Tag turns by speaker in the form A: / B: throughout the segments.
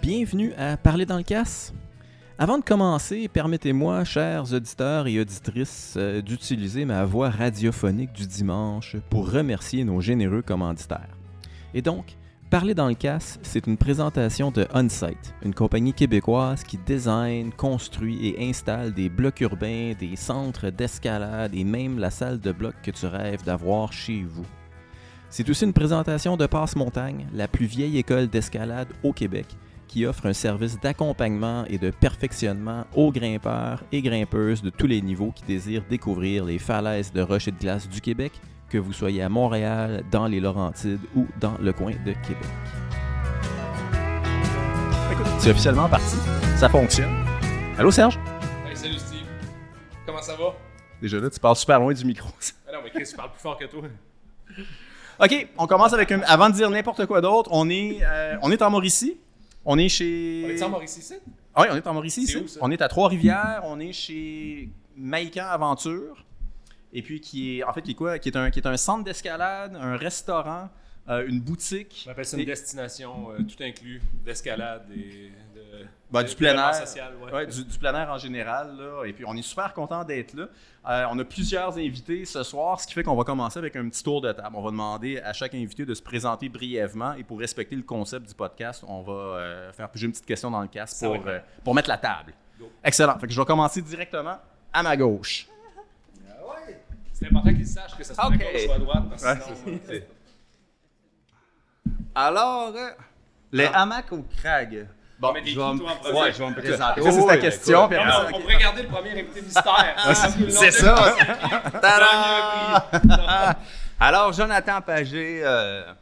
A: bienvenue à Parler dans le casse. Avant de commencer, permettez-moi, chers auditeurs et auditrices, euh, d'utiliser ma voix radiophonique du dimanche pour remercier nos généreux commanditaires. Et donc, Parler dans le casse, c'est une présentation de OnSite, une compagnie québécoise qui design, construit et installe des blocs urbains, des centres d'escalade et même la salle de bloc que tu rêves d'avoir chez vous. C'est aussi une présentation de Passe Montagne, la plus vieille école d'escalade au Québec, qui offre un service d'accompagnement et de perfectionnement aux grimpeurs et grimpeuses de tous les niveaux qui désirent découvrir les falaises de roches et de glace du Québec, que vous soyez à Montréal, dans les Laurentides ou dans le coin de Québec.
B: Écoute, c'est officiellement parti. Ça fonctionne. Allô, Serge?
C: Hey, salut Steve. Comment ça va?
B: Déjà là, tu parles super loin du micro.
C: Ah non, mais Chris, tu parles plus fort que toi.
B: OK, on commence avec un... Avant de dire n'importe quoi d'autre, on est, euh, on est en Mauricie. On est chez...
C: On est en Mauricie, ici?
B: Ah Oui, on est en Mauricie.
C: C'est
B: ici.
C: où, ça?
B: On est à Trois-Rivières. On est chez Maïcan Aventure. Et puis, qui est... En fait, qui est quoi? Qui est un, qui est un centre d'escalade, un restaurant, euh, une boutique.
C: On appelle ça
B: Et-
C: une destination euh, tout inclus d'escalade et de.
B: Ben,
C: de-
B: du plein
C: d'événements
B: air.
C: social, ouais.
B: Ouais, du, du plein air en général. Là. Et puis, on est super content d'être là. Euh, on a plusieurs invités ce soir, ce qui fait qu'on va commencer avec un petit tour de table. On va demander à chaque invité de se présenter brièvement. Et pour respecter le concept du podcast, on va euh, faire j'ai une petite question dans le casque
C: Ça
B: pour,
C: va être bien.
B: euh, pour mettre la table.
C: Go.
B: Excellent. Fait que je vais commencer directement à ma gauche.
C: C'est important qu'ils sachent que ça soit
B: Ok.
C: à gauche ou à droite, parce que
B: Ouais,
C: sinon. euh,
D: Alors, euh,
B: Les
D: les hamacs au crag.
C: Bon, mais des
D: je vais
C: qui,
D: me-
C: toi, en premier?
D: Ouais, je vais me présenter.
B: ça, c'est
D: Oh,
B: ta
D: oui,
B: question. puis
D: écoute.
B: après
C: Non, mais
B: ça-
C: on, on pourrait garder le premier invité mystère.
D: Ah,
C: Ah,
D: C'est ça.
C: Tada!
D: Alors, Jonathan Pagé, euh,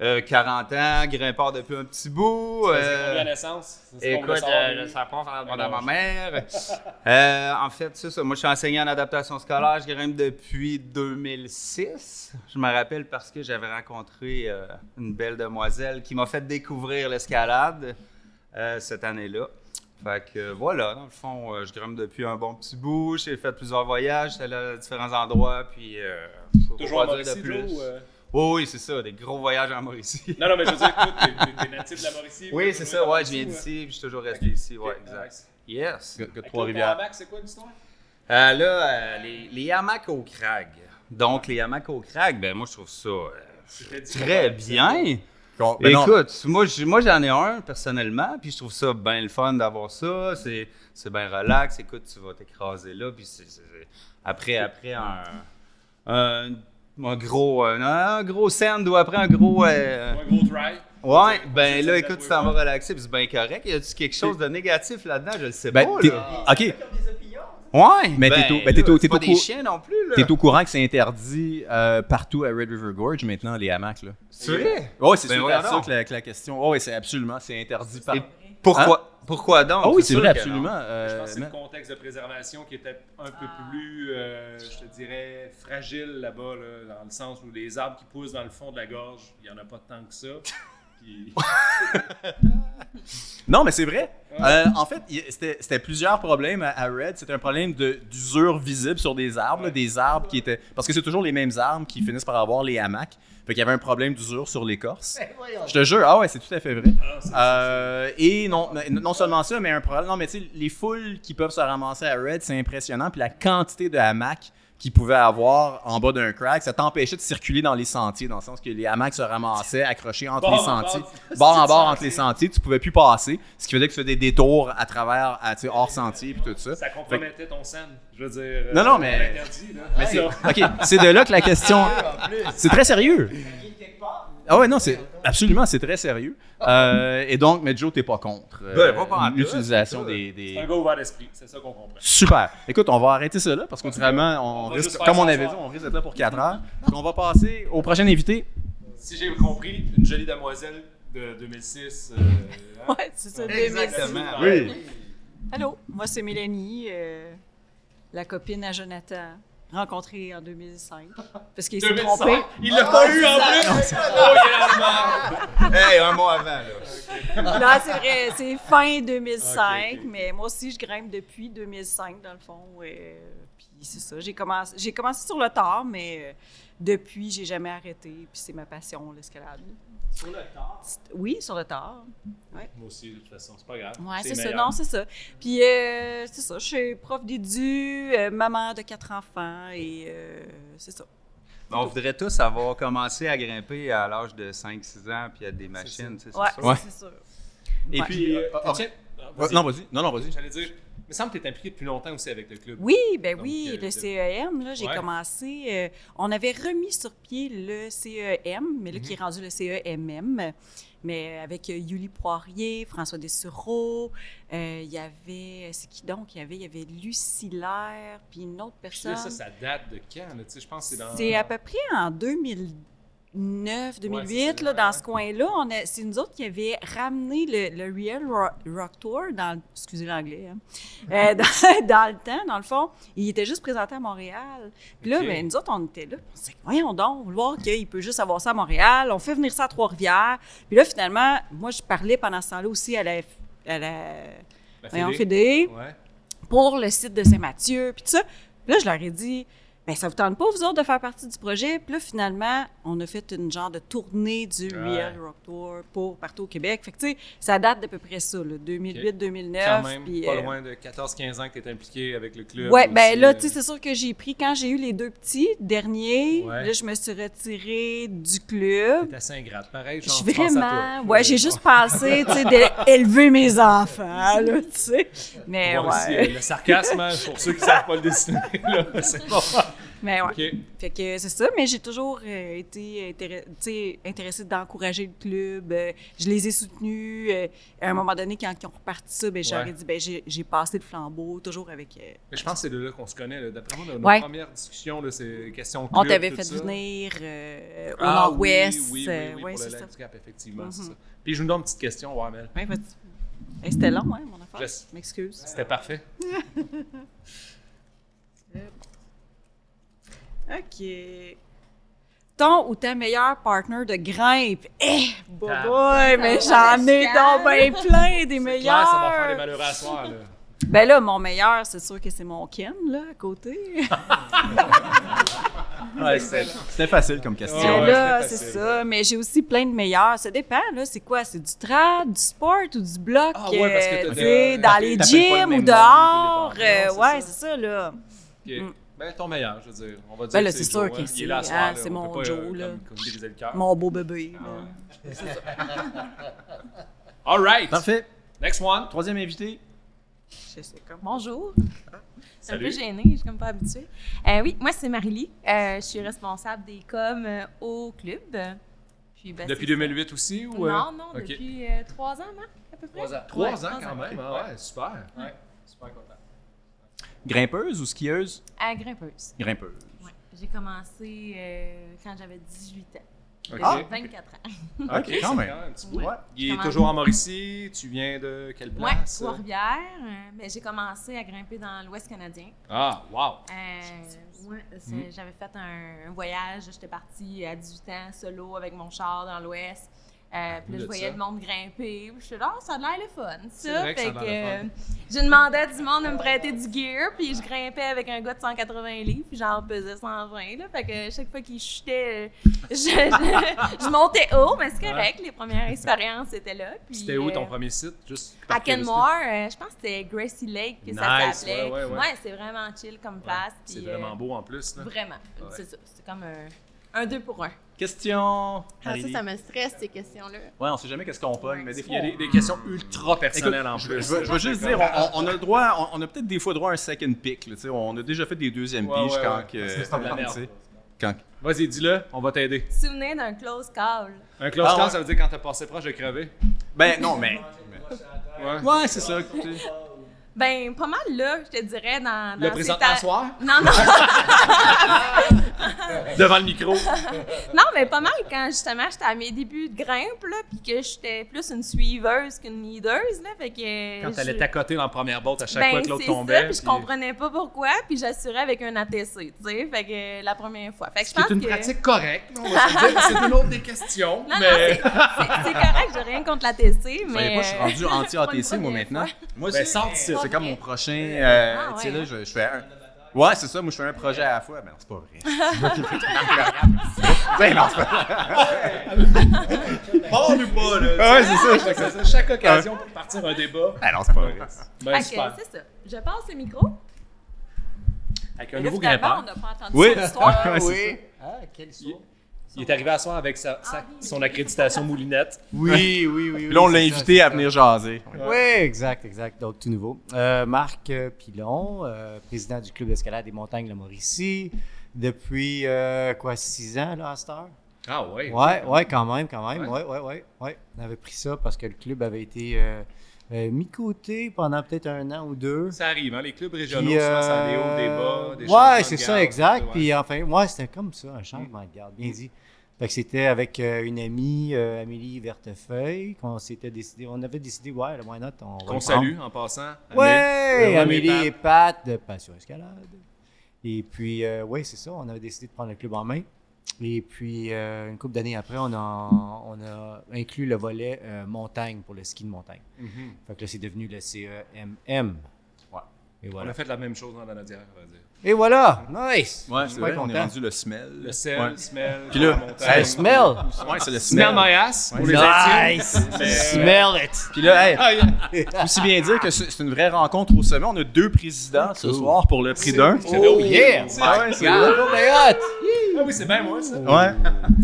D: euh, 40 ans, grimpeur depuis un petit bout. euh,
C: C'est la naissance. C'est ce qu'on veut
D: Écoute,
C: savoir,
D: euh,
C: lui.
D: je sais pas faire
C: Ben
D: à
C: non,
D: ma
C: je-
D: mère. Euh, en fait, c'est ça. Moi, je suis enseignant en adaptation scolaire. Je grimpe depuis 2006. Je me rappelle parce que j'avais rencontré euh, une belle demoiselle qui m'a fait découvrir l'escalade euh, cette année-là. Fait que euh, voilà, dans le fond, euh, je grimpe depuis un bon petit bout. J'ai fait plusieurs voyages. J'étais allé à différents endroits. Puis, euh, faut
C: Toujours en
D: pas dire
C: Mauricie,
D: de plus.
C: Joe, ou, euh?
D: Oui, oui, c'est ça. Des gros voyages en Mauricie.
C: Non, non, mais je veux dire, écoute, t'es- t'es- t'es natif de la Mauricie.
D: Oui,
C: t'es
D: c'est
C: toujours
D: ça.
C: en
D: Ouais, je viens
C: Mauricie,
D: d'ici, puis je suis toujours resté ici.
C: ouais.
D: Ouais,
C: Ok,
D: exact.
C: nice.
D: Yes.
B: Que- que
C: Fait que toi,
B: Trois-Rivières.
C: ton hamac, c'est quoi l'histoire?
D: Euh, là, euh, les, les hamacs au crag. Donc, les hamacs au crag, ben moi, je trouve ça euh,
C: C'était dit-
D: très bien.
B: Qu'on- ben non,
D: Écoute, moi, je- moi, j'en ai un personnellement, puis je trouve ça bien le fun d'avoir ça. C'est, c'est bien relax. Écoute, tu vas t'écraser là, puis c'est, c'est- c'est- après, après un, un, un gros, un, un gros sand ou après un gros. euh,
C: Un gros try.
D: ouais, ben là,
C: c'est-
D: écoute, tu t'en
C: ouais.
D: vas relaxer, puis c'est bien correct. Y a-tu quelque chose de négatif là-dedans? Je le sais
B: ben,
D: pas.
B: t'es-
D: Oh, là.
B: OK.
D: Ouais,
B: Mais t'es au- ben, t'es
D: là,
B: au-
D: c'est
B: t'es
D: pas
B: au
D: des
B: cour-
D: chiens non plus, là.
B: T'es au courant que c'est interdit euh, partout à Red River Gorge maintenant, les hamacs, là?
D: C'est vrai?
B: Oui, c'est
D: Ben
B: sûr,
D: voyons
B: c'est sûr
D: donc.
B: que la, que la question. Oui, c'est absolument, c'est interdit par.
D: Et pourquoi, pourquoi donc?
B: Hein? Ah oui, c'est
D: sûr
B: vrai,
D: que non.
B: absolument.
C: Je
B: euh,
C: pense que c'est le
B: mais-
C: contexte de préservation qui était un peu
E: Ah.
C: plus, euh, je te dirais, fragile là-bas, là, dans le sens où les arbres qui poussent dans le fond de la gorge, il n'y en a pas tant que ça. Puis-
B: Non, mais c'est vrai. Euh, en fait, il- c'était c'était plusieurs problèmes à, à Red. C'était un problème de- d'usure visible sur des arbres, là, des arbres qui étaient. Parce que c'est toujours les mêmes arbres qui finissent par avoir les hamacs. Fait qu'il y avait un problème d'usure sur l'écorce.
D: Ben
B: Je te jure, ah ouais, c'est tout à fait vrai.
C: Ah, c'est-
B: Euh, et non, mais non seulement ça, mais un problème. Non, mais tu sais, les foules qui peuvent se ramasser à Red, c'est impressionnant. Puis la quantité de hamacs qu'ils pouvaient avoir en bas d'un crack, ça t'empêchait de circuler dans les sentiers, dans le sens que les hamacs se ramassaient accrochés entre
C: Bord
B: les
C: en bord.
B: sentiers, bord en bord entre les sentiers, tu pouvais plus passer, ce qui faisait que tu faisais des détours à travers, à, tu sais, hors sentier, puis tout ça.
C: ça compromettait ton sand, je veux dire.
B: Ah, Non,
C: euh,
B: non, mais-
C: on l'interdit, là. Ah,
B: Mais c'est, ok, c'est de là que la question. C'est très sérieux. Ah ouais, non, c'est absolument, c'est très sérieux. Euh, et donc, mais Joe, t'es pas contre euh,
D: Ben, pas contre,
B: l'utilisation
D: c'est ça.
B: des,
C: C'est
B: des-
C: un gars ouvert d'esprit, c'est ça qu'on comprend.
B: Super. Écoute, on va arrêter ça là parce qu'on vraiment, on
C: On va
B: risque,
C: juste faire
B: comme on
C: ça
B: avait
C: ce
B: dit,
C: soir.
B: on risque d'être là pour 4 heures. Donc, on va passer au prochain invité.
C: Si j'ai compris, une jolie demoiselle de 2006. euh, hein?
E: Ouais, c'est ça.
D: Exactement.
C: Oui.
E: Allô, moi c'est Mélanie, euh, la copine à Jonathan, rencontrée en 2005. Parce qu'il s'est
C: 2005.
E: trompé.
C: Il l'a pas eu en plus! Oh, il est dans le mal.
D: Hey, un mois avant, là.
E: Là, c'est vrai, c'est fin 2005, mais moi aussi je grimpe depuis 2005 dans le fond. euh, puis c'est ça, j'ai commencé, j'ai commencé sur le tard, mais euh, depuis, j'ai jamais arrêté. Puis c'est ma passion, l'escalade.
C: Sur le tard.
E: Oui, sur le tard.
C: Moi aussi, de toute façon, c'est pas grave.
E: Oui, c'est ça.
C: meilleur.
E: Non, c'est ça. Puis, euh, c'est ça. Je suis prof d'édu, euh, maman de quatre enfants et euh, c'est ça.
D: Ben, On voudrait tous avoir commencé à grimper à l'âge de 5-6 ans puis à des machines, tu sais, c'est
E: Ouais,
D: sûr.
E: c'est- c'est sûr.
B: Et
E: Ouais.
B: puis.
C: Puis, euh,
B: euh, ah,
C: Étienne- ah,
B: ah,
C: vas-y.
B: Non, vas-y. Non, non, vas-y.
C: J'allais dire, il me semble que tu es impliqué depuis longtemps aussi avec le club.
E: Oui, ben
C: Donc,
E: oui,
C: euh,
E: le
C: de-
E: CEM, là, j'ai
C: Ouais.
E: commencé. euh, on avait remis sur pied le CEM, mais là, qui est
C: Mhm.
E: rendu le CEMM, mais avec euh, Julie Poirier, François Dessureau, euh, il y avait, c'est qui donc? Il y avait, il y avait Lucie Lair, puis une autre
C: Puis là,
E: personne.
C: ça, ça date de quand? là? Tu sais, je pense que c'est dans.
E: C'est à peu près en
C: Ouais, c'est ça,
E: 2009, 2008, là,
C: ouais,
E: dans
C: ouais.
E: ce coin-là. On a- C'est nous autres qui avions ramené le, le Real Ro- Rock, Tour, dans, le- excusez l'anglais, hein. Euh, dans, dans le temps, dans le fond. Il était juste présenté à Montréal. Puis là,
C: Ok.
E: ben, nous autres, on était là. puis On s'est dit, voyons donc, voir qu'il peut juste avoir ça à Montréal. On fait venir ça à Trois-Rivières. Puis là, finalement, moi, je parlais pendant ce temps-là aussi à la... À la
C: La
E: voyons,
C: Fédé.
E: Fédé
C: Ouais.
E: pour le site de Saint-Mathieu, puis tout ça. Puis là, je leur ai dit, ben ça vous tente pas, vous autres, de faire partie du projet. Puis là, finalement, on a fait une genre de tournée du Real Rock Tour pour partout au Québec. Fait que, tu sais, ça date d'à peu près ça, là, 2008,
C: Ok.
E: 2009.
C: Quand même,
E: puis,
C: pas
E: euh,
C: loin de 14-15 ans que tu es impliqué avec le club.
E: Ouais, ben
C: aussi,
E: là,
C: euh,
E: tu sais, c'est sûr que j'ai pris quand j'ai eu les deux petits derniers.
C: Ouais.
E: Là, je me suis retirée du club.
C: T'es assez ingrate, pareil.
E: Je
C: Genre,
E: suis
C: je pense à toi.
E: vraiment. Ouais, j'ai
C: Ouais.
E: juste pensé, tu sais, d'élever mes enfants, là, tu sais. Mais
C: Bon, ici,
E: ouais.
C: euh, le sarcasme, hein, pour ceux qui ne savent pas le dessiner, là, c'est pas
E: Mais ouais.
C: OK.
E: Fait que c'est ça, mais j'ai toujours euh, été intér- tu sais, intéressée d'encourager le club. Euh, je les ai soutenus. Euh, à un moment donné, quand ils ont reparti ça, ben, j'aurais
C: Ouais.
E: dit, ben, j'ai j'ai passé le flambeau, toujours avec... euh,
C: Mais je pense que c'est de là qu'on se connaît. là. D'après moi, notre
E: Ouais.
C: première discussion, là, c'est question club.
E: on t'avait
C: tout
E: fait
C: ça.
E: venir euh, au
C: Ah, oui,
E: nord-ouest.
C: Oui, oui, oui,
E: euh, ouais,
C: pour
E: c'est
C: le
E: ça.
C: Lac du Cap, effectivement, c'est
E: Mhm.
C: ça. Puis je vous donne une petite question, Warmel.
E: Ouais, vas-y. Hey, C'était long, hein, mon affaire?
C: Je-
E: Je m'excuse.
C: C'était parfait.
E: OK. Ton ou ta meilleure partner de grimpe? Eh, boy,
C: Ah.
E: boy, mais
F: Ah,
E: j'en ai donc ben plein des
C: C'est
E: meilleurs!
C: clair, ça va faire des malheureux à soir, là.
E: Ben là, mon meilleur, c'est sûr que c'est mon Ken, là, à côté.
B: Ouais, C'était c'était facile comme question.
E: Ben
C: ouais,
E: là,
C: c'était
E: c'est
C: facile.
E: ça. Mais j'ai aussi plein de meilleurs. Ça dépend, là. C'est quoi? C'est du trad, du sport ou du bloc?
C: Ah ouais, parce que
E: euh,
C: t'as
E: tu
C: des-
E: sais,
C: euh,
E: dans
B: t'appelles-
E: les
B: t'appelles pas le
E: gyms
B: même
E: ou
B: monde au
C: départ,
E: dehors. euh,
C: non, c'est ça.
E: ouais, c'est ça, là.
C: OK. Ben, ton meilleur, je veux dire. On va dire
E: Ben là,
C: que
E: c'est
C: Joe,
E: sûr
C: hein.
E: que
C: Il
E: c'est-
C: est là à soir,
E: ah,
C: là.
E: c'est
C: On
E: mon
C: peut pas,
E: Joe,
C: euh,
E: là.
C: Comme, comme briser le cœur.
E: Mon beau bébé. là.
C: All right.
B: Parfait.
C: Next one.
B: Troisième invité.
E: Je sais comment.
F: Bonjour. Je suis un peu
C: Salut.
F: gênée, je suis comme pas habituée. Euh, oui, moi c'est Marie-Lee. Euh, je suis responsable des coms euh, au club. Puis, ben,
C: Depuis
F: c'est ça.
C: 2008 aussi ou euh?
F: Non, non,
C: OK.
F: depuis euh, trois ans, non? À peu près.
C: Trois ans.
F: Ouais,
C: Trois ans
F: trois
C: quand même. Ah ouais, super. Ouais, super content.
B: Grimpeuse ou skieuse?
F: À grimpeuse.
B: Grimpeuse.
F: Ouais. J'ai commencé euh, quand j'avais 18 ans.
C: Ah! OK.
F: J'ai 24 ans.
B: Ah, Ok, quand même.
C: un petit bout.
F: Ouais.
C: Il est
F: Comment-
C: toujours en Mauricie. Tu viens de quelle
F: Ouais,
C: place?
F: Trois-Rivières. euh, mais j'ai commencé à grimper dans l'Ouest canadien.
C: Ah, wow.
F: Euh, ouais, c'est-
C: Hmm.
F: J'avais fait un, un voyage, j'étais partie à 18 ans solo avec mon char dans l'ouest. Euh, puis là,
C: Ah, de
F: je voyais
C: ça.
F: le monde grimper. puis Je suis là, Ah, ça a l'air le fun,
C: C'est
F: ça.
C: vrai que ça a
F: Fait
C: l'air
F: que, euh, je demandais à du monde de me prêter du gear, puis je grimpais avec un gars de 180 livres, puis j'en pesais 120. Là, fait que chaque fois qu'il chutait, euh, je, je- je montais haut, mais c'est correct. Les premières expériences étaient là. puis,
C: C'était où ton
F: euh,
C: premier site? Juste par
F: à Kenmore, euh, je pense que c'était Gracie Lake que ça
C: Nice,
F: s'appelait.
C: ouais, ouais, ouais.
F: c'est vraiment chill
C: curiosité. Ouais,
F: comme place.
C: C'est
F: puis,
C: vraiment
F: euh,
C: beau en plus. Là.
F: Vraiment,
C: Ouais.
F: c'est ça. C'est comme un, un deux pour un.
B: Question.
F: Ah, ça,
B: Marie-Lise.
F: ça me stresse, ces questions-là.
B: Ouais, on sait jamais qu'est-ce qu'on pogne, mais des
C: Il y
B: fois,
C: a
B: on-
C: des, des questions ultra
B: Écoute,
C: personnelles en
B: je,
C: plus.
B: je veux- je veux juste dire, on, on a le droit, on, on a peut-être des fois droit à un second pick. là, tu sais, on a déjà fait des deuxièmes
C: Ouais,
B: piges
C: ouais,
B: quand.
C: ouais.
B: que-
C: Parce que c'est de la merde.
B: tu sais, quand-
C: Vas-y, dis-le, on va t'aider.
F: Souvenez d'un close call.
C: Un close
B: Ah,
C: call,
B: ouais.
C: ça veut dire quand t'as passé proche de crever.
B: Ben non, mais.
C: Ouais.
B: Ouais, c'est ça. écoutez.
F: Ben, pas mal là, je te dirais, dans, dans
C: Le
F: ces
C: présentant
F: ta-
C: à soir,
F: Non, non,
C: devant le micro.
F: non, mais pas mal quand justement j'étais à mes débuts de grimpe, là, puis que j'étais plus une suiveuse qu'une leaduse, là, fait que...
C: Quand
F: je-
C: t'allais tacoter dans la première botte à chaque
F: ben,
C: fois que l'autre
F: c'est
C: tombait.
F: Ça, puis je comprenais pas pourquoi, puis j'assurais avec un ATC, tu sais, fait que la première fois. Fait que je pense
C: C'est une
F: que...
C: pratique correcte, on va se le dire. C'est une autre des questions.
F: Non, non,
C: mais...
F: c'est- c'est c'est correct, j'ai rien contre l'ATC,
B: Vous savez
F: mais...
B: pas, je suis rendu
F: euh,
B: anti-ATC,
F: pour une
B: moi,
F: première
B: maintenant. Moi,
C: Ben,
B: c'est
C: sors d'ici.
B: C'est comme mon prochain. euh,
F: Ah,
B: tu sais,
F: ouais,
B: là,
F: hein.
B: je, je fais un. Ouais, c'est ça. Moi, je fais un projet à la fois. Mais non, c'est pas vrai. Ben non, c'est pas vrai. Parle-nous pas, là. Ouais, c'est ça.
C: Fait que Ah c'est chaque occasion pour partir un débat.
D: Ah.
B: Ben non, c'est pas vrai.
F: Fait
C: Ben,
F: que,
C: super.
F: c'est ça. Je passe le micro.
C: Avec
F: Et
C: un
F: là,
C: nouveau
F: finalement, on
C: grimpeur.
F: n'a pas entendu
B: Oui.
F: son histoire.
B: Ouais, c'est
G: oui. Ah, quelle histoire.
C: Il est arrivé à soir avec sa, sa- son accréditation moulinette.
G: Oui, oui, oui.
B: Puis là, on
G: oui,
B: l'a
G: c'est ça,
B: invité
G: c'est
B: à
G: ça.
B: venir jaser.
G: Oui, exact, exact. Donc, tout nouveau. Euh, Marc euh, Pilon, euh, président du Club d'escalade des montagnes de la Mauricie, depuis euh, quoi, six ans, là, à cette heure?
C: Ah oui.
G: Ouais, ouais, quand même, quand même.
C: Ouais.
G: Ouais, ouais, ouais. ouais. On avait pris ça parce que le club avait été euh, euh, mis-côté pendant peut-être un an ou deux.
C: Ça arrive, hein? Les clubs régionaux,
G: Puis,
C: souvent, ça allait
G: euh,
C: au débat. Des
G: ouais,
C: changements
G: c'est
C: de
G: ça,
C: garde,
G: exact.
C: ouais. Mm.
G: Puis enfin, ouais, c'était comme ça, un changement de garde, bien dit. Fait que c'était avec euh, une amie, euh, Amélie Vertefeuille, qu'on s'était décidé, on avait décidé, ouais, why not, on va le
C: Qu'on
G: prendre.
C: salue en passant.
G: Ouais,
C: Amélie,
G: Amélie,
C: Amélie
G: et Pat de Passion Escalade. Et puis, euh, ouais, c'est ça, on avait décidé de prendre le club en main. Et puis, euh, une couple d'années après, on a, on a inclus le volet euh, montagne pour le ski de montagne.
C: Mhm.
G: Fait que là, c'est devenu le CEMM.
B: Ouais.
G: Et
C: On a
G: voilà.
C: fait la même chose dans la Nadière, on va dire.
G: Et voilà! Nice!
B: Ouais,
G: Je
B: c'est
G: suis
B: vrai.
G: pas
B: On est
G: content.
B: rendu le smell.
C: Le sel,
B: Ouais.
C: le smell,
B: Puis là,
C: la
B: ça
G: Hey,
C: montagne.
G: smell!
B: Ouais, c'est le
C: Smell
B: smell.
C: my ass pour les intimes.
G: Nice!
C: Mais-
B: euh,
G: Smell it!
B: Puis là, hey,
C: Ah, yeah.
B: faut aussi bien dire que c'est c'est une vraie rencontre au sommet. On a deux présidents ce
G: Cool.
B: soir pour le prix d'un.
C: J'avais
G: Oh,
C: oublié.
G: yeah!
C: Ah
B: Ouais, c'est
G: Ah, bon, ben, hot!
C: oui, c'est bien moi, ça.
B: Ouais.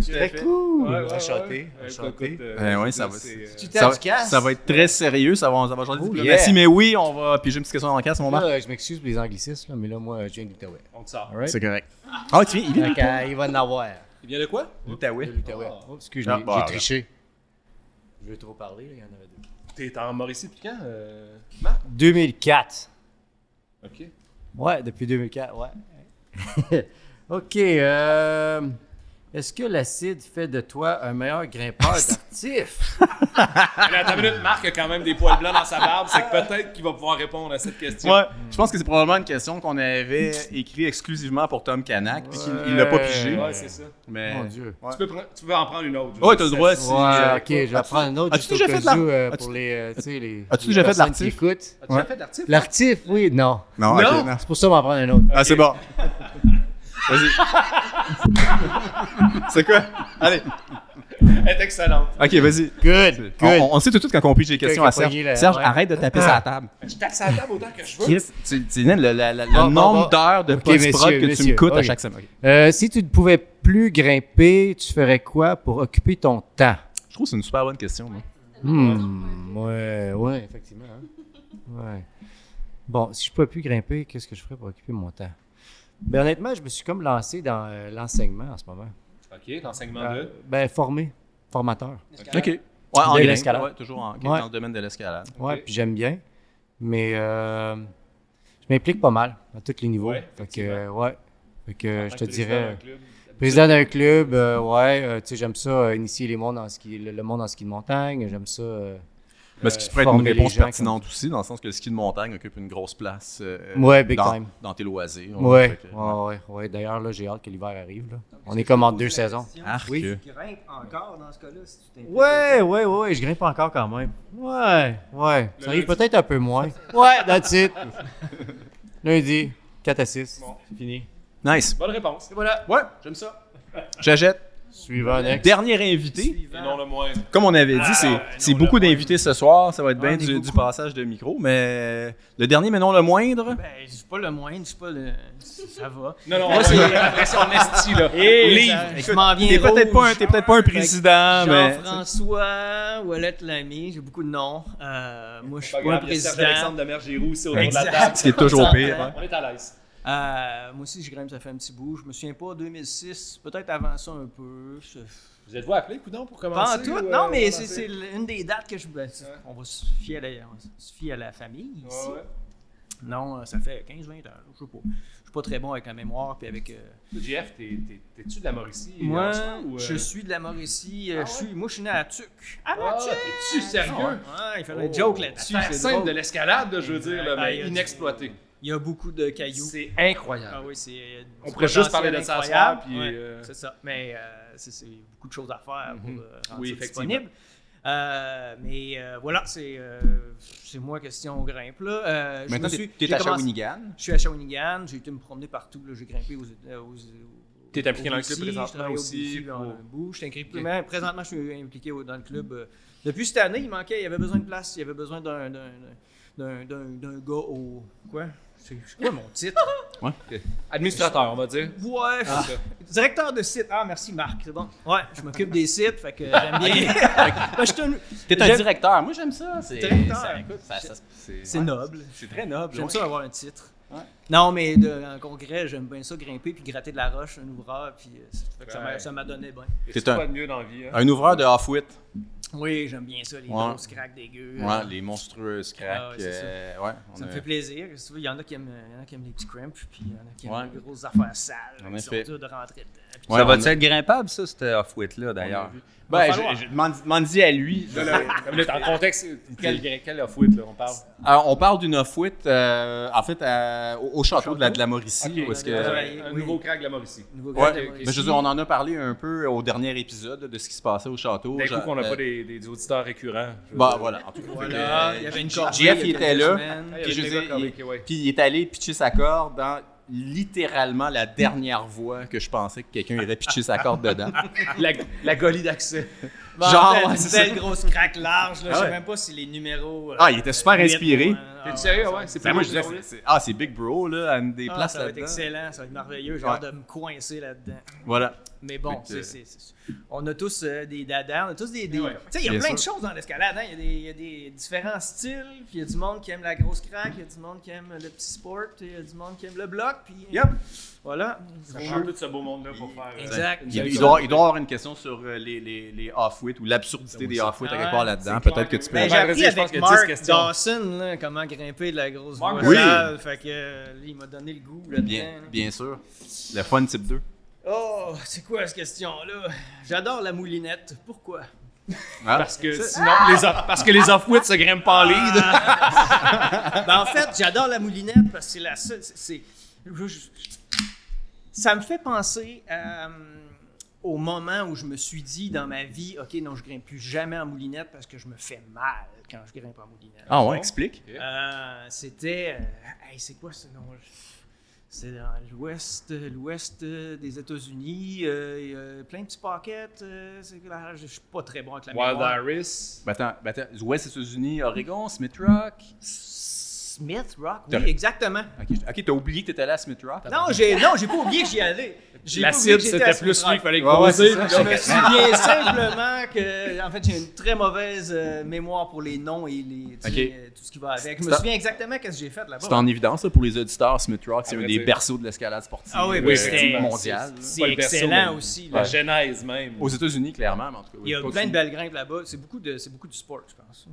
G: Très
C: fait.
G: cool!
C: Ouais, ouais,
G: Enchanté,
C: ouais. Ouais,
G: enchanté.
C: écoute, euh,
B: Ben ouais, ça
C: là,
B: va-
C: c'est, euh,
G: Tu
B: Ça
G: tapes du
B: va,
G: casse?
B: ça va être très sérieux, ça va, ça va changer de
G: Oh,
B: diplomatie,
G: yeah.
B: mais oui, on va piger une petite question en casse, mon
G: Là,
B: Marc.
G: euh, je m'excuse pour les anglicismes, là, mais là, moi, je viens de l'Outaouais.
C: On te sort.
G: All right?
B: C'est correct. Ah, tu viens, il vient
G: Fait que, euh, il va en avoir.
C: Il vient de quoi?
G: De l'Outaouais.
C: Ah.
G: Oh, excuse,
B: Ah,
G: j'ai-
B: bah,
G: j'ai
B: là.
G: triché. Je veux trop parler, là, il y en avait deux.
C: T'es en Mauricie depuis quand, euh, Marc?
G: 2004.
C: OK.
G: Ouais, depuis 2004, ouais. OK, euh, Est-ce que l'acide fait de toi un meilleur grimpeur d'actif?
C: Mais attends une minute, Marc a quand même des poils blancs dans sa barbe, c'est que peut-être qu'il va pouvoir répondre à cette question.
B: Ouais, je pense que c'est probablement une question qu'on avait écrite exclusivement pour Tom Canac, puis qu'il il l'a pas pigé.
C: Ouais, c'est ça.
B: Mais...
G: Mon Dieu.
C: Tu, peux prendre- tu peux en prendre une autre. je
B: Ouais,
C: sais.
B: t'as le droit si.
G: Ouais, ok, je vais prendre un autre
B: euh, As-tu
G: juste au
B: déjà
G: cas
B: fait de l'ar-
G: où, euh,
B: As-tu-
G: pour les, euh, tu sais, les,
B: As-tu déjà fait
G: les
B: de
G: personnes qui
B: l'artif?
G: écoutent.
C: As-tu
B: Ouais.
C: déjà fait de l'article?
G: L'artif, oui, non.
B: Non,
C: Non!
B: ok,
G: C'est pour ça, on va en prendre un autre.
B: Ah, c'est bon. Vas-y. c'est quoi? Allez.
C: Elle est excellente.
B: Ok, vas-y.
G: Good,
B: On,
G: good.
B: on- on sait tout de suite quand on pige les questions
G: Quelqu'un
B: à Serge.
G: poigné, là,
B: Serge,
G: ouais.
B: arrête de taper sa table.
C: Je tape sa table autant que je veux.
B: Chris, tu, tu sais, le, le- le- le
G: bon,
B: nombre
G: bon.
B: d'heures de
G: Ok,
B: post-prod
G: messieurs,
B: que tu me
G: messieurs,
B: coûtes à
G: ok.
B: chaque semaine. Ok.
G: Euh, si tu ne pouvais plus grimper, tu ferais quoi pour occuper ton temps?
B: Je trouve que c'est une super bonne question. moi.
G: Hmm, ouais, ouais, effectivement. hein. Ouais. Bon, si je ne pouvais plus grimper, qu'est-ce que je ferais pour occuper mon temps? Ben, honnêtement, je me suis comme lancé dans euh, l'enseignement en ce moment.
C: OK, l'enseignement
G: Euh,
C: de...
G: ben, formé, formateur.
B: Ok. Ouais, en
G: De
B: grimpe,
G: l'escalade.
B: ouais, toujours en,
G: Ouais.
B: dans le domaine de l'escalade.
G: Ouais, puis j'aime bien. Mais euh, je m'implique pas mal à tous les niveaux.
C: Ouais,
G: fait que, euh, ouais. Fait que euh, je te
C: Président
G: dirais.
C: d'un club.
G: Président d'un club, euh, ouais, euh, tu sais, j'aime ça, euh, initier les mondes en ski, le, le monde en ski de montagne, j'aime ça. euh,
B: Mais ce qui pourrait être une
G: former les
B: réponse
G: gens
B: pertinente aussi, dans le sens que le ski de montagne occupe une grosse place euh,
G: Ouais, big
B: dans,
G: time.
B: dans tes loisirs.
G: ouais,
B: Fait que-
G: ouais, ouais, ouais. D'ailleurs, là, j'ai hâte que l'hiver arrive. Là. On est comme en deux saisons.
B: Arc.
G: Oui.
H: Tu grimpes encore dans ce cas-là si tu t'impliques.
G: Ouais, ouais, ouais, je grimpe encore quand même. Ouais, ouais.
C: Le
G: Ça arrive
C: lundi.
G: peut-être un peu moins. Ouais, that's it. Lundi, 4 à 6.
C: Bon.
G: C'est fini.
B: Nice.
C: Bonne réponse.
G: Et voilà.
B: Ouais,
C: J'aime ça.
B: j'achète.
G: Suivant, next.
B: Dernier invité.
C: Et non le moins.
B: Comme on avait dit,
C: Ah,
B: c'est-
C: non,
B: c'est
C: non,
B: beaucoup
C: le-
B: d'invités ce soir. Ça va être
H: Ah,
B: bien
H: on
B: du,
H: est
B: du
H: beaucoup.
B: passage de micro, mais le dernier, mais non le moindre.
H: Ben, je suis pas le moindre, je suis pas le. Ça va.
C: Non, non,
H: Moi,
C: c'est
H: c'est-
C: après son esti, là. Livre.
H: Je m'en viens.
B: T'es peut-être pas, un-
H: rouge.
B: t'es peut-être pas un président, mais.
H: Jean-François, Wallet Lamy, j'ai beaucoup de noms. Euh, moi, je suis
C: Pas
H: pas un
C: grave, il y a Serge
H: président.
C: Alexandre de Mergiroux aussi autour de la
H: Exact.
C: table.
B: Ce qui est toujours pire. hein.
C: On est à l'aise.
H: Euh, moi aussi, je grimpe, ça fait un petit bout. Je me souviens pas, 2006, peut-être avant ça un peu. Je-
C: Vous êtes-vous appelé, Coudon, pour
H: Pas
C: commencer?
H: en tout,
C: ou, euh,
H: non, mais
C: commencer?
H: c'est c'est une des dates que je. ben, c'est- On va se fier à la, on va se fier à la famille
C: Ouais,
H: ici.
C: ouais.
H: Non, euh, ça fait 15-20 ans, là, je sais pas. Je suis pas très bon avec la mémoire puis avec. euh,
C: JF, t'es- t'es- t'es-tu de la Mauricie?
H: Moi,
C: en ce moment, ou, euh,
H: je suis de la Mauricie.
C: Ah
H: euh, je
C: ouais?
H: suis, moi, je suis né à Tuc. À
C: Ah, es-tu sérieux?
H: Ouais, il fallait un joke là-dessus.
C: Oh. La
H: c'est
C: terre sainte
H: drôle.
C: de l'escalade, je veux dire, là,
H: Ah,
C: mais
H: il y a-
C: inexploité.
H: Il y a beaucoup de cailloux.
C: C'est
H: Ah
C: incroyable.
H: oui, c'est. euh, du
C: On pourrait juste parler
H: potentiel
C: de ça ce
H: incroyable.
C: soir, puis,
H: Ouais,
C: euh, Mhm.
H: C'est ça. Mais euh, c'est c'est beaucoup de choses à faire pour euh, rendre
C: Oui,
H: ça
C: effectivement.
H: disponible. Euh, mais euh, voilà, c'est euh, c'est moi question grimpe. Là. Euh, je
B: Maintenant,
H: me
B: tu
H: suis,
B: es,
H: j'ai
B: à
H: commencé-
B: Shawinigan.
H: Je suis à Shawinigan, j'ai été me promener partout. là, J'ai grimpé aux. aux, aux
C: T'es impliqué
H: au
C: dans le club
H: BC,
C: présentement
H: je travaille au
C: aussi,
H: BC, dans
C: pour-
H: le bout. Je suis impliqué- mais Présentement, je suis impliqué au- dans le club. euh, Depuis cette année, il manquait, il y avait besoin de place, il y avait besoin d'un d'un- d'un- d'un- d'un gars au. Quoi C'est c'est quoi mon titre
C: Administrateur, on va dire.
H: Ouais, directeur de site. Ah, merci Marc, c'est bon. Ouais, je m'occupe des sites, fait que j'aime bien. Ben, je suis un-
B: T'es un
H: J'aime-
B: directeur. Moi, j'aime ça. C'est
H: Directeur.
B: ça- écoute, ça- ça-
H: C'est
B: ouais.
H: noble.
B: C'est très noble.
H: J'aime
B: ouais.
H: ça avoir un titre.
B: Ouais.
H: Non, mais de- en congrès, j'aime bien ça grimper puis gratter de la roche, un ouvreur, puis euh, ça fait que ça m'a-
C: Ouais.
H: ça m'a donné bien.
B: T'es
C: C'est
B: un-
C: quoi de mieux dans la vie? hein?
B: Un ouvreur de off-wit.
H: Oui, j'aime bien ça, les
B: Ouais.
H: grosses euh, cracks dégueux.
B: Ouais, les monstrueux cracks.
H: Ah ouais, c'est ça.
B: euh, ouais, on
H: Ça me
B: a-
H: fait plaisir. Si tu veux, Il y en a qui aiment, il y en a qui aiment les petits cramps, puis il y en a qui aiment
B: Ouais.
H: les grosses affaires sales,
B: En
H: qui
B: effet.
H: sont dures de rentrer dedans. puis
B: Ouais,
D: ça
B: on
D: va-tu
B: a-
D: être grimpable, ça, cette off-wit-là, d'ailleurs?
B: Ben,
C: Va
B: je,
C: falloir.
B: je- m'en dis- m'en dis à lui.
C: Là, là, comme là, t'es en contexte, quel, quel off-wit, là, on parle?
B: Alors, Ah, on parle d'une off-wit, euh, en fait, à- au, au château de la, de la Mauricie.
C: Ok,
B: où est-ce que...
C: un-
H: Ouais,
C: Un
H: oui.
C: nouveau crack de la Mauricie.
H: nouveau
B: Ouais,
H: gars,
B: mais je veux dire, on en a parlé un peu au dernier épisode de ce qui se passait au château.
C: D'un coup
B: Genre,
C: qu'on n'a
B: euh,
C: pas des, des- des auditeurs récurrents. je veux
B: Bah
C: dire.
B: voilà, en tout cas.
H: Voilà,
B: fait que,
H: il y avait une
B: J-
H: corvée
B: JF,
H: il
B: il
H: y a
B: était
H: quelques
B: là,
H: semaines.
C: Ah,
B: puis
C: il y
B: je
C: a
B: veux
C: des gars
B: dire,
C: comme-
B: il-
C: ok, ouais.
B: puis il est allé pitcher sa corde dans littéralement la dernière voie que je pensais que quelqu'un irait pitcher sa corde dedans.
C: La, la golie d'accès.
H: Bon,
B: genre,
H: belle-
B: ouais, c'est
H: belle
B: ça.
H: grosse craque large, là,
B: Ah
H: je sais
B: ouais.
H: même pas si les numéros. euh,
B: Ah, il était super
H: huit,
B: inspiré.
H: ouais, ah
C: T'es
H: ouais,
C: sérieux,
H: ça-
C: ouais? C'est
B: Ben, moi, je
C: plus
B: disais, c'est- c'est- ah, c'est Big Bro, là, à me des
H: Ah,
B: places
H: ça va être
B: là-dedans.
H: excellent, ça va être merveilleux. J'ai hâte
B: Ouais.
H: de me coincer là-dedans.
B: Voilà.
H: Mais bon,
B: Fait que-
H: c'est- c'est- c'est- on a tous euh, des dadas, on a tous des. des-
C: Ouais.
H: Tu sais, il y a
B: Bien
H: plein de
B: sûr.
H: choses dans l'escalade. hein. Il y a des- il y, a des différents styles. Puis il y a du monde qui aime la grosse craque, il y a du monde qui aime le petit sport, puis il y a du monde qui aime le bloc. Puis
C: Yep.
H: voilà.
C: Ça prend tout ce beau monde-là pour faire. euh,
H: Exact.
B: Il, il doit, il doit avoir une question sur euh, les, les, les off-wit ou l'absurdité des off-wit à
H: Ouais,
B: quelque part là-dedans.
C: c'est
B: Peut-être que
C: clair
B: tu
C: que
B: peux.
H: Ben, j'ai appris
C: Vendredi, je pense
H: avec
C: qu'il y a 10
H: Mark
C: questions.
H: Dawson là, comment grimper de la grosse
C: Mark
H: voie
B: Oui.
H: sale. Fait que euh, lui, il m'a donné le goût là-dedans.
B: Bien,
H: là.
B: bien sûr. Le fun type 2.
H: Oh, c'est quoi cette question-là? J'adore la moulinette. Pourquoi?
B: Hein?
C: Parce que sinon, les off- parce que les off-wits se grimpent pas en lead.
H: Ben, en fait, j'adore la moulinette parce que c'est la seule. c'est- c'est- je- je- Ça me fait penser euh, au moment où je me suis dit dans ma vie, OK, non, je grimpe plus jamais en moulinette parce que je me fais mal quand je grimpe en moulinette.
B: Ah ouais, explique.
H: Euh, C'était. euh, hey, c'est quoi ce nom? C'est dans l'ouest, l'ouest euh, des États-Unis. euh, Il y a plein de petits pockets. euh, c'est la- je suis pas très bon avec la
C: Wild
H: mémoire.
C: Iris.
B: Ben, attends, ben, attends. Ouest États-Unis, Oregon, Smith Rock.
H: Smith Rock, oui,
B: T'as-
H: exactement.
B: Ok, j- ok, t'as oublié que t'étais allé à Smith Rock.
H: Non, j'ai non, j'ai pas oublié que j'y allais. J'ai pas oublié
C: L'acide,
H: que j'étais
C: c'était
H: à
C: plus
H: Smith
C: lui qu'il fallait
H: Rock.
B: Ouais, ouais,
C: croiser.
B: c'est
C: puis
B: ça.
H: Je
C: là,
H: me souviens simplement que, en fait, j'ai une très mauvaise euh, mémoire pour les noms et les, tu
B: Ok.
H: sais, euh, tout ce qui va avec. Je me
B: C'est-
H: souviens exactement qu'est-ce que j'ai fait là-bas.
B: C'est en évidence là, pour les auditeurs. Smith Rock, c'est
C: À
B: un
C: vrai
B: des
C: dire.
B: berceaux de l'escalade sportive
H: Ah oui,
B: euh,
H: oui,
C: c'est-
B: mondiale. là.
H: C'est
C: pas le berceau,
H: excellent
C: mais-
H: aussi. là.
C: La genèse même.
B: Aux États-Unis, clairement, mais en tout cas. oui,
H: Il y a
B: continue.
H: plein de belles grimpes là-bas. C'est beaucoup, de- c'est beaucoup du sport, je pense.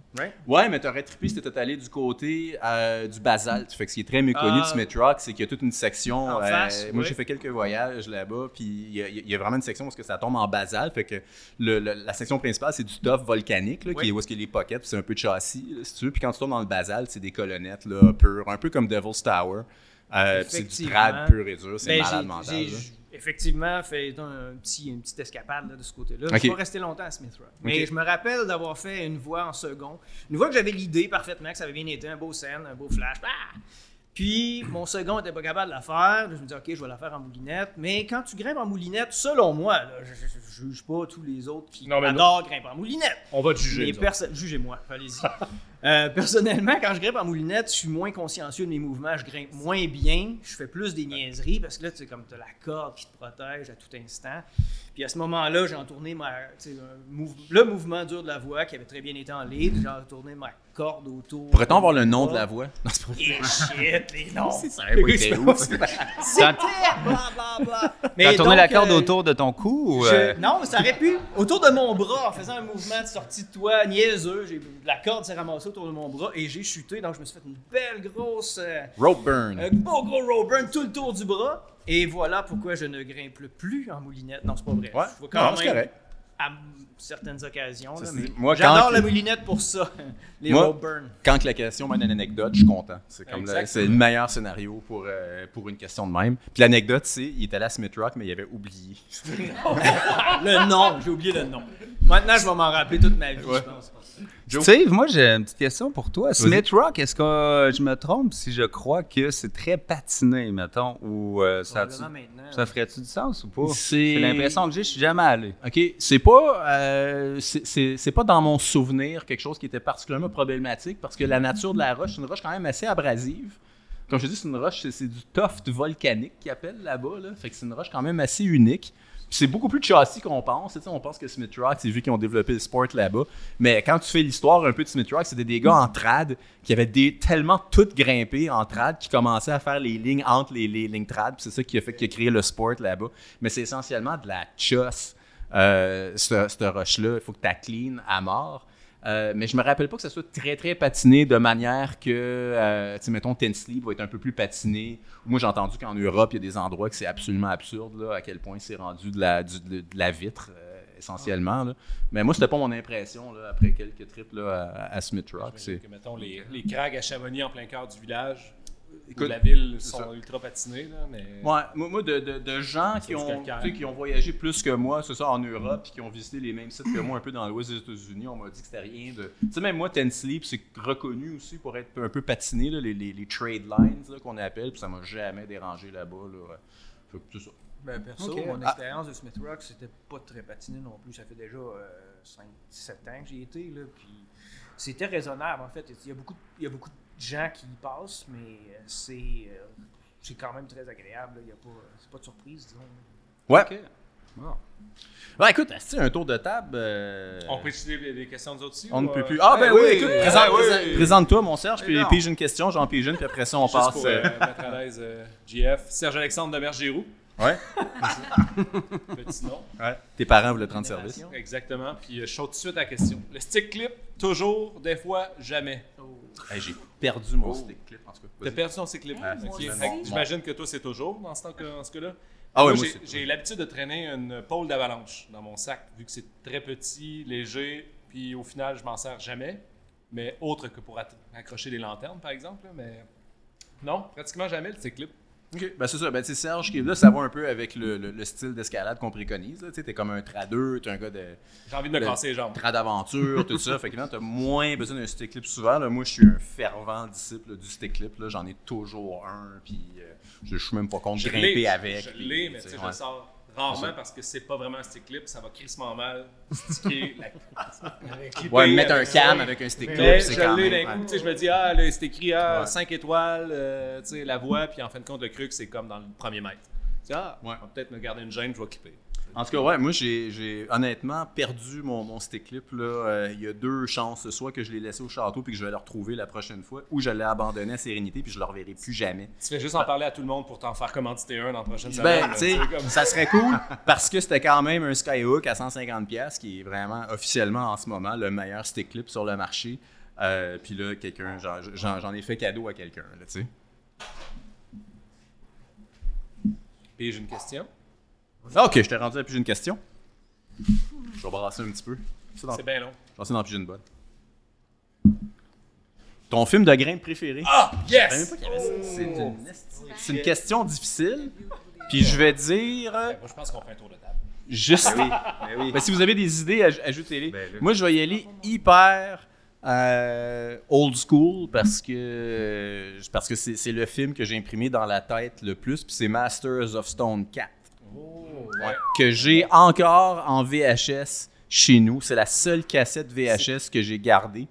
B: Ouais, mais t'aurais trippé si t'étais allé du côté euh, du basalte. Fait que ce qui est très méconnu
H: Ah.
B: de Smith Rock, c'est qu'il y a toute une section.
H: En
B: euh,
H: face,
B: moi,
H: oui.
B: j'ai fait quelques voyages là-bas, puis il y, a- il y a vraiment une section parce que ça tombe en basalte. Fait que le- le- la section principale, c'est du stuff volcanique, là, qui
H: Oui.
B: est où est-ce qu'il y a les pockets, puis c'est un peu de châssis, là, si tu veux. Puis quand tu tombes dans le basalte, c'est des colonnettes là, pures, un peu comme Devil's Tower. Euh, puis c'est du trad
H: Effectivement.
B: pur et dur, c'est
H: Ben,
B: malade
H: j'ai-
B: mental.
H: j'ai
B: là.
H: effectivement fait un petit, une petite escapade là, de ce côté-là.
B: Ok.
H: Je suis pas resté longtemps à Smith Rock. Mais je me rappelle d'avoir fait une voix en second. Une voix que j'avais l'idée parfaitement, que ça avait bien été, un beau scène, un beau flash. Ah! Puis mon second n'était pas capable de la faire. Je me dis, OK, je vais la faire en moulinette. Mais quand tu grimpes en moulinette, selon moi, là, je ne juge pas tous les autres qui
C: Non, mais non.
H: adorent grimper en moulinette.
C: On va te
H: Mais
C: juger. nous autres.
H: perso- Jugez-moi, allez-y. Euh, personnellement, quand je grimpe en moulinette, je suis moins consciencieux de mes mouvements, je grimpe moins bien, je fais plus des niaiseries parce que là, tu sais, comme tu as la corde qui te protège à tout instant. Puis à ce moment-là, j'ai entourné ma, tu sais, un mouve- le mouvement dur de la voix qui avait très bien été en ligne, j'ai entourné ma corde autour.
B: Pourrait-on avoir le
H: Oh.
B: nom de la voix? Non, c'est pas
H: Et shit, les noms!
B: vrai.
C: Oui, c'est pas- c'est pas-
H: C'était blablabla. Mais
D: T'as tourné
H: donc,
D: la corde
H: euh,
D: autour de ton cou? ou,
H: je-
D: euh,
H: Non, mais ça aurait pu. Autour de mon bras, en faisant un mouvement de sortie de toit niaiseux, j'ai- la corde s'est ramassée autour de mon bras et j'ai chuté. Donc, je me suis fait une belle grosse. euh,
B: Rope Burn.
H: un beau gros roll burn tout le tour du bras. Et voilà pourquoi je ne grimpe plus en moulinette. Non, c'est pas vrai.
B: Ouais.
H: Je vais
B: Non, c'est correct.
H: à certaines occasions.
B: Ça,
H: là,
B: c'est-
H: mais
B: moi,
H: J'adore
B: quand-
H: la moulinette pour ça. Les
B: Moi-
H: road burn.
B: Quand que la question mène à une anecdote, je suis content. C'est comme le,
C: Exactement.
B: c'est le meilleur scénario pour, euh, pour une question de même. Puis l'anecdote, c'est il était allé à Smith Rock, mais il avait oublié.
H: Le nom, j'ai oublié le nom. Maintenant, je vais m'en rappeler toute ma vie,
B: Ouais.
H: je pense.
D: Steve, moi j'ai une petite question pour toi. Smith Rock, est-ce que euh, je me trompe si je crois que c'est très patiné, mettons, ou euh, ça,
H: Probablement maintenant.
D: ça ferait-tu du sens ou pas?
B: C'est-
D: C'est l'impression que j'ai, je suis jamais allé.
B: OK. C'est pas, euh, c'est- c'est c'est pas dans mon souvenir quelque chose qui était particulièrement problématique parce que la nature de la roche, c'est une roche quand même assez abrasive. Comme je te dis, c'est une roche, c'est- c'est du tuft volcanique qu'ils appellent là-bas. Là. Fait que c'est une roche quand même assez unique. Puis c'est beaucoup plus de châssis qu'on pense. Tu sais, on pense que Smith Rock, c'est vu qu'ils ont développé le sport là-bas. Mais quand tu fais l'histoire un peu de Smith Rock, c'était des gars en trad qui avaient des, tellement tout grimpé en trad qui commençaient à faire les lignes entre les, les lignes trad. Puis c'est ça qui a fait qu'il a créé le sport là-bas. Mais c'est essentiellement de la chosse, euh, ce- cette roche-là. Il faut que tu la clean à mort. Euh, mais je me rappelle pas que ça soit très très patiné de manière que, euh, tu sais, mettons, Tinsley va être un peu plus patiné. Moi, j'ai entendu qu'en Europe, il y a des endroits que c'est absolument absurde, là, à quel point c'est rendu de la, du- de, de la vitre, euh, essentiellement. là. Mais moi, c'était pas mon impression là, après quelques trips là, à, à Smith Rock.
C: J'imagine
B: C'est...
C: que, mettons, les, les crags à Chamonix en plein cœur du village,
B: Écoute,
C: où la ville
B: c'est
C: sont
B: ça.
C: ultra patinés, là, mais...
B: Ouais, moi, moi, de, de- de gens qui
C: du
B: ont,
C: calcaire.
B: tu sais, qui ont voyagé plus que moi, c'est ça, en Europe, puis qui ont visité les mêmes sites que moi un peu dans l'ouest des États-Unis, on m'a dit que c'était rien de. Tu sais, même moi, Tensley, puis c'est reconnu aussi pour être un peu patiné, là, les, les- les trade lines là, qu'on appelle, puis ça m'a jamais dérangé là-bas. Là. Fait que tout ça.
H: Ben, perso,
B: Ok.
H: mon
B: Ah.
H: expérience de Smith Rock, c'était pas très patiné non plus. Ça fait déjà 5-7 ans que j'y ai été. Là, puis c'était raisonnable, en fait. Il y, a beaucoup de, il y a beaucoup de gens qui y passent, mais euh, c'est, euh, c'est quand même très agréable. là. Il y a pas, euh, c'est pas de surprise, disons.
B: Ouais. Ouais, Ben, écoute, c'est un tour de table. euh,
C: On peut étudier les, les questions des autres aussi?
B: on ne
C: ou,
B: peut
C: euh,
B: plus. Ah, ben
D: Eh
B: oui,
D: oui,
B: écoute,
D: eh
B: présente,
D: oui.
B: présente- présente-toi, mon Serge,
D: Eh
B: puis
D: non.
B: pige une question, j'en pige une, puis après ça, on
C: Juste
B: passe.
C: pour
B: euh,
C: euh, mettre à l'aise euh, GF. Serge-Alexandre de Mergiroux.
B: Ouais.
C: Petit nom.
B: ouais. Tes parents voulaient te rendre service.
C: Exactement. Puis euh, je saute tout de suite à la question. Le stick clip, toujours, des fois, jamais.
B: Hey, j'ai perdu mon stick clip, en tout cas.
C: T'as
B: Vas-y.
C: perdu ton stick clip.
E: Ah,
C: Ok.
E: moi aussi.
C: Fait que J'imagine que toi, c'est toujours dans ce, temps que- en ce cas-là.
B: Ah, ouais,
C: Moi,
B: moi,
C: j'ai-
B: c'est-
C: j'ai l'habitude de traîner une pôle d'avalanche dans mon sac, vu que c'est très petit, léger, puis au final, je m'en sers jamais, mais autre que pour att- accrocher des lanternes, par exemple. là, mais non, pratiquement jamais le clip.
B: OK. Ben, c'est ça. Ben, tu sais, Serge qui est là, ça va un peu avec le, le- le style d'escalade qu'on préconise. là. Tu sais, t'es comme un tradeux, t'es un gars de
C: J'ai envie de me
B: Ben,
C: casser les jambes.
B: trad d'aventure, tout ça. Fait que là, t'as moins besoin d'un stick clip souvent. là. Moi, je suis un fervent disciple là, du stick clip. là. J'en ai toujours un, puis euh, je je suis même pas contre
C: Je
B: grimper
C: l'ai,
B: avec.
C: Je
B: puis,
C: l'ai, mais
B: tu sais,
C: tu sais, je
B: ouais.
C: le sors rarement parce que c'est pas vraiment un stick clip, ça va crissement mal sticker la clipper
B: Ouais, mettre un
C: avec-
B: cam avec un stick
C: Mais
B: clip,
C: je
B: c'est quand
C: l'ai
B: même...
C: d'un
B: ouais.
C: coup, tu sais, je me dis, ah, là, c'est écrit, ah,
B: Ouais.
C: 5 étoiles, euh, tu sais, la voix, puis en fin de compte, le cruc, c'est comme dans le premier mètre. Tu dis, ah,
B: Ouais.
C: on va peut-être me garder une gêne, je vais clipper.
B: En tout cas, ouais, moi, j'ai, j'ai honnêtement perdu mon, mon stick clip. Là. Euh, Il y a deux chances. Soit que je l'ai laissé au château puis que je vais le retrouver la prochaine fois, ou je l'ai abandonné à Sérénité puis je le reverrai plus jamais.
C: Tu fais juste en parler à tout le monde pour t'en faire commanditer un dans la prochaine semaine.
B: Ben,
C: là,
B: tu sais,
C: c'est comme-
B: ça serait cool parce que c'était quand même un Skyhook à 150$ qui est vraiment officiellement en ce moment le meilleur stick clip sur le marché. Euh, puis là, quelqu'un, j'en, j'en- j'en ai fait cadeau à quelqu'un, là, tu sais.
C: Puis j'ai une question.
B: Ah, ok, je t'ai rendu à plus une question. Je vais brasser un petit peu. Ça, dans-
C: C'est bien long.
B: Je vais dans une bonne. Ton film de grimpe préféré?
C: Ah, Oh!
B: Je savais
C: yes!
B: pas qu'il y avait ça. C'est une, c'est une question difficile. Puis je vais dire euh,
C: Ben, moi, je pense qu'on fait un tour de table.
B: juste.
D: Ben oui.
B: Ben, si vous avez des idées, aj- ajoutez-les.
D: Ben là.
B: Moi, je vais y aller hyper euh, old school parce que parce que c'est c'est le film que j'ai imprimé dans la tête le plus. Puis c'est Masters of Stone 4
C: Oh,
B: que j'ai encore en VHS chez nous. C'est la seule cassette VHS que j'ai gardée.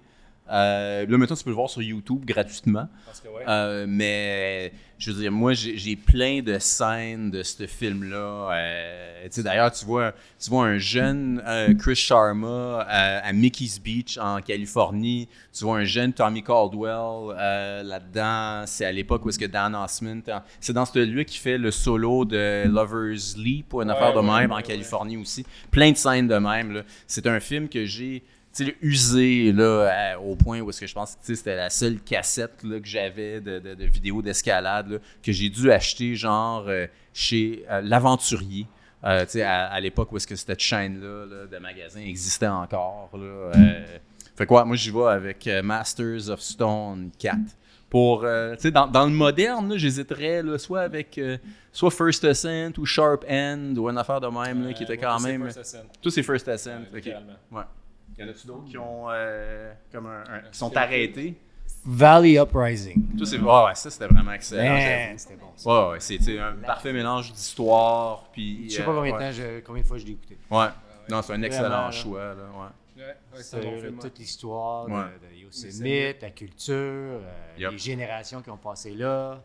B: Euh, là, maintenant, tu peux le voir sur YouTube gratuitement.
C: Parce que, ouais.
B: Euh, mais je veux dire, moi, j'ai j'ai plein de scènes de ce film-là. Euh, tu sais, D'ailleurs, tu vois, tu vois un jeune euh, Chris Sharma euh, à Mickey's Beach en Californie. Tu vois un jeune Tommy Caldwell euh, là-dedans. C'est à l'époque où est-ce que Dan Osman... t'en- C'est dans celui qui fait le solo de Lover's Leap ou une
C: Ouais,
B: affaire de
C: ouais,
B: même en
C: ouais, ouais.
B: Californie aussi. Plein de scènes de même. là. C'est un film que j'ai tu sais, usé là, à- au point où est-ce que je pense que tu sais, c'était la seule cassette là, que j'avais de, de, de vidéos d'escalade là, que j'ai dû acheter genre euh, chez euh, l'aventurier. Euh, tu sais, à, à l'époque où est-ce que cette chaîne-là là, de magasins existait encore. Là, euh, fait quoi, moi j'y vais avec euh, Masters of Stone 4. Pour, euh, tu sais, dans, dans le moderne, là, j'hésiterais là, soit avec euh, soit First Ascent ou Sharp End ou une affaire de même là, qui
C: Euh,
B: était quand même. Tous ces First Ascent. ok. Ouais. Y en a-tu d'autres qui ont euh, comme un- un- qui sont arrêtés?
G: Valley Uprising.
B: Tous ces- ouais, ouais, ça c'était vraiment excellent.
G: Man, c'était bon. ça.
B: j'avoue. Ouais, ouais, c'est tu sais, un parfait mélange d'histoire puis.
G: Je sais pas
B: euh,
G: combien de,
B: ouais.
G: temps je- combien de fois je l'ai écouté.
B: Ouais. Non, c'est un excellent
G: Vraiment, là.
B: choix. Là, ouais.
G: C'est Euh, toute l'histoire de-
B: Ouais.
G: de, Yosemite, la culture, euh,
B: Yep.
G: les générations qui ont passé là,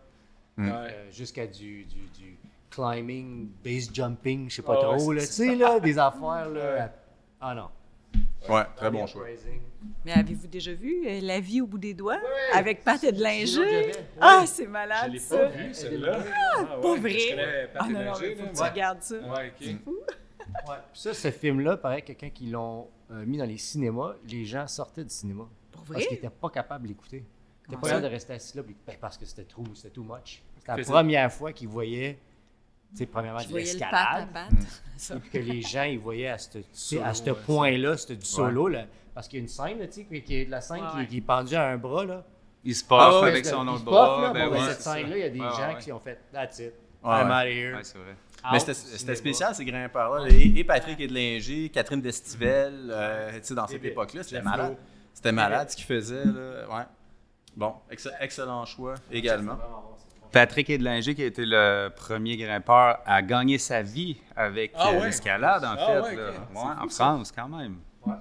B: Mm.
G: euh, jusqu'à du, du, du climbing, base jumping, je sais pas
C: Ah ouais,
G: trop,
C: c'est
G: là,
C: ça.
G: tu sais, là, des affaires, là. à- Ah non.
B: Ouais, très bon choix.
G: Uprising.
E: Mais avez-vous déjà vu euh, La vie au bout des doigts avec Pathé de
G: C'est l'autre
E: Linger?
G: que j'avais.
E: Ah, c'est
C: Je
E: malade
C: l'ai
E: ça!
C: pas vu, celle-là. Ah,
E: pas
C: ouais,
E: vrai.
C: Je connais
E: Ah
C: Patrick
E: non, non,
C: Langer,
E: mais faut
C: là,
E: que tu regardes ça.
C: ouais. Ouais, ok.
G: Ouais. Puis ça, ce film-là, pareil, quelqu'un qui l'ont euh, mis dans les cinémas, les gens sortaient du cinéma
E: Pour
G: parce qu'ils
E: vrai?
G: n'étaient pas capables de l'écouter. Ils
E: Comment
G: n'étaient pas
E: ça?
G: capables de rester assis là puis- ben, parce que c'était trop, c'était too much. C'était la
C: Faisait-
G: première fois qu'ils voyaient, tu sais, premièrement,
E: Je
G: de
E: voyais le patte à
G: l'escalade.
E: patte. Ça.
G: Et puis que les gens, ils voyaient à ce, tu sais,
C: Solo,
G: à ce
C: ouais,
G: point-là, c'était du solo, là, parce qu'il y a une scène, là, tu sais, qui qui est de la scène
E: Ouais,
G: qui,
E: ouais.
G: qui est pendue à un bras, là.
D: Il se passe
C: Ah
G: Ouais,
D: Ah, avec
G: c'est-
D: son
G: il
D: autre
G: se
D: bras.
G: puff, là,
D: ben
G: bon, ben,
D: ouais,
G: cette
D: c'est ça.
G: scène-là, il y a des
D: Ouais,
G: gens
D: ouais.
G: qui ont fait « That's it,
B: Ouais,
G: I'm
B: ouais.
G: out of here.
D: Ouais, c'est vrai.
B: Mais
G: Out
B: c'était-
G: du
B: c'était
G: cinéma.
B: spécial, ces grimpeurs-là. Et, et Patrick Edlinger, Catherine Destivelle, euh, tu sais, dans cette
G: Débile.
B: époque-là, c'était
G: Jeff
B: malade.
G: Lowe.
B: C'était malade ce qu'ils faisaient. Là. Ouais. Bon, ex- excellent choix également.
D: Patrick Edlinger, qui a été le premier grimpeur à gagner sa vie avec
C: Ah
D: euh,
C: ouais?
D: l'escalade, en
C: Ah
D: fait,
C: ouais,
D: là.
C: ok.
D: Ouais,
C: C'est
D: en
C: fou, ça.
D: France, quand même.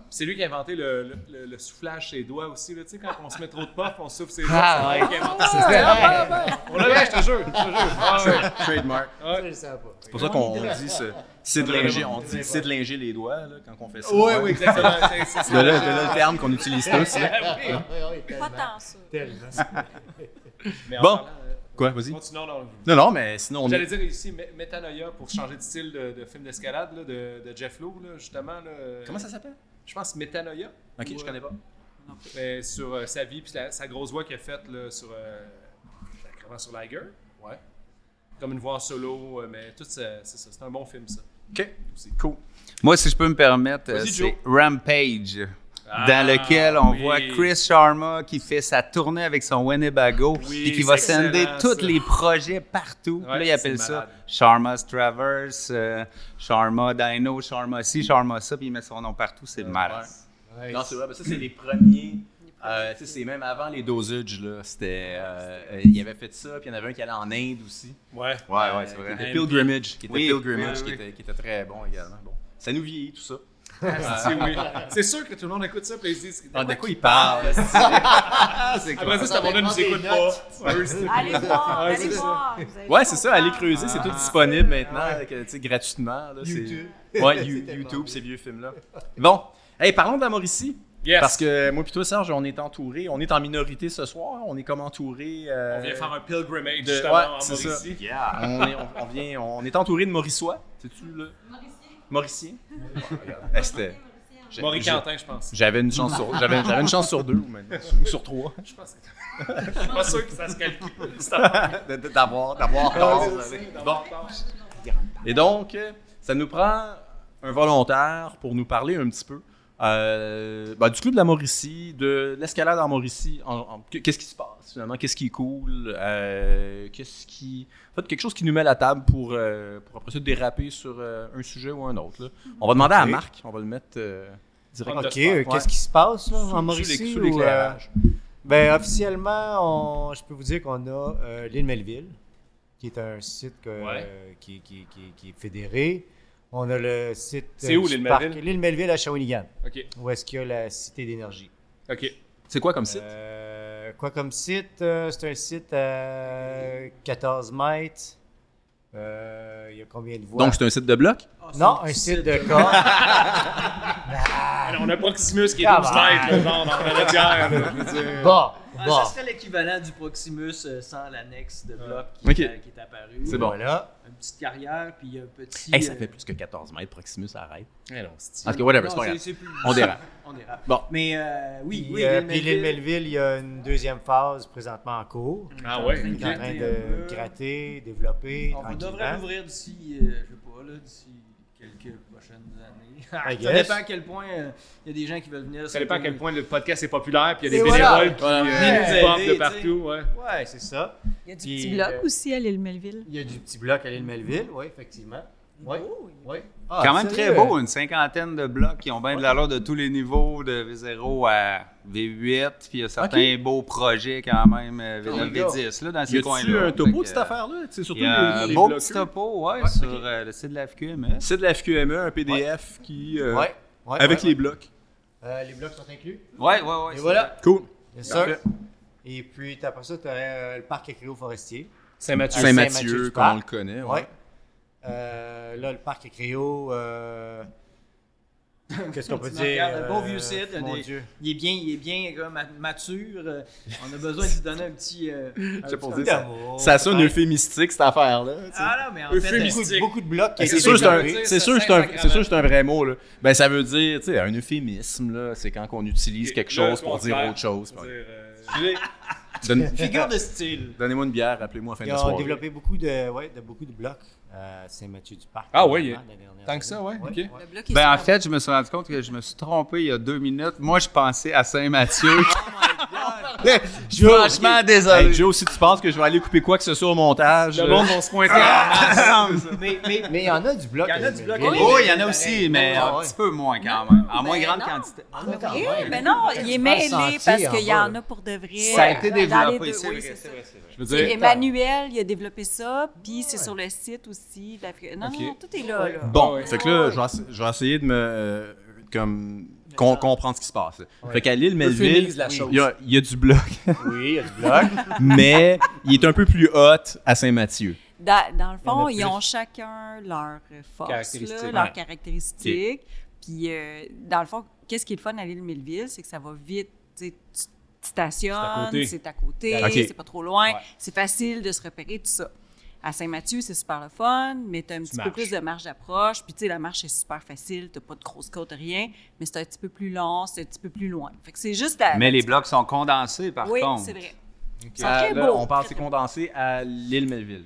C: C'est lui qui a inventé le, le- le- le soufflage ses doigts aussi. Là. Tu sais, quand on se met trop de puff, on souffle ses doigts.
G: Ah,
C: c'est lui
G: ouais.
C: qui a inventé ça.
G: C'est vrai.
C: On l'a je te jure. Je te jure. Ah, ouais.
B: Trademark.
G: Ça, je le savais pas.
B: C'est pour ça qu'on dit ce- c'est de linger, on dit c'est de linger les doigts là, quand on fait ça.
C: Oui, oui, exactement. C'est- c'est-
B: De là, de là le terme qu'on utilise tous. là.
E: Pas tant ça.
G: Tellement.
C: Mais en
B: Bon.
C: parlant, euh,
B: Quoi, vas-y?
C: Continuons dans le-
B: Non, non, mais sinon on
C: J'allais
B: est.
C: dire ici, mé- Metanoia pour changer de style de, de film d'escalade là, de, de Jeff Lowe, là, justement. là, euh,
B: Comment ça s'appelle?
C: Je pense Metanoia.
B: Ok,
C: Ou,
B: je connais pas.
C: Ben, sur euh, sa vie puis la- sa grosse voix qu'il a faite là, sur euh, comment, sur Liger. Ouais. Comme une voix en solo, euh, mais tout ça, c'est ça. C'est un bon film ça.
B: Ok, cool.
D: Moi, si je peux me permettre, euh,
C: Vas-y, Joe.
D: c'est Rampage,
C: Ah,
D: dans lequel on
C: oui.
D: voit Chris Sharma qui fait sa tournée avec son Winnebago
C: Oui,
D: et qui va
C: c'est
D: sender
C: excellent,
D: tous
C: ça.
D: les projets partout. Puis
C: Ouais,
D: là, il appelle
C: c'est
D: ça
C: malade.
D: Sharma's Traverse, euh, Sharma Dino, Sharma ci, Sharma ça, puis il met son nom partout, c'est
C: Euh,
D: malade.
B: Non, c'est vrai, parce que ça, c'est les premiers. euh, tu sais, c'est même avant les dosages, là. C'était. euh, euh, il avait fait ça, puis il y en avait un qui allait en Inde aussi.
C: Ouais.
D: Ouais, ouais,
B: Euh,
D: c'est
B: qui
D: vrai.
B: était Pilgrimage. Qui était
D: Oui,
B: Pilgrimage,
D: oui,
B: qui,
D: oui.
B: était, qui était très bon également. Bon. Ça nous vieillit, tout ça.
C: C'est oui. C'est sûr que tout le monde écoute ça puis ils se disent.
B: Ah, de quoi il parle?
C: Après ça, c'est à mon homme qui s'écoute pas. Eux, c'est-
F: Allez
C: Ouais,
F: voir, allez
C: c'est ça.
F: voir. vous allez
B: Ouais, c'est ça, allez
F: comprendre.
B: creuser, c'est tout disponible maintenant, avec, euh, tu sais, gratuitement. Là, c'est-
G: Ah, YouTube.
B: Ouais,
G: C'est
B: You-
G: tellement
B: YouTube,
G: bien.
B: ces vieux films-là. Bon, hey, parlons de la Mauricie.
C: Yes.
B: Parce que moi, puis toi, Serge, on est entouré, on est en minorité ce soir, on est comme entouré. euh,
C: On vient faire un pilgrimage
B: de-
C: justement
B: ouais,
C: en
B: c'est ça.
C: Mauricie.
B: on, est, on, on vient, on est entouré de Mauriçois. C'est-tu le. Mauricien. Eh, c'était- j'ai-
C: Maurice
B: j'ai-
C: Quentin, je pense.
B: J'avais une chance sur j'avais j'avais une chance sur deux ou même- ou sur trois
C: Je pense que- Je suis pas sûr que ça se calcule.
B: de- de- d'avoir d'avoir tort. Ah, Bon. Et donc euh, ça nous prend un volontaire pour nous parler un petit peu euh, bah, du club de la Mauricie, de l'escalade en Mauricie. en- en- que- qu'est-ce qui se passe finalement Qu'est-ce qui est cool Euh, Qu'est-ce qui en fait quelque chose qui nous met à la table pour euh, pour après ça déraper sur euh, un sujet ou un autre. là. On va demander à
G: Ok.
B: Marc, on va le mettre euh, direct.
G: OK,
C: de
G: euh,
C: sport,
G: qu'est-ce qui se passe là, en
B: Sous
G: Mauricie?
B: l'éc- sous
G: ou,
B: l'éclairage.
G: euh, ben, officiellement, on- je peux vous dire qu'on a euh, l'île Melville, qui est un site que-
C: Ouais.
G: euh, qui, qui- qui- qui est fédéré. On a le site.
C: C'est
G: euh,
C: où,
G: du
C: l'île
G: parc-
C: Melville?
G: L'île Melville à Shawinigan,
C: OK.
G: où est-ce qu'il y a la cité d'énergie.
C: OK.
B: C'est quoi comme site
G: Euh, quoi comme site? Euh, c'est un site à 14 mètres. Euh, Il y a combien de voies?
B: Donc c'est un site de bloc
G: non, un site
B: Ah,
G: de corps.
C: Alors, on a Proximus qui est
G: Ah,
C: 12
G: bah.
C: mètres, là, genre, dans la matière. là, je veux dire.
G: bon,
H: Ah,
G: bon.
H: Ça serait l'équivalent du Proximus euh, sans l'annexe de bloc qui,
B: Ok.
H: est- euh, qui est apparu.
B: C'est bon.
G: Voilà.
H: Une petite carrière, puis un petit.
B: Hey, ça
H: euh,
B: fait plus que 14 mètres, Proximus arrête.
C: Eh non, c'est-
B: En tout cas, whatever,
H: non,
B: c'est pas grave.
H: c'est plus-
B: On dérape.
H: On dérape.
B: Bon.
H: Mais euh, oui,
G: Puis,
H: oui,
G: euh,
H: l'île
G: puis l'île
H: Melville.
G: Melville, il y a une deuxième phase présentement en cours.
C: Ah ouais,
G: On est en
C: ok.
G: train
H: Gratter un
G: de
H: peu.
G: gratter, développer
H: On
G: tranquillement.
H: devrait l'ouvrir d'ici, euh, je sais pas, là, d'ici quelques prochaines années.
G: I
H: ça
G: guess.
H: dépend à quel point euh, il y a des gens qui veulent venir.
C: Ça dépend à quel point le podcast est populaire, puis il y a
G: Et
C: des
G: voilà.
C: bénévoles qui
B: Voilà.
C: euh,
G: Venez
C: qui
G: nous
C: pompent
G: aider,
C: de
G: tu sais.
C: partout. Ouais.
G: Ouais, c'est ça.
E: Il y a du
G: Puis,
E: petit bloc
G: euh,
E: aussi à l'île Melville.
G: Il y a du petit bloc à l'île Melville, oui, effectivement. Oui, oui. Ah,
D: Quand même très
G: sérieux?
B: hein.
D: beau, une cinquantaine de blocs qui ont bien de l'allure de tous les niveaux, de V0 à V8, puis il y a certains beaux projets quand même, euh, V9,
G: les gars.
D: V10, là, dans
B: Y
D: ces
B: a-tu
D: coins-là.
B: un topo
D: Fait
B: de cette
D: que, euh,
B: affaire-là? Tu sais, Surtout
D: Il y a
B: les-
D: un
B: les
D: beau
B: bloqueux.
D: petit topo, ouais, sur euh, le site de la FQMS.
B: C'est de la FQME, E, un PDF qui. euh,
G: Ouais, ouais,
B: Avec
G: ouais,
B: les blocs.
G: ouais. Euh, les blocs sont inclus.
D: Ouais, ouais, ouais.
G: Et
D: c'est
G: voilà.
D: vrai.
B: Cool.
G: Yes,
B: Parfait.
G: sir. Et puis, après ça, tu as le parc Écréo-Forestier.
C: Saint-Mathieu.
G: Saint-Mathieu
B: Saint-Mathieu,
G: du
B: comme on le
G: Parc.
B: connaît.
G: Ouais. Euh, là, le parc Écréo. euh, Qu'est-ce qu'on peut
H: Tu
G: dire?
H: me regardes, le bon vieux
G: site.
H: site,
G: Mon
H: des-
G: Dieu.
H: Il est bien, il est bien euh, ma- mature. euh, On a besoin de lui donner un petit. euh, un
B: J'ai
H: petit-
B: pas dit ça.
G: D'amour,
B: Ça sonne
G: peut-être.
B: euphémistique, cette affaire-là. tu sais.
H: Ah non, mais en fait, euh,
G: beaucoup, de- beaucoup de blocs. qui
B: Ben,
G: ont
B: c'est
G: été
B: sûr, que c'est un,
G: développés.
C: dire,
B: c'est
C: ça
B: sûr que c'est un,
C: sert à
B: c'est sûr que c'est un vrai mot là. Ben ça veut dire, tu sais, un euphémisme là, c'est quand on utilise quelque
C: Le
B: chose pour dire
C: contraire.
B: autre chose.
C: Faut dire, euh,
B: Donne-
H: figure de style.
B: Donnez-moi une bière, rappelez-moi en fin
G: Ils
B: de
G: ont
B: soirée.
G: développé beaucoup de, ouais, de, beaucoup de blocs euh, à Saint-Mathieu-du-Parc.
C: Ah ouais,
G: vraiment,
C: il-
G: la dernière
C: tant que ça,
G: année.
C: ouais, ok.
E: Le bloc est
D: Ben, en
E: super
D: fait, je me suis rendu compte que je me suis trompé il y a deux minutes. Moi, je pensais à Saint-Mathieu. Franchement,
B: Hey,
D: désolé.
B: Joe, si tu penses que je vais aller couper quoi que ce soit au montage,
C: Le
B: euh,
C: monde va se pointer en masse.
H: Ah, Mais, mais,
G: Mais il y en a du bloc.
H: Il y en a
G: euh,
H: du bloc.
G: mais-
D: Oh, il y en a aussi, mais
G: Ah,
D: un
G: ouais.
D: petit peu moins quand même. En
E: Non,
D: moins
E: ben
C: Ah,
D: grande
E: non.
D: quantité.
G: mais quand
E: Oui,
G: même.
E: mais Eh, ben non, il est
G: Je pense
E: mêlé
G: sentir
E: parce
G: en
E: qu'il y
G: bas,
E: en
G: là.
E: a pour de vrai.
D: Ça a été
E: dans les
D: développé,
E: deux,
D: c'est
E: oui,
D: vrai,
E: ça.
D: c'est vrai, c'est vrai.
B: je veux
E: C'est
B: dire.
E: Emmanuel, il a développé ça, puis c'est sur le site aussi. de la- Non, non, non, tout est là. là.
B: Bon,
C: Ouais.
B: fait que là, je vais ess- je vais essayer de me euh, comme com- comprendre ce qui se passe. Fait qu'à l'île Melville,
H: Euphémise la chose.
B: il y, a- il y a du bloc,
G: Oui, il y a du bloc.
B: mais il est un peu plus hot à Saint-Mathieu.
E: Dans, dans le fond,
G: Il y en
E: ils
G: a plus.
E: ont chacun leurs euh, forces,
C: Caractéristiques.
E: là, leurs
B: Ouais.
E: caractéristiques. Puis, euh, dans le fond, qu'est-ce qui est le fun à l'île Melville, c'est que ça va vite. tu sais, Tu tu
C: côté.
E: stationnes, c'est à côté,
B: Ok.
E: c'est pas trop loin,
C: Ouais.
E: c'est facile de se repérer, tout ça. À Saint-Mathieu, c'est super le fun, mais t'as un petit
C: marches.
E: peu plus de marge d'approche. Puis, tu sais, la marche est super facile, t'as pas de grosse côte, rien, mais c'est un petit peu plus long, c'est un petit peu plus loin. Fait que c'est juste la.
D: Mais les blocs sont condensés, par
E: Oui,
D: contre.
E: c'est vrai. C'est
B: Ah,
E: très
B: là,
E: beau.
B: on parle,
E: très,
B: c'est
E: très beau.
B: condensé à l'île Melville.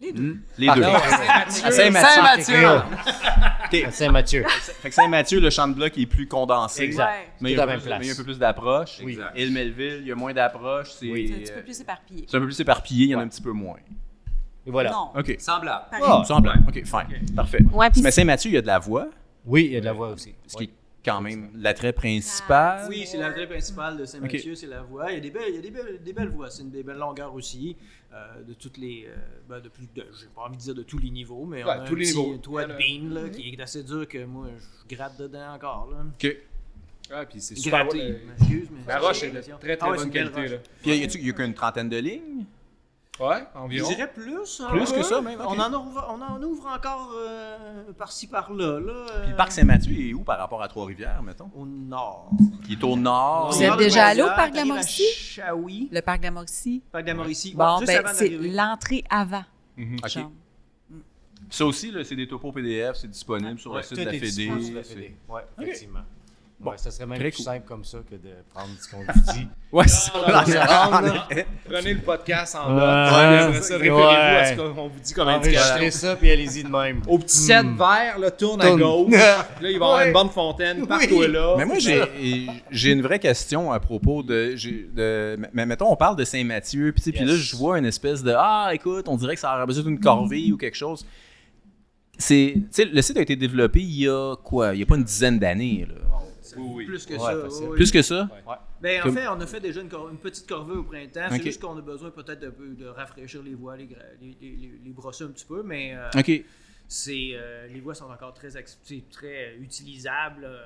E: Les deux.
B: Hmm? Les deux. À Saint-Mathieu.
D: Saint-Mathieu.
G: À Saint-Mathieu.
B: Fait que Saint-Mathieu, le champ de bloc est plus condensé.
G: Exact.
E: Ouais.
B: Mais il, y
G: Tout à
B: a
G: la
B: un
G: même
B: peu- mais il y a un
G: place.
B: peu plus d'approche.
G: Oui.
B: Et le Melville, il y a moins d'approche. C'est
E: C'est un petit
B: euh,
E: peu plus éparpillé.
B: c'est un peu plus éparpillé, il y en a un petit peu moins.
G: Et voilà.
E: Non.
B: OK.
D: Semblable.
E: pareil.
B: Ah, semblable. OK, fine. Parfait.
F: Ouais, puis
B: Mais Saint-Mathieu, il y a de la voix,
G: Oui, il y a de la voix aussi.
B: ce qui est quand même l'attrait principal.
H: euh, Oui, c'est l'entrée principale de Saint-Mathieu, c'est la voie. Il y a des belles, il y a des belles, des belles voies, c'est une des belles longueurs aussi, euh, de toutes les, euh, ben, de plus, de, j'ai pas envie de dire de tous les niveaux, mais on
C: Ouais,
H: a
C: tous
H: un
C: les
H: petit
C: niveaux.
H: toit
C: Il y
H: de
C: en a-
H: pine là, qui est assez dur que moi je gratte dedans encore là.
B: OK.
C: Ah, puis c'est super.
H: Gratter,
C: euh,
H: excuse mais
C: La roche est de très très
H: Ah ouais, c'est
C: bonne
H: une belle
C: qualité.
B: Puis il y a- y a qu'une trentaine de lignes.
C: Là. Ouais,
H: Je
C: environ.
H: dirais plus. hein,
B: Plus que
H: ouais.
B: ça, même, ok.
H: On, en ouvre, on en ouvre encore euh, par-ci par-là. Là,
B: Puis
H: euh,
B: le parc Saint-Mathieu est où par rapport à Trois-Rivières, mettons?
H: Au nord.
B: Qui est au nord.
E: Vous êtes
H: Au
E: déjà allé au
H: nord
E: parc de la
H: t'arrives à
E: Mauricie?
H: Chaoui,
E: Le parc de la Mauricie.
H: parc de la Mauricie.
E: Bon,
H: ouais, juste
E: ben,
H: avant
E: c'est
H: d'arriver.
E: l'entrée avant.
B: OK.
E: genre.
B: Ça aussi, là, c'est des topos PDF, c'est disponible sur le
G: Tout
B: site de la
G: est disponible
B: FED.
G: sur la
B: c'est-
G: Fédé. Oui, effectivement. Bon, ça serait même
B: Très
G: plus
B: cool.
G: simple comme ça que de prendre ce qu'on vous dit.
B: Ouais, c'est
C: Ah, Prenez le podcast en
G: Ouais,
C: note.
G: ouais,
C: Après ça,
G: ouais.
C: référez-vous à ce qu'on vous dit comme indication.
G: Enregistrez ça, puis allez-y de même.
C: Au petit set vert, là, tourne à
G: Tourne.
C: gauche. Puis là, il va y avoir
G: Ouais.
C: une bonne fontaine. Partout là.
B: Mais moi, j'ai- et j'ai une vraie question à propos de. j'ai- de mais- mais mettons, on parle de Saint-Mathieu, puis tu sais, puis
G: Yes.
B: là, je vois une espèce de Ah, écoute, on dirait que ça aurait besoin d'une corvée ou quelque chose. C'est, tu sais, le site a été développé il y a quoi Il y a pas une dizaine d'années. là.
C: Oui, oui.
H: Plus que
G: Ouais,
H: ça.
G: facile.
H: ouais, ouais.
B: Plus que ça
H: Ben, en
B: Comme-
H: fait, on a fait déjà une, cor- une petite corvée au printemps.
B: Ok.
H: C'est juste qu'on a besoin peut-être de, peu- de rafraîchir les voies, les, gra- les, les- les- les brosser un petit peu, mais euh,
B: Ok.
H: c'est, euh, les voies sont encore très, acc- c'est très utilisables euh,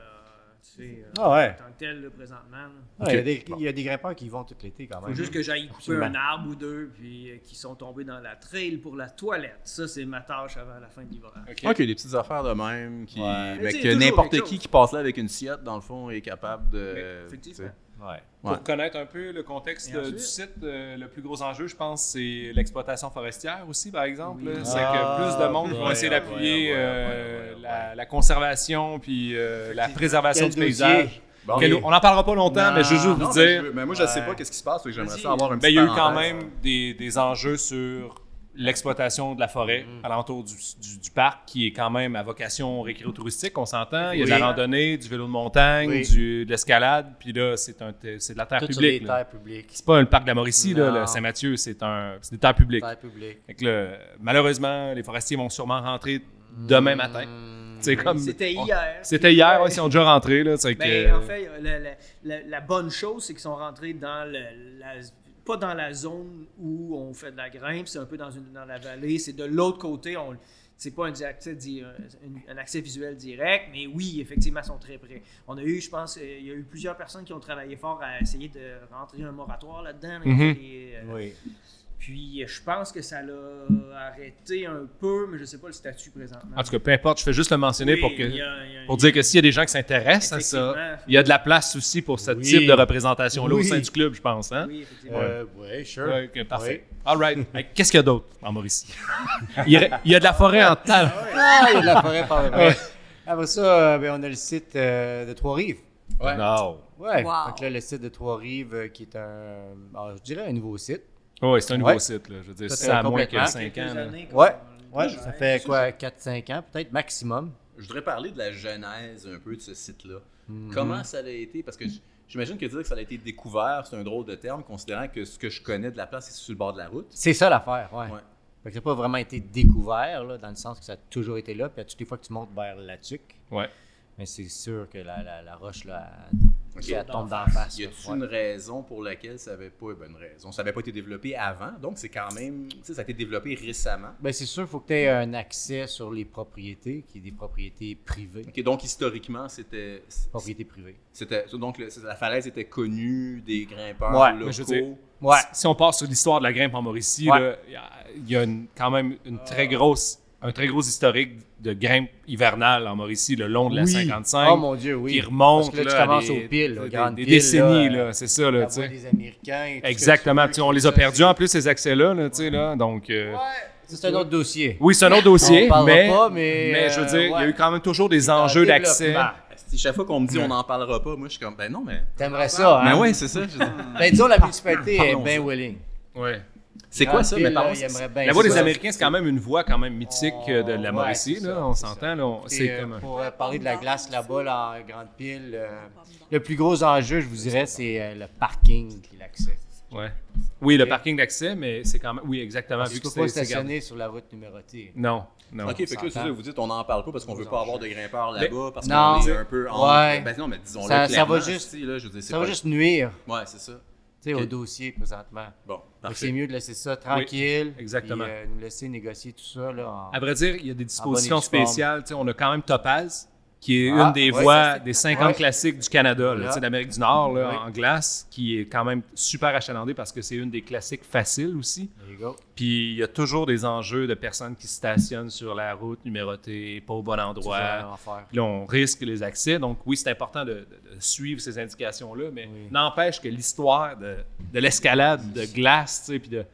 H: tu sais, euh,
G: Ah ouais.
H: en tant que telles là, présentement. là.
G: Ouais, Il y a des- il y, a des grimpeurs qui y vont tout l'été quand
H: Faut
G: même.
H: juste que j'aille couper
G: Absolument.
H: un arbre ou deux, puis euh, qui sont tombés dans la trail pour la toilette. Ça, c'est ma tâche avant la fin de l'hiver.
B: Ok, des petites affaires de même. Qui,
G: Ouais.
B: mais
H: Tu sais,
B: que
H: toujours
B: n'importe
H: quelque
B: qui
H: chose.
B: qui passe là avec une sciotte, dans le fond, est capable de.
H: Effectivement.
G: Ouais.
B: Ouais.
C: Pour connaître un peu le contexte
H: Et
C: de-
H: ensuite?
C: du site, euh, le plus gros enjeu, je pense, c'est l'exploitation forestière aussi, par exemple. là. C'est
G: Ah,
C: que plus de monde vont
G: ouais,
C: essayer
G: ouais,
C: d'appuyer
G: ouais, ouais,
C: euh,
G: ouais, ouais, ouais.
C: la, la conservation puis euh, la préservation
G: Quel
C: du
G: dossier.
C: paysage.
B: Bon,
C: Quel-
B: mais-
C: on n'en parlera pas longtemps,
G: Non.
C: mais je veux juste vous
B: Non, mais,
C: dire,
B: je veux- mais moi, je sais pas qu'est-ce qui se passe, fait que j'aimerais
H: Vas-y.
B: ça avoir un petit
C: ben, il y a eu quand
B: parenthèse.
C: même des, des enjeux sur l'exploitation de la forêt
G: Mm.
C: alentour du, du- du parc, qui est quand même à vocation récréo-touristique, on s'entend. Il y a de
G: Oui.
C: la randonnée, du vélo de montagne,
G: Oui.
C: du, de l'escalade, puis là, c'est un te- c'est de la terre
G: Tout sur les
C: publique. là.
G: terres publiques.
C: C'est pas le parc de la Mauricie, là,
G: Non.
C: le Saint-Mathieu, c'est un- c'est des terres publiques.
G: Terres publiques.
C: Fait que là, malheureusement, les forestiers vont sûrement rentrer demain matin.
G: Hmm.
C: C'est comme-
H: Mm. C'était
C: on-
H: hier.
C: C'était hier, ouais, ils sont déjà rentrés. Là, c'est
H: Ben,
C: que-
H: En fait, la, la- la- la bonne chose, c'est qu'ils sont rentrés dans le- la, pas dans la zone où on fait de la grimpe, c'est un peu dans, une, dans la vallée, c'est de l'autre côté. On, c'est pas un, di- accès, di- un- un accès visuel direct, mais oui, effectivement, ils sont très près. On a eu, je pense, euh, il y a eu plusieurs personnes qui ont travaillé fort à essayer de rentrer un moratoire là-dedans. là,
C: Mhm.
H: et, euh,
G: Oui.
H: Puis, euh, je pense que ça l'a arrêté un peu, mais je sais pas le statut présentement.
C: en tout cas, peu importe, je fais juste le mentionner
H: Oui,
C: pour, que,
H: il y a- il y a-
C: pour dire que s'il y a des gens qui s'intéressent à ça,
H: Effectivement.
C: il y a de la place aussi pour ce
G: Oui.
C: type de représentation-là au
G: Oui.
C: sein du club, je pense. Hein?
H: Oui, effectivement.
G: Euh, ouais, sure.
C: Ouais, ok, parfait. All right. Hey, Qu'est-ce qu'il y a d'autre en Mauricie? il, y a, il y a de la forêt en talent.
G: Ah, il y a de la forêt par là. Après ça, euh, ben, on a le site euh, de Trois-Rives.
C: Non.
G: Ouais.
E: Wow.
G: Donc là, le site de Trois-Rives, euh, qui est un, alors, je dirais un nouveau site.
C: Oui, c'est un nouveau
G: Ouais.
C: site. Là. Je veux dire,
G: Ça,
C: c'est à moins que
G: complètement.
C: 5 ans. là.
G: Ouais. Ouais, ça fait quoi, 4-5 ans peut-être, maximum.
B: Je voudrais parler de la genèse un peu de ce site-là. Comment ça a été? Parce que j- j'imagine que dire que ça a été découvert, c'est un drôle de terme, considérant que ce que je connais de la place, c'est sur le bord de la route.
G: C'est ça l'affaire, ouais.
B: Ouais.
G: Fait que ça n'a pas vraiment été découvert, là, dans le sens que ça a toujours été là. Puis à toutes les fois que tu montes vers la tuque,
C: Ouais.
G: mais c'est sûr que la, la- la roche, là,
B: Ok.
G: elle, elle tombe d'en face.
B: Y
G: là.
B: a-t-il
G: Ouais.
B: une raison pour laquelle ça n'avait pas ben, une raison? Ça n'avait pas été développé avant, donc c'est quand même. Tu sais, ça a été développé récemment.
G: Ben, c'est sûr, il faut que tu aies un accès sur les propriétés, qui est des propriétés privées.
B: Ok, donc historiquement, c'était.
G: Propriétés privées.
B: c'était donc le- la falaise était connue des grimpeurs
G: Ouais,
B: locaux.
C: mais je veux dire-
G: Ouais.
C: Si- Si on part sur l'histoire de la grimpe en Mauricie,
G: Ouais.
C: là, il y a- il y a une- quand même une très grosse, un très gros historique de grimpe hivernale en Mauricie le long de la
G: Oui.
C: 55.
G: Oh mon Dieu, oui.
C: Qui remonte.
G: Parce que là, tu
C: à
G: commences
C: des,
G: aux piles, aux
C: des-
G: grandes
C: des
G: piles,
C: décennies,
G: là,
C: là, c'est ça,
G: La
C: là,
G: voix
C: tu sais.
G: des Américains. et tout ce que tu
C: Exactement.
G: veux,
C: Tu sais, on les a
G: ça, c'est-
C: perdus en plus, ces accès-là, là, tu sais, là. Donc, euh,
G: Ça, C'est un autre dossier.
C: oui, c'est un autre dossier,
G: On parlera
C: mais,
G: pas, mais,
C: mais je veux dire,
G: euh,
C: il y a
G: ouais.
C: eu quand même toujours des
G: Dans le
C: enjeux d'accès.
G: développement.
B: Si chaque fois qu'on me dit on n'en parlera pas, moi je suis comme ben non, mais.
G: T'aimerais ça, hein?
B: Ben ouais, c'est ça. je veux dire.
G: Ben, disons, la municipalité est
B: Parlons-en.
G: bien willing.
C: Ouais.
B: c'est quoi ça? Mais
G: Mais
B: pardon,
G: il aimerait bien
C: La voix
G: Eh ben, ça.
C: des Américains, c'est quand même une voix quand même mythique euh, de
G: Ouais,
C: la Mauricie,
G: c'est
C: là.
G: ça,
C: on
G: c'est
C: s'entend, là. on-
G: Et,
C: C'est
G: euh,
C: comme. un-
G: Pour euh, parler de la glace là-bas, là, en grande pile, euh, le plus gros enjeu, je vous dirais, c'est euh, le parking et l'accès.
C: Ouais. Oui, le
G: Ok.
C: parking d'accès, mais c'est quand même. Oui, exactement.
G: Parce que
C: Ah, Vu
G: Ah, tu
C: que
G: peux pas
C: c'est- c'est gardé.
G: stationner sur la route numérotée.
C: Non, non.
B: Ok, fait que là, c'est
G: s'entend.
B: ça, vous dites on n'en parle pas parce qu'on veut pas avoir de grimpeurs
C: Mais-
B: là-bas, parce
G: Non.
B: qu'on est un peu en.
G: Ouais.
B: Ben non, mais disons-le.
G: Ça- ça
B: clairement,
G: va juste-
B: tu sais, là, je veux dire, c'est
G: Ça va
B: pas-
G: juste nuire
B: Ouais, c'est ça.
G: tu sais,
B: Ok.
G: au dossier présentement.
B: Bon,
G: Donc, c'est
B: parfait.
G: mieux de laisser ça tranquille.
C: exactement. Ah
G: Puis, euh, nous laisser négocier tout ça. Là, en-
C: À vrai dire, il y a des dispositions
G: bonne et due forme.
C: spéciales. Tu sais, on a quand même Topaz, qui est
G: Ah,
C: une des
G: ouais,
C: voies
G: ça,
C: des 50
G: Ouais.
C: classiques du Canada, là,
G: Voilà.
C: tu sais, d'Amérique du Nord, là,
G: Oui.
C: en glace, qui est quand même super achalandée parce que c'est une des classiques faciles aussi.
G: There you go.
C: Puis il y a toujours des enjeux de personnes qui stationnent sur la route numérotée, pas au bon
G: Toujours un
C: endroit.
G: enfer.
C: Puis là, on risque les accès. Donc oui, c'est important de, de- de suivre ces indications-là, mais
G: Oui.
C: n'empêche que l'histoire de, de l'escalade de glace, tu sais, puis de,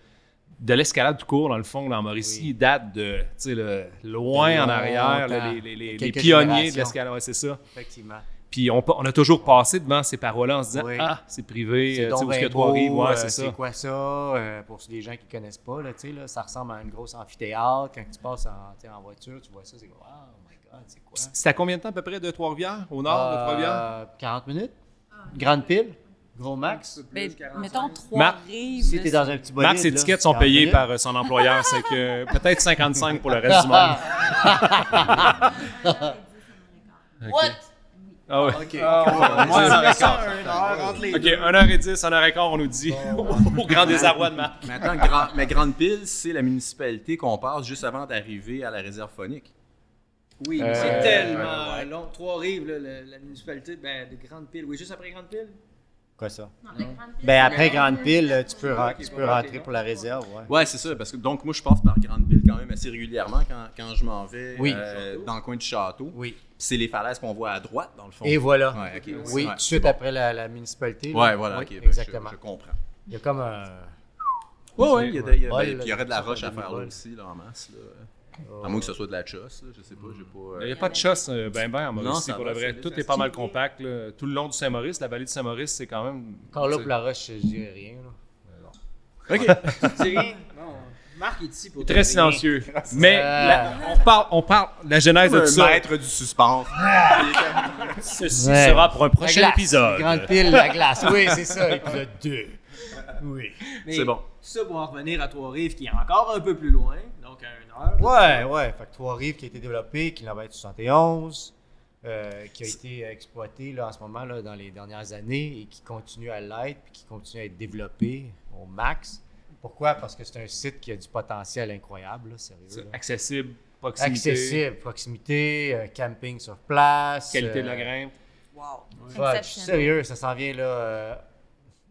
C: de l'escalade tout court, dans le fond, là, en Mauricie,
G: Oui.
C: date de, tu sais, le- loin
G: De
C: en arrière, là,
G: longtemps.
C: les, les- les-
G: Il y a
C: les
G: quelques
C: pionniers de
G: générations.
C: l'escalade, ouais, c'est ça.
G: Effectivement.
C: Puis on, pa- on a toujours passé devant ces parois-là en se disant,
G: Oui.
C: ah, c'est privé, euh, tu sais, où
G: donc
C: est-ce que
G: bien
C: trois rives,
G: beau,
C: ouais,
G: euh,
C: c'est ça.
G: quoi ça? euh, pour les gens qui ne connaissent pas, là, tu sais, là, ça ressemble à une grosse amphithéâtre. Quand tu passes en, tu sais, en voiture, tu vois ça, c'est comme, wow, oh my God, c'est quoi?
C: C'est à combien de temps à peu près de Trois-Rivières, au nord de Trois-Rivières?
G: Euh, 40 minutes? Grande pile? Gros max?
E: Ben, mettons trois
C: Marc,
E: rives.
G: Si t'es dans un petit bolide,
C: Marc, ses
G: là,
C: tickets sont
G: 40
C: payés
G: minutes.
C: par euh, son employeur, c'est que peut-être 55 pour le reste du monde. What? Ah ouais.
G: OK.
B: Moi,
C: Moi,
B: ça-
C: Ok, 1h10, 1h15, on nous dit. Au grand désarroi de Marc.
B: Mais attends, grand- mais Grande Pile, c'est la municipalité qu'on passe juste avant d'arriver à la réserve phonique.
H: Oui, mais c'est
G: Euh,
H: tellement long. Trois-Rives, là, le- la municipalité ben, de Grande-Pile. Oui, juste après Grande-Pile.
G: Quoi ça? Ben,
F: Ben
G: après Grande Pile, euh, tu peux, ren-
H: Ok,
G: tu
H: bon,
G: peux
H: ok,
G: rentrer
H: bon.
G: pour la réserve, ouais.
B: Ouais, c'est ça. Parce que donc, moi, je passe par Grande Pile quand même assez régulièrement quand, quand je m'en vais
G: Oui.
B: euh, dans le coin du château.
G: Oui.
B: Puis C'est les falaises qu'on voit à droite, dans le fond.
G: Et voilà.
B: Ouais, ok,
G: oui,
B: ouais,
G: tout de suite après la, la municipalité. là.
B: Ouais, voilà.
G: Oui,
B: ok, ben, je-
G: exactement.
B: Je, comprends.
G: Il y a comme un...
B: Ouais, ouais, il y, a des- il y a-
G: Ouais,
B: ben,
G: là,
B: puis il y aurait de la
G: ça, ça
B: roche
G: fait
B: à
G: des
B: faire là
G: bols.
B: aussi, là, en masse. Là. À moins que ce soit de la chosse, là, je sais pas, j'ai pas. euh,
C: Il n'y a pas de chasse euh, ben ben en
B: Non,
C: Mauricie,
B: ça
C: pour
B: va,
C: le vrai.
B: c'est
C: Tout
B: des
C: est pas mal compact. là. Tout le long du Saint-Maurice, la vallée du Saint-Maurice, c'est quand même...
G: Encore là,
C: tu sais,
G: pour la roche, je dirais rien. là.
B: Ok.
H: C'est rien. Non. Marc est ici pour
C: Très
H: te dire.
C: silencieux. Mais la- on, parle, on parle de la genèse de tout
B: Le
C: ça.
B: maître du suspense.
I: Ceci
G: Ouais.
I: sera pour un prochain
G: glace,
I: épisode.
G: Grande pile, la glace. Oui, c'est ça, épisode 2. Oui.
H: Mais
B: C'est bon.
H: Ça pour en revenir à Trois-Rives qui est encore un peu plus loin, donc à une heure.
G: Ouais, ouais. Fait que Trois-Rives qui a été développé, kilomètre 71, euh, qui a été exploité là, en ce moment là, dans les dernières années et qui continue à l'être puis qui continue à être développé au max. Pourquoi? Parce que c'est un site qui a du potentiel incroyable, là, sérieux. là.
C: Accessible, proximité,
G: Accessible, proximité, euh, camping sur place.
C: qualité de
G: euh,
C: la grimpe.
E: Wow.
G: Ouais, je suis sérieux, ça s'en vient là. euh,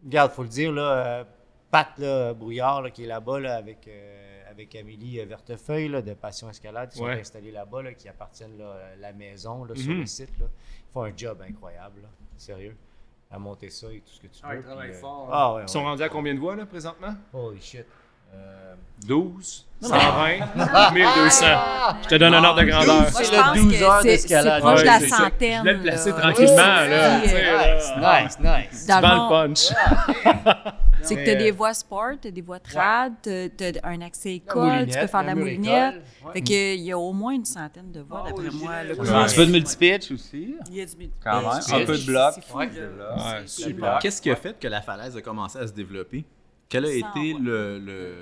G: regarde, faut le dire là, euh, Pat là, Brouillard là, qui est là-bas là, avec euh, avec Amélie Vertefeuille là, de Passion Escalade qui sont
C: Ouais.
G: installés là-bas là, qui appartiennent là, à la maison là, sur le
C: Mhm.
G: site. Là. Ils font un job incroyable, là, sérieux, à monter ça et tout ce que tu
H: Ah,
G: veux.
H: ils travaillent
G: puis, euh,
H: fort.
G: Ah ouais.
C: Ils sont
G: ouais.
C: rendus à combien de voix, là, présentement?
G: Holy shit. Euh,
C: 12, 120,
G: Ah,
C: 1200. Je te donne un ordre de grandeur.
E: Moi, je
G: C'est le
E: pense
G: 12 heures
E: que c'est- c'est
G: d'escalade.
E: proche de
C: Ouais,
E: la
C: c'est ça.
E: centaine.
C: Je l'ai placé
E: là.
C: tranquillement, là.
E: Oui,
C: tu sais,
E: euh,
C: là.
G: nice, nice.
E: Dans le
C: Dans le
E: fond,
C: punch.
E: c'est que
G: Mais,
E: tu as
G: euh,
E: des voies sport, tu as des voies trad, tu as un accès école, tu peux
G: moulinette,
E: faire de la
G: mur
E: moulinette.
G: école.
E: Fait qu'il y a au moins une centaine de voies, d'après moi. là.
H: Ouais.
D: Un petit peu de multipitch aussi.
E: Il y a du multi-
D: Quand même.
E: c'est-
D: Un peu de bloc.
E: c'est fou,
D: Ouais,
E: là.
D: de bloc.
E: C'est-
C: Ouais,
E: c'est
C: super.
E: bloc.
B: Qu'est-ce qui a fait que la falaise a commencé à se développer? Quel a
E: Sans
B: été
E: voix.
B: le, le,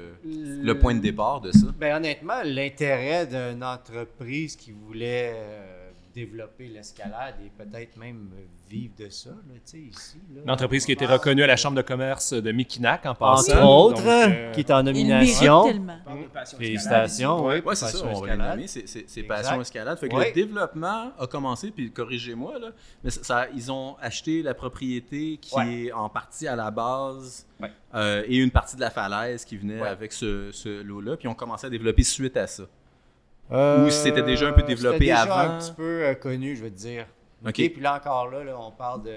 B: le point de départ de ça?
G: Ben, honnêtement, l'intérêt d'une entreprise qui voulait euh, développer l'escalade et peut-être même vivre de ça, là, tu sais, ici. là.
C: Une entreprise qui a été reconnue à la Chambre de commerce de Mikinak en
G: Entre
C: passant.
G: autres, hein.
C: Donc, euh,
G: qui est en
E: Il le mérite
G: nomination.
E: tellement.
H: On parle de passion escalade.
G: Félicitations.
B: Oui, c'est ça,
G: Passion
B: on va les
G: Escalade.
B: nommer, c'est- c'est c'est
G: Exact.
B: Passion Escalade. Fait que
G: Ouais.
B: le développement a commencé, puis corrigez-moi, là, mais ça, ça- ils ont acheté la propriété qui
G: Ouais.
B: est en partie à la base
D: Ouais.
B: euh, et une partie de la falaise qui venait
G: Ouais.
B: avec ce, ce lot-là, puis ils ont commencé à développer suite à ça.
G: Euh,
B: Ou c'était déjà un peu développé
G: c'était déjà
B: avant.
G: un petit peu euh, connu, je veux te dire.
B: OK.
G: OK, Puis là encore, là, là, on parle de.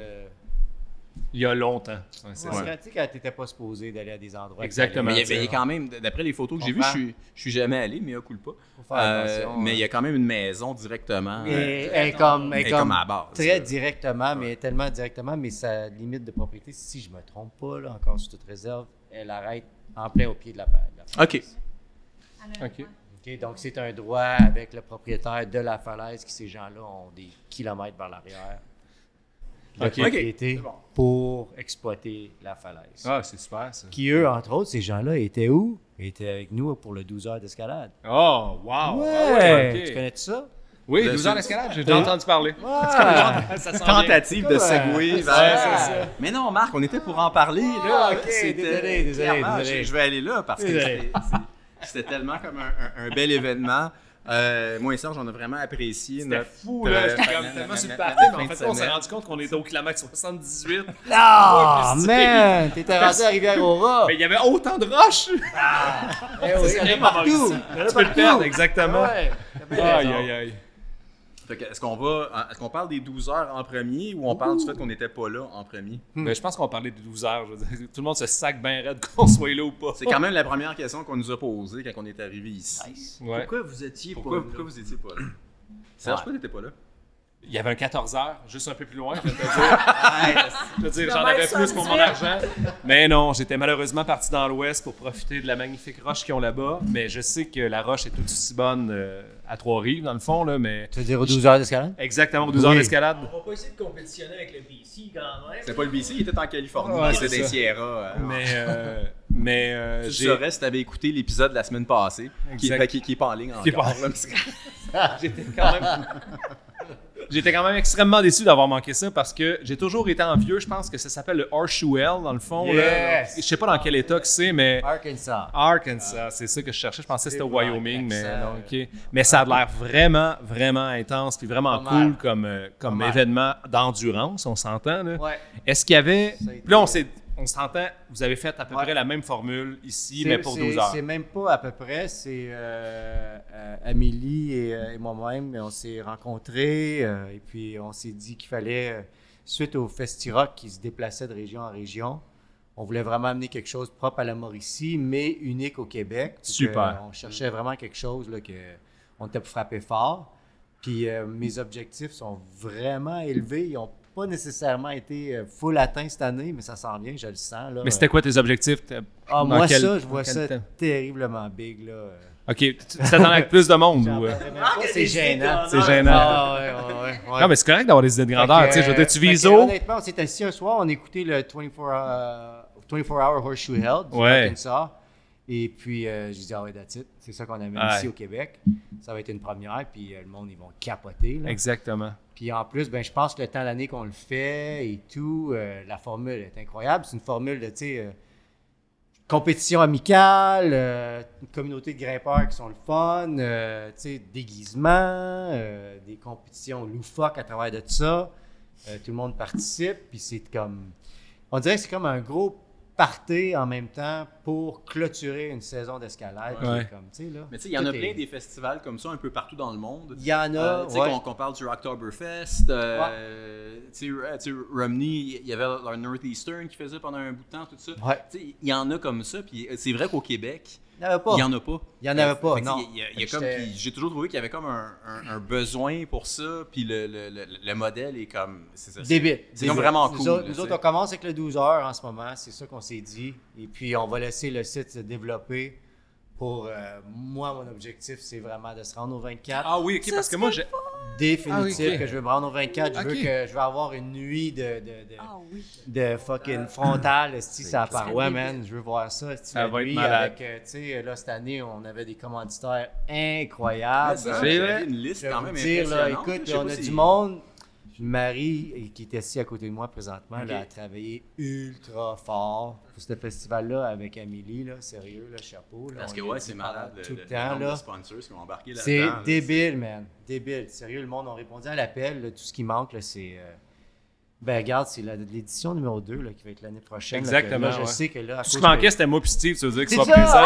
C: il y a longtemps. Ouais, c'est
G: C'est
C: ça.
G: Tu sais, quand t'étais pas supposé d'aller à des endroits.
C: Exactement.
B: Mais il y
C: tu
B: avait il
C: sais.
B: y a quand même, d'après les photos que j'ai vues, je
G: Comprends.
B: suis, je suis jamais allé, mais à coup pas.
G: Faut faire
B: Euh,
G: attention,
B: mais il y
G: hein.
B: a quand même une maison directement.
G: Mais
B: euh,
G: elle est comme, elle
B: elle
G: est
B: est
G: comme
B: comme à la base.
G: Très
B: là.
G: directement, mais tellement directement, mais sa limite de propriété, si je me trompe pas, là, encore sous toute réserve, elle arrête en plein au pied de la fa- de la falaise.
B: Euh, OK.
C: Ok.
G: OK, donc, c'est un droit avec le propriétaire de la falaise qui, ces gens-là, ont des kilomètres vers l'arrière de
C: OK.
G: propriété pour exploiter la falaise.
C: Ah, c'est super ça.
G: Qui, eux, entre autres, ces gens-là, étaient où? Ils étaient avec nous pour le 12 heures d'escalade.
C: Oh, wow!
G: ouais!
C: Ah ouais, ok.
G: Tu connais ça?
C: Oui,
B: Ben,
C: 12
B: c'est-
C: ans d'escalade, j'ai déjà entendu parler.
H: Ah,
G: Ouais!
C: Ça sent bien.
B: Tentative de ben, euh, segway vers-
G: Ouais, c'est
B: Mais non, Marc, on était pour en parler. là.
G: Ah, ok,
B: C'était-
G: désolé, désolé,
B: Clairement,
G: désolé.
B: Je, je vais aller là parce que
G: Désolé.
B: c'était- c'est- c'était tellement comme un, un- un bel événement. Euh, moi et Serge, on a vraiment apprécié
C: C'était
B: notre. euh,
C: fou, là. J'étais comme tellement sur le parti, mais en fait, on s'est rendu compte qu'on était au kilomètre 78.
G: Ah,
C: Ouais, je sais.
G: man! T'étais rendu à Rivière-au-Rat!
C: Mais il y avait autant de roches!
G: Eh oui,
C: c'est
G: il y en a
C: vraiment
G: partout!
C: ici.
G: Il y en a
C: Tu peux le
G: partout.
C: perdre, exactement.
G: Ouais, t'as bien
C: Aïe,
G: raison.
C: aïe, aïe.
B: Fait que Est-ce qu'on va, hein, est-ce qu'on parle des 12 heures en premier ou on parle du fait qu'on n'était pas là en premier
C: Mais je pense qu'on parlait de 12 heures. je veux dire. Tout le monde se sac bien raide qu'on soit là ou pas.
B: C'est quand même la première question qu'on nous a posée quand on est arrivé ici.
C: Ouais.
H: Pourquoi vous étiez
B: Pourquoi,
H: pas
B: pourquoi
H: là?
B: vous étiez pas là Serge, pourquoi t'étais pas là
C: Il y avait un 14 heures, juste un peu plus loin, je vais te dire. Je veux dire, j'en avais plus pour mon argent. Mais non, j'étais malheureusement parti dans l'ouest pour profiter de la magnifique roche qu'ils ont là-bas. Mais je sais que la roche est tout aussi bonne euh, à Trois-Rives, dans le fond, là, mais
G: Tu veux dire aux 12 heures d'escalade?
C: exactement aux 12 heures
G: Oui.
C: d'escalade.
H: On va pas essayer de compétitionner avec le BC quand même.
B: C'était pas le BC, il était en Californie,
C: Ouais,
B: il
C: c'est
B: était
C: ça.
B: des Sierra.
C: Mais, euh, mais euh,
B: Tu
C: j'ai-
B: saurais si t'avais écouté l'épisode de la semaine passée, qui,
C: Exact.
B: qui, qui est pas en ligne encore.
C: Qui est pas en
B: là, parce que-
C: j'étais quand même. J'étais quand même extrêmement déçu d'avoir manqué ça parce que j'ai toujours été envieux. Je pense que ça s'appelle le Horseshoe Hell, dans le fond. là.
G: Yes!
C: Je sais pas dans quel état que c'est, mais
G: Arkansas.
C: Ah, Arkansas, c'est ça que je cherchais. Je pensais que c'était au
G: C'est pour
C: Wyoming, mais
G: Arkansas,
C: non, ok. Mais ça a l'air vraiment, vraiment intense puis vraiment
G: Pas mal.
C: cool comme, euh, comme
G: Pas mal.
C: événement d'endurance, on s'entend. là.
G: Ouais.
C: Est-ce qu'il y avait.
G: Ça a été-
C: Puis là, on s'est- on s'entend, vous avez fait à peu
G: Ouais.
C: près la même formule ici,
G: C'est-
C: mais pour
G: c'est-
C: 12 heures.
G: C'est même pas à peu près, c'est euh, euh, Amélie et, euh, et moi-même, on s'est rencontrés euh, et puis on s'est dit qu'il fallait, euh, suite au Festirock qui se déplaçait de région en région, on voulait vraiment amener quelque chose propre à la Mauricie, mais unique au Québec. Puis
C: Super.
G: que, euh, on cherchait vraiment quelque chose là, que on était frappé fort. Puis euh, mes objectifs sont vraiment élevés. Ils ont pas nécessairement été euh, full atteint cette année, mais ça s'en vient, je le sens. Là,
J: Mais c'était quoi tes objectifs? T'as-
G: Ah,
J: dans
G: moi,
J: quel-
G: ça, je
J: dans
G: vois
J: quel
G: ça
J: temps?
G: terriblement big. Là. euh.
C: Ah,
J: OK, tu tu t'attendais à plus de monde ou... euh?
G: J'en parlerai même pas, c'est gênant.
J: C'est gênant.
G: Ah, ouais, ouais, ouais, ouais.
J: Non, mais c'est correct d'avoir des idées de grandeur.
G: Fait que,
J: tu sais, je veux dire,
G: euh,
J: tu
G: fait
J: vises
G: que,
J: haut.
G: Honnêtement, on s'est assis un soir, on écoutait le 24, euh, 24 Hour Horseshoe Held du
J: Ouais.
G: Arkansas. Et puis, euh, je dis, ah ouais, that's it. C'est ça qu'on amène
J: Ouais.
G: ici au Québec. Ça va être une première, puis euh, le monde, ils vont capoter. là.
J: Exactement.
G: Puis en plus, ben, je pense que le temps de l'année qu'on le fait et tout, euh, la formule est incroyable. C'est une formule de, tu sais, euh, compétition amicale, euh, une communauté de grimpeurs qui sont le fun, euh, tu sais, déguisement, euh, des compétitions loufoques à travers de ça. Euh, tout le monde participe, puis c'est comme... On dirait que c'est comme un gros party en même temps pour clôturer une saison d'escalade. qui est
J: Ouais.
G: comme, tu sais, là,
B: Mais tu sais, il y en a
G: tout est-
B: plein des festivals comme ça un peu partout dans le monde.
G: Il y en a,
B: Euh, tu sais,
G: ouais.
B: qu'on qu'on parle du Rocktoberfest. euh, tu sais, euh, tu sais, Romney, il y avait leur Northeastern qui faisait pendant un bout de temps, tout ça.
G: Ouais.
B: Tu sais, il y en a comme ça. Puis euh, c'est vrai qu'au Québec,
G: Il n'y en avait pas.
B: il n'y en a pas. Euh,
G: Il y en avait pas,
B: Fait que,
G: non.
B: tu sais, il y a- il y a
G: Fait que
B: comme-
G: j'étais-
B: puis J'ai toujours trouvé qu'il y avait comme un, un- un besoin pour ça. Puis le, le- le- le modèle est comme. c'est ça, c'est-
G: Débile.
B: C'est comme vraiment
G: nous
B: cool.
G: autres-
B: là,
G: nous
B: tu
G: autres,
B: sais.
G: on commence avec le 12 heures en ce moment, c'est ça qu'on s'est dit. Et puis, on va laisser le site se développer. Pour euh, moi, mon objectif, c'est vraiment de se rendre au 24.
C: Ah oui, ok, parce que moi, j'ai.
G: Définitif
J: Ah oui, ok.
G: que je veux me rendre au 24. Je veux
J: Ok.
G: que je veux avoir une nuit de, de, de,
E: Ah oui.
G: de fucking frontale, si ça part. Ouais, man, je veux voir ça. esti,
J: Ça
G: la
J: va être
G: nuit
J: malade.
G: avec, euh, tu sais, là, cette année, on avait des commanditaires incroyables.
B: Ça,
J: C'est
B: Ah, ben, j'avais
J: vrai.
B: une liste
G: Je vais
B: quand
G: vous
B: même
G: dire, là,
B: impressionnante,
G: écoute,
B: je sais
G: on
B: pas
G: a
B: si-
G: du monde. Marie, eh, qui est assise à côté de moi présentement, là, a travaillé ultra fort pour ce festival-là avec Amélie, là, sérieux, là, chapeau. là,
B: Parce
G: on
B: que
G: lui a
B: ouais,
G: dit
B: c'est
G: pendant
B: malade le,
G: Tout
B: le
G: le temps,
B: nombre de
G: là.
B: sponsors qui ont embarqué là-dedans.
G: C'est
B: là,
G: débile, man. Débile. Sérieux, le monde a répondu à l'appel. là, Tout ce qui manque, là, c'est. euh, Ben, regarde, c'est la- l'édition numéro 2 là, qui va être l'année prochaine. là, que
J: Exactement,
G: Là, je
J: ouais.
G: sais que là. à
J: Tout ce qui
G: cause
J: manquait,
G: de-
J: c'était moi puis Steve, tu veux dire qu'il
G: C'est
J: soit
G: ça, ah
J: présent.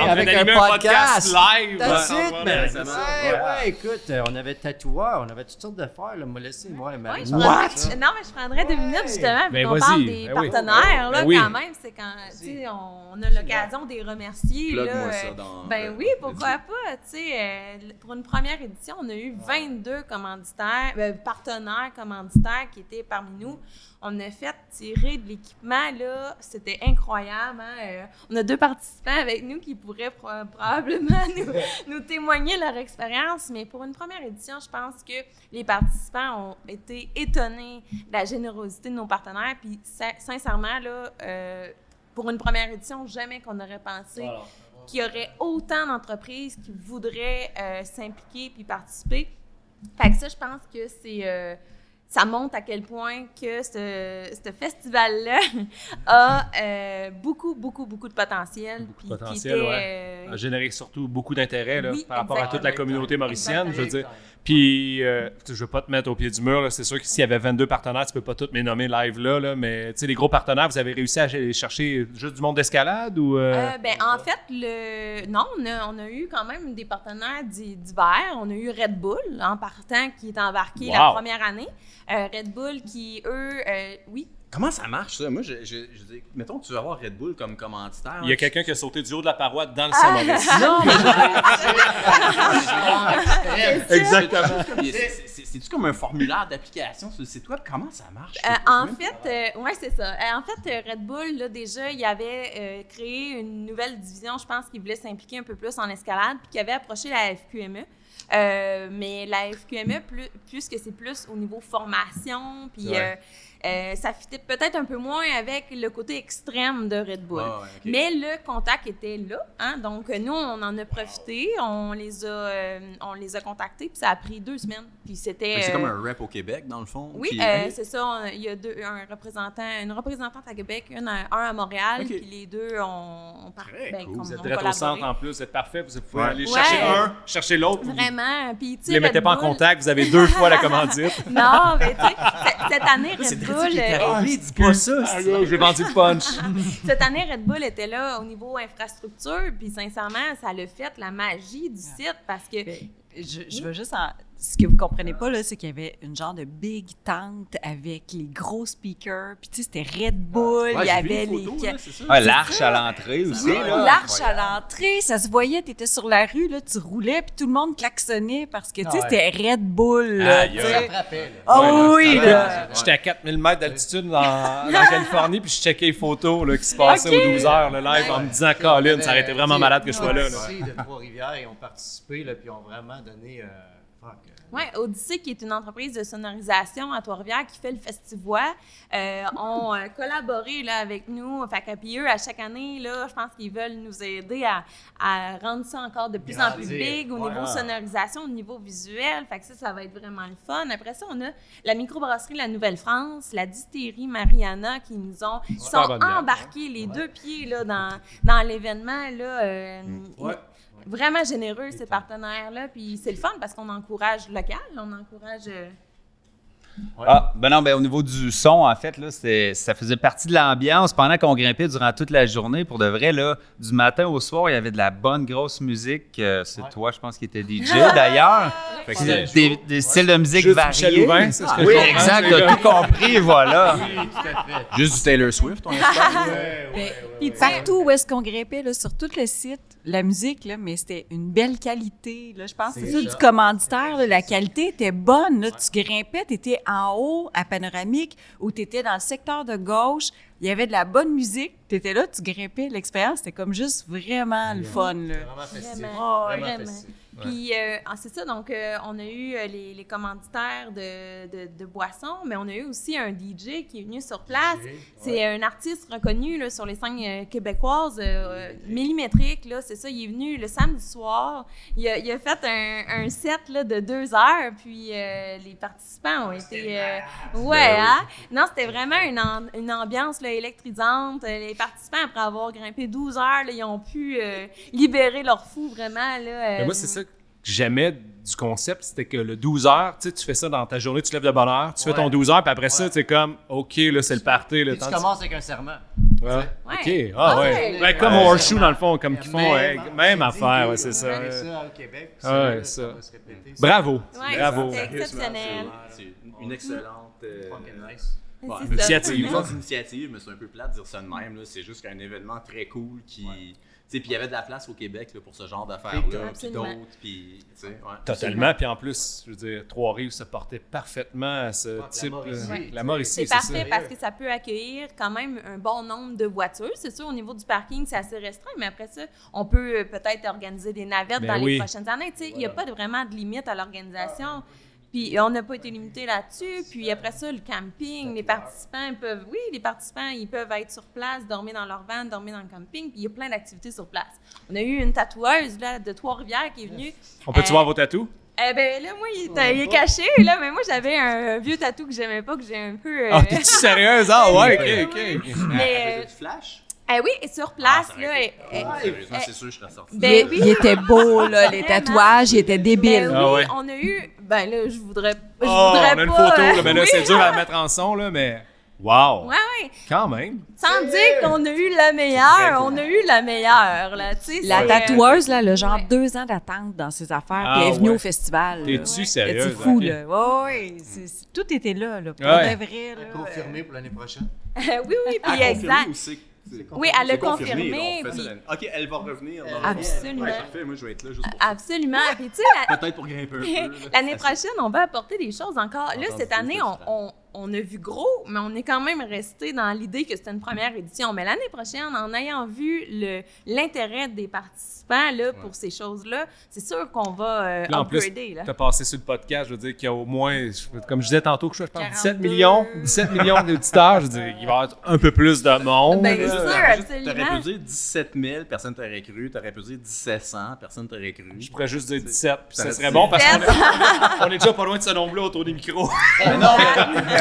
J: en train
G: avec
J: d'animer
G: un podcast.
J: live.
C: Ah,
G: That's
J: Ouais.
G: it, man.
B: récemment.
G: Ouais, ouais, écoute, euh, on avait tatoueur, on avait toutes sortes d'affaires, là. Moi, laissez, moi,
F: Ouais,
G: Marie.
F: je prendrais- Non, mais je prendrais deux
G: Ouais.
F: minutes justement.
J: Ben,
F: Ben, on
J: vas-y.
F: parle des
J: Ben oui.
F: partenaires, là,
J: Ben oui.
F: quand même. C'est quand, tu sais, on a l'occasion de les remercier. là,
B: Plug-moi ça
F: euh,
B: dans.
F: Ben
B: le-
F: oui,
B: le-
F: pourquoi pas? Tu sais, euh, pour une première édition, on a eu 22 commanditaires, euh, partenaires commanditaires qui étaient parmi nous. On a fait tirer de l'équipement, là. C'était incroyable. hein, euh, on a deux participants avec nous qui pourraient pro- probablement nous, nous témoigner leur expérience. Mais pour une première édition, je pense que les participants ont été étonnés de la générosité de nos partenaires. Puis, sin- sincèrement, là, euh, pour une première édition, jamais qu'on aurait pensé qu'il y aurait autant d'entreprises qui voudraient euh, s'impliquer puis participer. Fait que ça, je pense que c'est. euh, ça montre à quel point que ce, ce festival-là a euh, beaucoup, beaucoup, beaucoup de potentiel.
J: Beaucoup de
F: puis
J: potentiel, Ah,
F: qui était, euh,
J: A généré surtout beaucoup d'intérêt là,
F: Oui,
J: par rapport à toute la
F: exactement.
J: communauté mauricienne. Je veux dire,
G: Exactement.
J: puis euh, je veux pas te mettre au pied du mur. là. C'est sûr que s'il y avait 22 partenaires, tu peux pas tous les nommer live là, là, mais tu sais, les gros partenaires, vous avez réussi à aller chercher juste du monde d'escalade ou euh,
F: Euh, ben, en fait, le... non, on a, on a eu quand même des partenaires di- divers. On a eu Red Bull en partant qui est embarqué la
J: Wow.
F: première année. Euh, Red Bull qui, eux, euh, oui.
B: Comment ça marche ça? Moi, je, je, je dis, mettons que tu vas avoir Red Bull comme commanditaire. Ah!
C: Il y a quelqu'un qui a sauté du haut de la paroi dans le Saint-Maurice.
B: Exactement. C'est-tu comme un formulaire d'application sur le site web? Comment ça marche?
F: Euh, en fait, euh, ouais, c'est ça. Euh, en fait, euh, Red Bull, là, déjà, il avait euh, créé une nouvelle division, je pense, qui voulait s'impliquer un peu plus en escalade, puis qui avait approché la FQME. E. Euh, mais la FQME, E, plus, puisque c'est plus au niveau formation, puis
J: Ouais.
F: euh, euh, ça fitait peut-être un peu moins avec le côté extrême de Red Bull.
B: Ah, ouais, ok.
F: Mais le contact était là, hein? donc euh, nous on en a profité, on les a, euh, on les a contactés, puis ça a pris deux semaines, puis c'était.
B: Fait que C'est
F: euh,
B: comme un rep au Québec, dans le fond.
F: oui,
B: qui-
F: euh, c'est ça. on- il y a deux, un représentant, une représentante à Québec, une à- un à Montréal,
B: Ok.
F: puis les deux ont, ont par-
B: Très cool.
F: ben, comme-
B: Vous
F: ont
J: vous êtes au
F: collaboré.
J: centre en plus, vous êtes parfait, vous pouvez
B: Ouais.
J: aller
F: Ouais.
J: chercher un, chercher l'autre. Vous ne
F: Vraiment. Puis, tu sais,
J: les
F: Red
J: mettez pas en
F: Bull-
J: contact, vous avez deux fois la commandite.
F: Non, mais tu sais, cette- cette année, Red Bull, euh,
B: dis pas ça!
J: Ah, là, J'ai vendu le punch.
F: cette année, Red Bull était là au niveau infrastructure, puis sincèrement, ça l'a fait la magie du site parce que.
E: Je, je veux juste en- ce que vous comprenez pas, là, c'est qu'il y avait une genre de big tente avec les gros speakers. Puis, tu sais, c'était Red Bull.
D: Ouais,
E: il y
D: j'ai
E: avait
D: vu les
E: les.
D: photos, là, c'est ça.
E: C'est
D: Ouais, l'arche
E: ça.
D: à l'entrée aussi,
E: Oui,
D: là.
E: L'arche à l'entrée. Ça se voyait, tu étais sur la rue, là, tu roulais, puis tout le monde klaxonnait parce que, tu sais,
C: Ah ouais.
E: c'était Red Bull. là,
C: Aïe,
E: tu sais.
C: aïe.
E: Ah oui,
C: Ouais,
E: là.
C: J'étais à 4000 mètres d'altitude dans, dans Californie, puis je checkais les photos là, qui se passaient
G: Ok.
C: aux 12 heures, le live, en me disant Colin, ça aurait été vraiment malade que je sois là. là.
G: Odyssey de Trois-Rivières et ont participé, là, puis ont vraiment donné. euh, fuck,
F: Oui, Odyssey, qui est une entreprise de sonorisation à Trois-Rivières qui fait le Festivois, euh, ont euh, collaboré là, avec nous. Fait que, puis eux, à chaque année, là, je pense qu'ils veulent nous aider à, à rendre ça encore de plus en plus
E: Grandir.
F: big au
E: Ouais.
F: niveau sonorisation, au niveau visuel. Fait que ça, ça va être vraiment le fun. Après ça, on a la microbrasserie La Nouvelle-France, la distillerie Mariana qui nous ont qui sont
E: Super bonne bière,
F: embarqués les deux pieds là, dans, dans l'événement. là, euh,
K: Ouais.
F: vraiment généreux, ces partenaires-là. Puis c'est le fun parce qu'on encourage local, on encourage. euh,
D: Ah, ben non, ben au niveau du son, en fait, là, c'était- ça faisait partie de l'ambiance pendant qu'on grimpait durant toute la journée. Pour de vrai, là, du matin au soir, il y avait de la bonne grosse musique. Euh, c'est toi, je pense, qui était DJ d'ailleurs.
C: Fait que
D: Des,
C: c'est-
D: des- des styles de musique
C: Juste
D: variés.
C: Michel Louvain, c'est ce que je
D: oui,
C: comprends,
D: exact,
C: c'est
D: t'as
C: le
D: tout
C: gars.
D: compris, voilà.
C: Oui, tout à fait.
B: Juste du Taylor Swift, on espère.
E: Ben, puis partout où est-ce qu'on grimpait, là, sur tout le site, la musique, là, mais c'était une belle qualité. Là, je pense que
F: C'est
E: c'est ça du
F: ça.
E: commanditaire. là, la qualité était bonne. là. tu grimpais, tu étais en haut à Panoramique ou tu étais dans le secteur de gauche. Il y avait de la bonne musique. Tu étais là, tu grimpais. L'expérience, c'était comme juste vraiment le fun. là. Oh,
F: Vraiment, Oh,
E: Ouais,
F: vraiment.
E: festif.
L: Ouais.
F: Puis, euh, ah, c'est ça, donc, euh, on a eu euh, les, les commanditaires de, de- de boissons, mais on a eu aussi un DJ qui est venu sur place. C'est euh, un artiste reconnu là, sur les scènes euh, québécoises, euh, millimétrique, là, c'est ça. Il est venu le samedi soir. Il a, il a fait un, un set là, de deux heures, puis euh, les participants ont été. euh, ouais,
E: Ben oui.
F: hein? Non, c'était vraiment une, am- une ambiance là, électrisante. Euh, Les participants, après avoir grimpé 12 heures, là, ils ont pu euh, libérer leur fou vraiment. Là,
C: Mais
F: euh,
C: Ben, moi, c'est ça que j'aimais du concept, c'était que le 12 heures, tu sais, tu fais ça dans ta journée, tu te lèves de bonne heure, tu fais ton 12 heures, puis après ça, c'est comme, OK, là, c'est le party. Là,
G: Puis tu
C: tandis-
G: commences avec un serment.
C: Ouais.
G: Ouais.
C: OK, ah
G: Ah
C: ouais.
G: ouais.
C: Ouais, comme
G: Ouais.
C: Horseshoe, dans le fond, comme qu'ils
G: Même-
C: font, ouais,
G: même
C: même
G: on s'est dit,
C: affaire,
G: nous,
C: ouais, c'est
G: on
C: ça.
G: va faire ça au Québec,
C: Ah
G: puis ça,
C: ouais,
G: ça
C: ça.
G: va se répéter.
C: Bravo,
F: Ouais,
C: bravo.
F: c'est exceptionnel.
B: C'est une- une excellente euh,
F: Mais
B: ouais,
F: c'est
B: une
F: ça.
B: initiative. Une
F: Mhm.
B: bonne initiative, mais c'est un peu plat de dire ça de même. là. C'est juste un événement très cool qui. tu sais, Puis il y avait de la place au Québec là, pour ce genre d'affaires-là, puis
F: Absolument.
B: d'autres, puis tu sais, ouais.
C: Totalement, puis en plus, je veux dire, Trois-Rives se portait parfaitement à ce type. là.
F: Ouais.
C: La mort ici,
F: C'est
C: c'est ça.
F: parfait parce que ça peut accueillir quand même un bon nombre de voitures. C'est sûr, au niveau du parking, c'est assez restreint, mais après ça, on peut euh, peut-être organiser des navettes
E: Ben
F: dans
E: oui.
F: les prochaines années. Tu sais, Il n'y a pas de- vraiment de limite à l'organisation. Puis on n'a pas été limité là-dessus. Puis après ça, le camping, les participants peuvent, oui, les participants, ils peuvent être sur place, dormir dans leur van, dormir dans le camping. Puis il y a plein d'activités sur place. On a eu une tatoueuse là, de Trois-Rivières qui est venue.
C: On peut-tu
F: Euh,
C: voir vos tatous?
F: eh ben là, moi, il, est- il est caché, là, mais moi, j'avais un vieux tatou que j'aimais pas, que j'ai un peu... euh,
C: Ah, t'es-tu sérieuse? Ah, ouais, ok, ok.
F: mais, euh,
B: flash?
F: Eh oui, et sur place,
C: Ah,
F: là... et- et-
B: Sérieusement,
F: eh,
B: c'est sûr, que je serais sorti.
F: Ben
E: il,
F: oui.
E: il était beau, là, les
F: Vraiment.
E: tatouages, il était débile.
F: ben oui,
C: Ah ouais.
F: on a eu... Ben là, je voudrais,
C: Oh,
F: je
C: on
F: voudrais
C: a
F: pas...
C: une photo,
F: euh,
C: là, mais là,
F: oui.
C: c'est dur à mettre en son, là, mais wow!
F: Ouais, ouais.
C: Quand même!
F: Sans dire qu'on a eu la meilleure, on a eu la meilleure, là, tu sais.
E: La
F: c'est,
E: tatoueuse, là, le genre deux ans d'attente dans ses affaires, puis elle est
C: Ah
E: venue
C: ouais.
E: au festival. là.
C: T'es-tu
E: Ouais.
C: sérieuse?
E: C'est fou,
C: Ok.
E: là. Ouais, ouais, c'est- c'est- tout était là, là. Pour
C: Ouais.
E: de vrai, là.
G: Confirmé pour l'année prochaine.
F: euh, oui, oui,
E: Ah,
B: À
F: puis
B: confirmer
F: exact.
B: ou c'est- c'est
F: Oui, elle l'a
B: c'est
F: confirmé,
B: donc on fait ça
F: oui.
B: la- Ok, elle va revenir. dans le-
F: Absolument.
B: Ouais, parfait, moi je vais être là juste pour
F: Absolument. Puis tu sais, la-
B: Peut-être pour grimper un peu. là.
F: L'année prochaine, on va apporter des choses encore. Là,
B: Entendu,
F: cette année, on, on- on a vu gros, mais on est quand même resté dans l'idée que c'était une première édition. Mais l'année prochaine, en ayant vu le- l'intérêt des participants là, pour ces choses-là, c'est sûr qu'on va euh,
C: Là, en plus,
F: upgrader. là.
C: t'as passé sur le podcast, je veux dire qu'il y a au moins, je- comme je disais tantôt, que je pense 17
F: 42.
C: millions, 17 millions d'auditeurs, je veux dire, il va y avoir un peu plus de monde.
F: Ben,
C: là.
F: c'est sûr,
B: T'aurais juste-
F: absolument.
B: T'aurais pu dire 17 000, personne t'aurait cru. T'aurais pu dire 1700, personne t'aurait cru. Je
C: pourrais juste dire 17, puis ça
B: T'aurais
C: serait
B: dit-
C: bon parce qu'on est, on est déjà pas loin de ce nombre-là autour des micros.
B: Mais non, mais-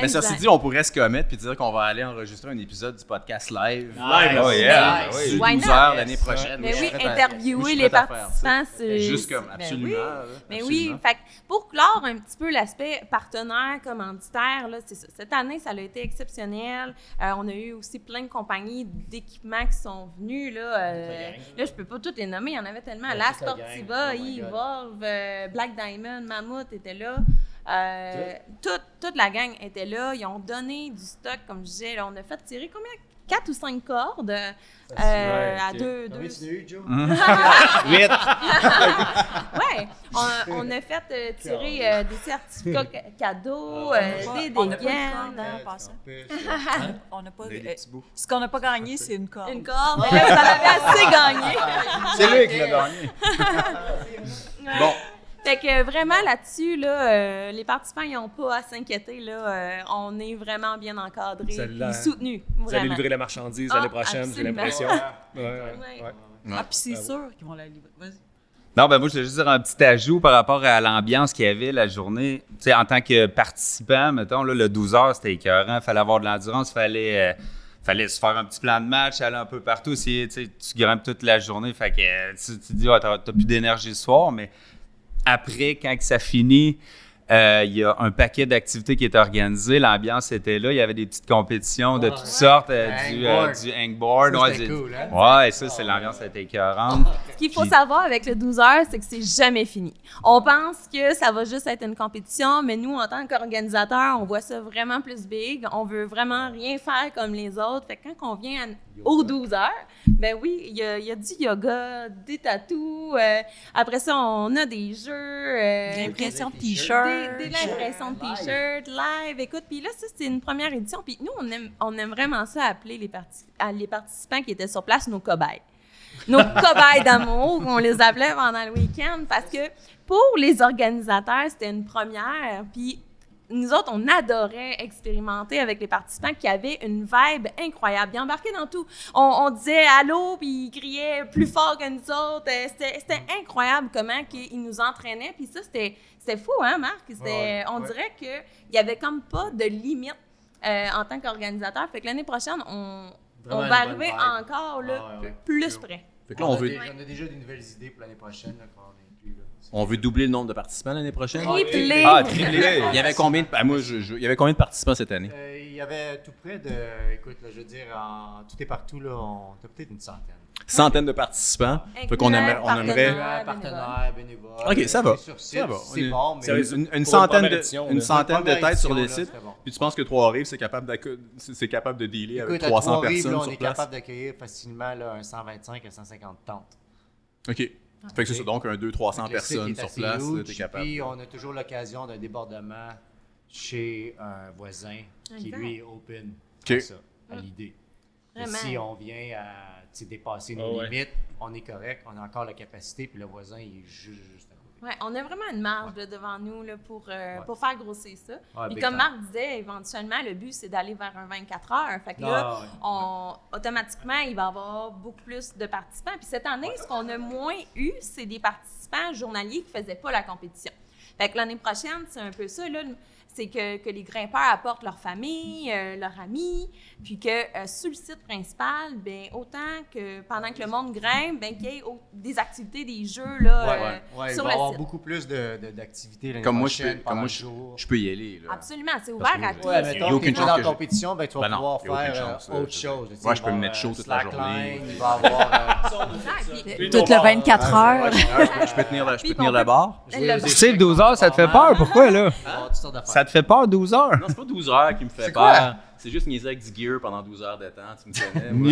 B: Mais ceci
F: Exact.
B: dit, on pourrait se commettre puis dire qu'on va aller enregistrer un épisode du podcast live.
J: Live.
B: Oh, yeah.
J: Nice.
B: Oui.
F: Why
B: Du 12
F: not?
B: heures l'année prochaine.
F: Mais
B: je
F: oui,
B: suis prêt à- je
F: interviewer
B: suis
F: les
B: prêt à faire ça.
F: participants, c'est.
B: Juste comme,
F: Ben
B: absolument.
F: oui.
B: là,
F: Mais
B: absolument.
F: oui, fait que pour clore un petit peu l'aspect partenaire, commanditaire, là, c'est ça. cette année, ça a été exceptionnel. Euh, on a eu aussi plein de compagnies d'équipements qui sont venues. Là, euh, là, je peux pas toutes les nommer, il y en avait tellement.
I: Ouais,
F: la
I: Ben, toute la gang.
F: Sportiva,
I: Oh my God.
F: Evolve, euh, Black Diamond, Mammoth étaient là. Euh, toute, toute la gang était là. Ils ont donné du stock, comme je disais. là, on a fait tirer combien? Quatre ou cinq cordes euh,
I: ouais, ok.
F: à
I: Ah
F: deux, deux,
G: Combien tu en as eu, Joe?
F: Ouais, on, on a fait euh, tirer euh, des certificats ca- cadeaux, euh, des
E: Ah,
F: euh.
E: On n'a pas eu de
F: dégaines.
E: corde, hein, en passant. On n'a pas.
B: Des- des
E: euh,
B: petits bouts.
E: ce qu'on n'a pas gagné, c'est une corde.
F: Une corde, mais là, vous en avez assez gagné.
B: C'est lui qui l'a gagné. Bon,
F: Fait que euh, vraiment là-dessus, là, euh, les participants, ils n'ont pas à s'inquiéter. Là, euh, on est vraiment bien encadrés
J: Celle-là,
F: et soutenus.
J: Vous allez
F: vraiment.
J: livrer la marchandise
F: Ah,
J: l'année prochaine, j'ai
F: absolument.
J: l'impression. Ouais, ouais,
F: Ouais.
J: ouais.
E: Ah, puis c'est sûr qu'ils vont la livrer. Vas-y.
D: Non, ben moi, je voulais juste dire un petit ajout par rapport à l'ambiance qu'il y avait la journée. Tu sais, en tant que participant, mettons, là, le 12 heures, c'était écœurant. fallait avoir de l'endurance, fallait, euh, fallait se faire un petit plan de match, aller un peu partout. Si, tu sais, tu grimpes toute la journée, fait que euh, tu, tu te dis, Ah, t'as t'as plus d'énergie ce soir, mais après, quand que ça finit, euh, il y a un paquet d'activités qui est organisé. L'ambiance était là. Il y avait des petites compétitions de toutes sortes, euh,
G: Le
D: du, euh, du hangboard.
G: hangboard. Ça,
D: Ouais,
G: c'était
D: du-
G: cool, hein? Ah,
D: Ouais, ça, c'est l'ambiance était écœurante.
F: Ce qu'il faut
D: Puis-
F: savoir avec le 12 heures, c'est que c'est jamais fini. On pense que ça va juste être une compétition, mais nous, en tant qu'organisateurs, on voit ça vraiment plus big. On veut vraiment rien faire comme les autres. Fait que quand on vient à- aux 12 heures, ben oui, il y, a- il y a du yoga, des tatous. euh, après ça, on a des jeux. euh,
E: L'impression de
F: des,
E: t-shirt.
F: des l'impression de t-shirt, live. Écoute, puis là, ça, c'est une première édition. Puis nous, on aime, on aime vraiment ça appeler les, parti- à- les participants qui étaient sur place nos cobayes. Nos cobayes d'amour, on les appelait pendant le week-end parce que pour les organisateurs, c'était une première. Puis nous autres, on adorait expérimenter avec les participants qui avaient une vibe incroyable. Ils embarquaient dans tout. On, on disait allô, puis ils criaient plus fort que nous autres. Euh, C'était c'était incroyable comment ils nous entraînaient. Puis ça, c'était c'était fou, hein, Marc? C'était- on dirait qu'il n'y avait comme pas de limite euh, en tant qu'organisateur. Fait que l'année prochaine, on,
G: Vraiment
F: on
G: une
F: va
G: bonne
F: arriver
G: vibe.
F: encore là,
G: Ah ouais, ouais.
F: plus près.
B: fait que là, on
G: a
B: veut,
G: des- On a déjà des nouvelles idées pour l'année prochaine, là, quand on est plus, là.
B: on veut doubler le nombre de participants l'année prochaine.
F: Triplé.
D: Ah, triplé!
B: Il y avait combien de, ah, moi, je- je- il y avait combien de participants cette année?
G: Euh, il y avait tout près de. Écoute, là, je veux dire, en tout et partout, là, on t'as peut-être une centaine.
B: Centaines de participants. Fait qu'on aimerait- on aimerait.
F: Partenaires,
G: Partenaires, bénévoles.
B: Ok, ça va.
G: euh, sur site,
B: Ça va.
G: C'est bon, mais.
B: Ça va être une, une
J: Pour une
B: centaine
J: première
B: de,
J: édition,
B: une
J: là.
B: centaine de
G: Première
B: têtes sur
G: édition,
B: les
G: là,
B: sites.
G: c'était bon.
B: Puis tu penses que Trois-Rives, c'est capable, d'accue- c'est c'est capable de dealer avec
G: Écoute, à
B: 300
G: Trois-Rives,
B: personnes
G: là, on
B: sur
G: est
B: place?
G: capable d'accueillir facilement là, un 125 à 150 tentes.
B: OK.
F: Ah.
B: Fait que c'est ça, donc un 200-300
G: Fait que le site
B: personnes
G: est
B: sur
G: assez
B: place, là,
G: huge,
B: t'es capable.
G: Puis on a toujours l'occasion d'un débordement chez un voisin qui,
F: Exact. Mm.
G: lui, est open
B: Ok.
G: à ça, à l'idée. Mais
F: Vraiment.
G: Si on vient à tu sais, dépasser nos
J: Ah ouais.
G: limites, on est correct, on a encore la capacité, puis le voisin, il est ju- juste à côté.
F: Ouais, on a vraiment une marge là, devant nous là, pour, euh,
G: Ouais.
F: pour faire grossir ça.
G: Ouais,
F: Mais
G: big
F: comme
G: time.
F: Marc disait, éventuellement, le but, c'est d'aller vers un 24 heures. Fait que
G: Ah,
F: là,
G: ouais.
F: on, automatiquement, il va y avoir beaucoup plus de participants. Puis cette année, ce qu'on a moins eu, c'est des participants journaliers qui ne faisaient pas la compétition. Fait que l'année prochaine, c'est un peu ça. Là, c'est que, que les grimpeurs apportent leur famille, euh, leurs amis, puis que euh, sur le site principal, ben autant que pendant que le monde grimpe, ben qu'il y ait au- des activités, des jeux là,
G: Ouais,
F: euh,
G: ouais, il
F: sur
G: va
F: le
G: y avoir
F: site.
G: beaucoup plus de- de- d'activités l'année
B: Comme moi, je
G: prochaine,
B: peux-
G: pendant
B: comme moi,
G: le
B: je,
G: jour.
B: je peux y aller.
G: euh,
B: Là.
F: Absolument, c'est ouvert à
B: que-
F: tous.
G: Ouais,
B: Il y a
G: mettons,
B: aucune
G: t'es
B: chance
G: déjà
B: que
G: dans
B: je-
G: la compétition, ben, tu vas
B: Ben non,
G: pouvoir
B: il y a aucune
G: faire euh,
B: chance, là,
G: autre
B: je-
G: chose. Tu sais,
B: Moi,
G: il
B: je
G: va
B: peux me
G: avoir,
B: mettre chaud
G: euh,
B: toute la
G: slackline,
B: journée.
G: Il va avoir... euh,
F: Exact, puis-
E: Tout le 24 heures.
B: Ah, Je peux tenir, la- je peux
F: Puis
B: tenir
F: on
B: la
F: peut-
B: barre?
F: Le-
D: Tu sais, 12 heures, ça te fait peur. Pourquoi, là?
G: il va avoir toutes sortes d'affaires.
D: Ça te fait peur, 12 heures?
B: Non, c'est pas 12 heures qui me fait
D: C'est quoi?
B: peur. C'est juste niaiser avec du gear pendant 12 heures de temps, tu me connais. moi.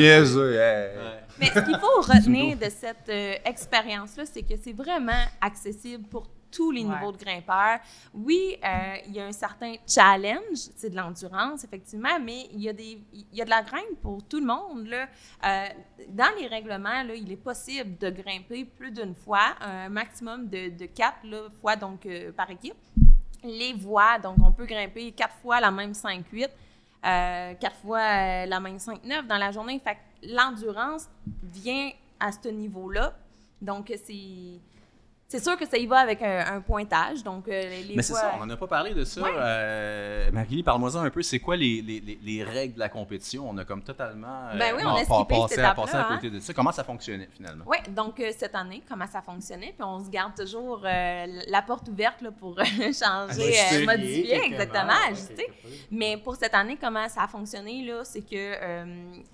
F: Mais ce qu'il faut retenir de cette euh, expérience-là, c'est que c'est vraiment accessible pour tous les
E: Ouais.
F: niveaux de grimpeurs. Oui, euh, il y a un certain challenge, c'est de l'endurance, effectivement, mais il y, a des, il y a de la grimpe pour tout le monde. Là. Euh, dans les règlements, là, il est possible de grimper plus d'une fois, un maximum de, de quatre là, fois donc, euh, par équipe. Les voies, donc on peut grimper quatre fois la même 5-8, euh, quatre fois euh, la même 5-9 dans la journée. Fait que l'endurance vient à ce niveau-là. Donc, c'est. tu sais, C'est sûr que ça y va avec un, un pointage, donc euh, les, les
B: Mais c'est
F: voix-
B: ça, on n'en a pas parlé de ça. Euh, Marie-Lie, parle-moi-en un peu. C'est quoi les, les- les- les règles de la compétition? On a comme totalement euh,
F: Ben oui, on
B: non,
F: a
B: pas-
F: skippé cette
B: passé, à,
F: étape-là,
B: passé à
F: hein.
B: côté de ça. Comment ça fonctionnait finalement?
F: Oui, donc euh, cette année, comment ça fonctionnait, puis on se garde toujours euh, la porte ouverte là, pour euh, changer,
E: Ajuster.
F: euh, modifier,
E: Quelque
F: exactement,
E: part, ouais,
F: ajuster. Mais pour cette année, comment ça a fonctionné, là, c'est que euh,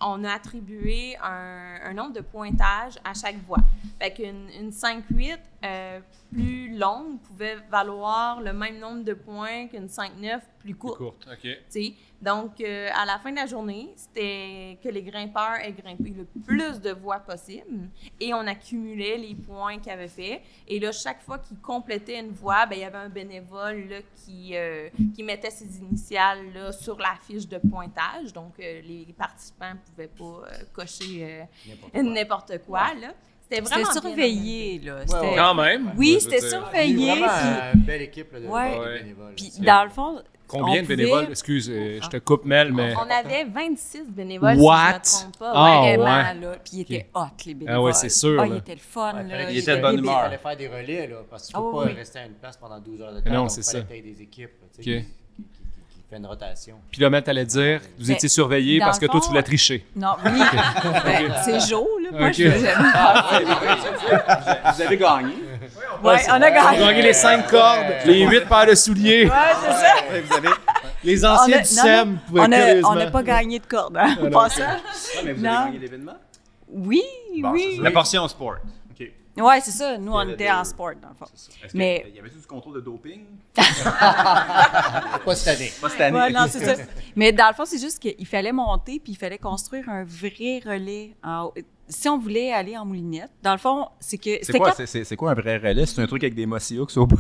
F: on a attribué un, un nombre de pointages à chaque voix. Fait qu'une une 5-8 euh, plus longue pouvait valoir le même nombre de points qu'une 5-9 plus courte.
C: Courte, OK.
F: Tu sais, Donc, euh, à la fin de la journée, c'était que les grimpeurs aient grimpé le plus de voies possible et on accumulait les points qu'ils avaient fait. Et là, chaque fois qu'ils complétaient une voie, ben, il y avait un bénévole là, qui, euh, qui mettait ses initiales là, sur la fiche de pointage. Donc, euh, les participants ne pouvaient pas euh, cocher euh, n'importe quoi. là. C'était
E: C'était
F: vraiment bien
E: surveillé, là.
F: Ouais,
E: C'était-
F: ouais. Quand même.
E: Oui,
F: Ouais, je
E: c'était
F: veux dire.
E: surveillé.
F: Il y a vraiment
E: puis-
F: une belle équipe, là, de-
E: Ouais.
F: de
E: bénévoles. Puis,
F: C'est-
E: dans le fond, on
J: Combien de
E: pouvait- Ah.
J: bénévoles? Excuse, euh, je te coupe, Mel, mais.
F: On avait 26 bénévoles,
J: What?
F: si je ne me trompe pas.
J: Ah,
F: Vraiment,
J: ouais.
F: là.
E: Puis ils étaient
F: Ok.
E: hot, les bénévoles.
J: Ah ouais, c'est sûr,
E: Ah,
J: là.
E: il était le fun,
G: Ouais,
E: là.
G: fallait-
E: Il
G: il était
E: était
G: de bonne
E: débile.
G: humeur. fallait faire des relais, là, parce qu'il ne faut
E: Ah oui,
G: pas
E: oui.
G: rester à une place pendant 12 heures de
J: Non,
G: temps. donc
J: c'est
G: il
J: ça.
G: fallait que t'aies des équipes là, tu sais,
J: Ok.
G: qui, qui, qui- qui fait une rotation.
J: Puis là, Mel, t'allais dire, vous
E: Mais,
J: étiez surveillé
E: dans
J: parce que
E: le
J: toi,
E: fond,
J: tu voulais tricher.
E: Non, oui. Ben, c'est Joe, là. Moi,
J: Ok.
E: je j'aime
J: Ah,
E: pas.
B: Vous avez gagné.
E: Ouais, on a gagné.
J: Vous avez les cinq cordes, les huit paires de souliers.
E: Ouais, c'est ça.
B: Ouais, vous avez-
J: Les
E: On
J: anciens
E: a-
J: du
E: non,
J: SEM
E: non,
J: pouvaient
E: on a-
J: curieusement-
E: On n'a pas gagné de corde, hein,
J: Ah,
E: en
J: non,
E: passant.
B: Non, mais vous
E: Non.
B: avez gagné l'événement?
E: Oui, oui.
D: La portion sport.
B: OK.
E: Ouais, c'est ça. Nous,
B: Il y
E: on
B: avait
E: était
B: deux-
E: en sport, dans le fond.
B: Est-ce que-
E: Mais
B: Il y avait du contrôle de doping?
G: Pas cette année.
B: Pas cette année.
E: Ouais, non, c'est ça. Mais dans le fond, c'est juste qu'il fallait monter puis il fallait construire un vrai relais. en haut. Si on voulait aller en moulinette, dans le fond, c'est que.
B: C'est quoi,
E: quand-
B: c'est- c'est- c'est quoi un vrai relais? C'est un truc avec des mossio au bout.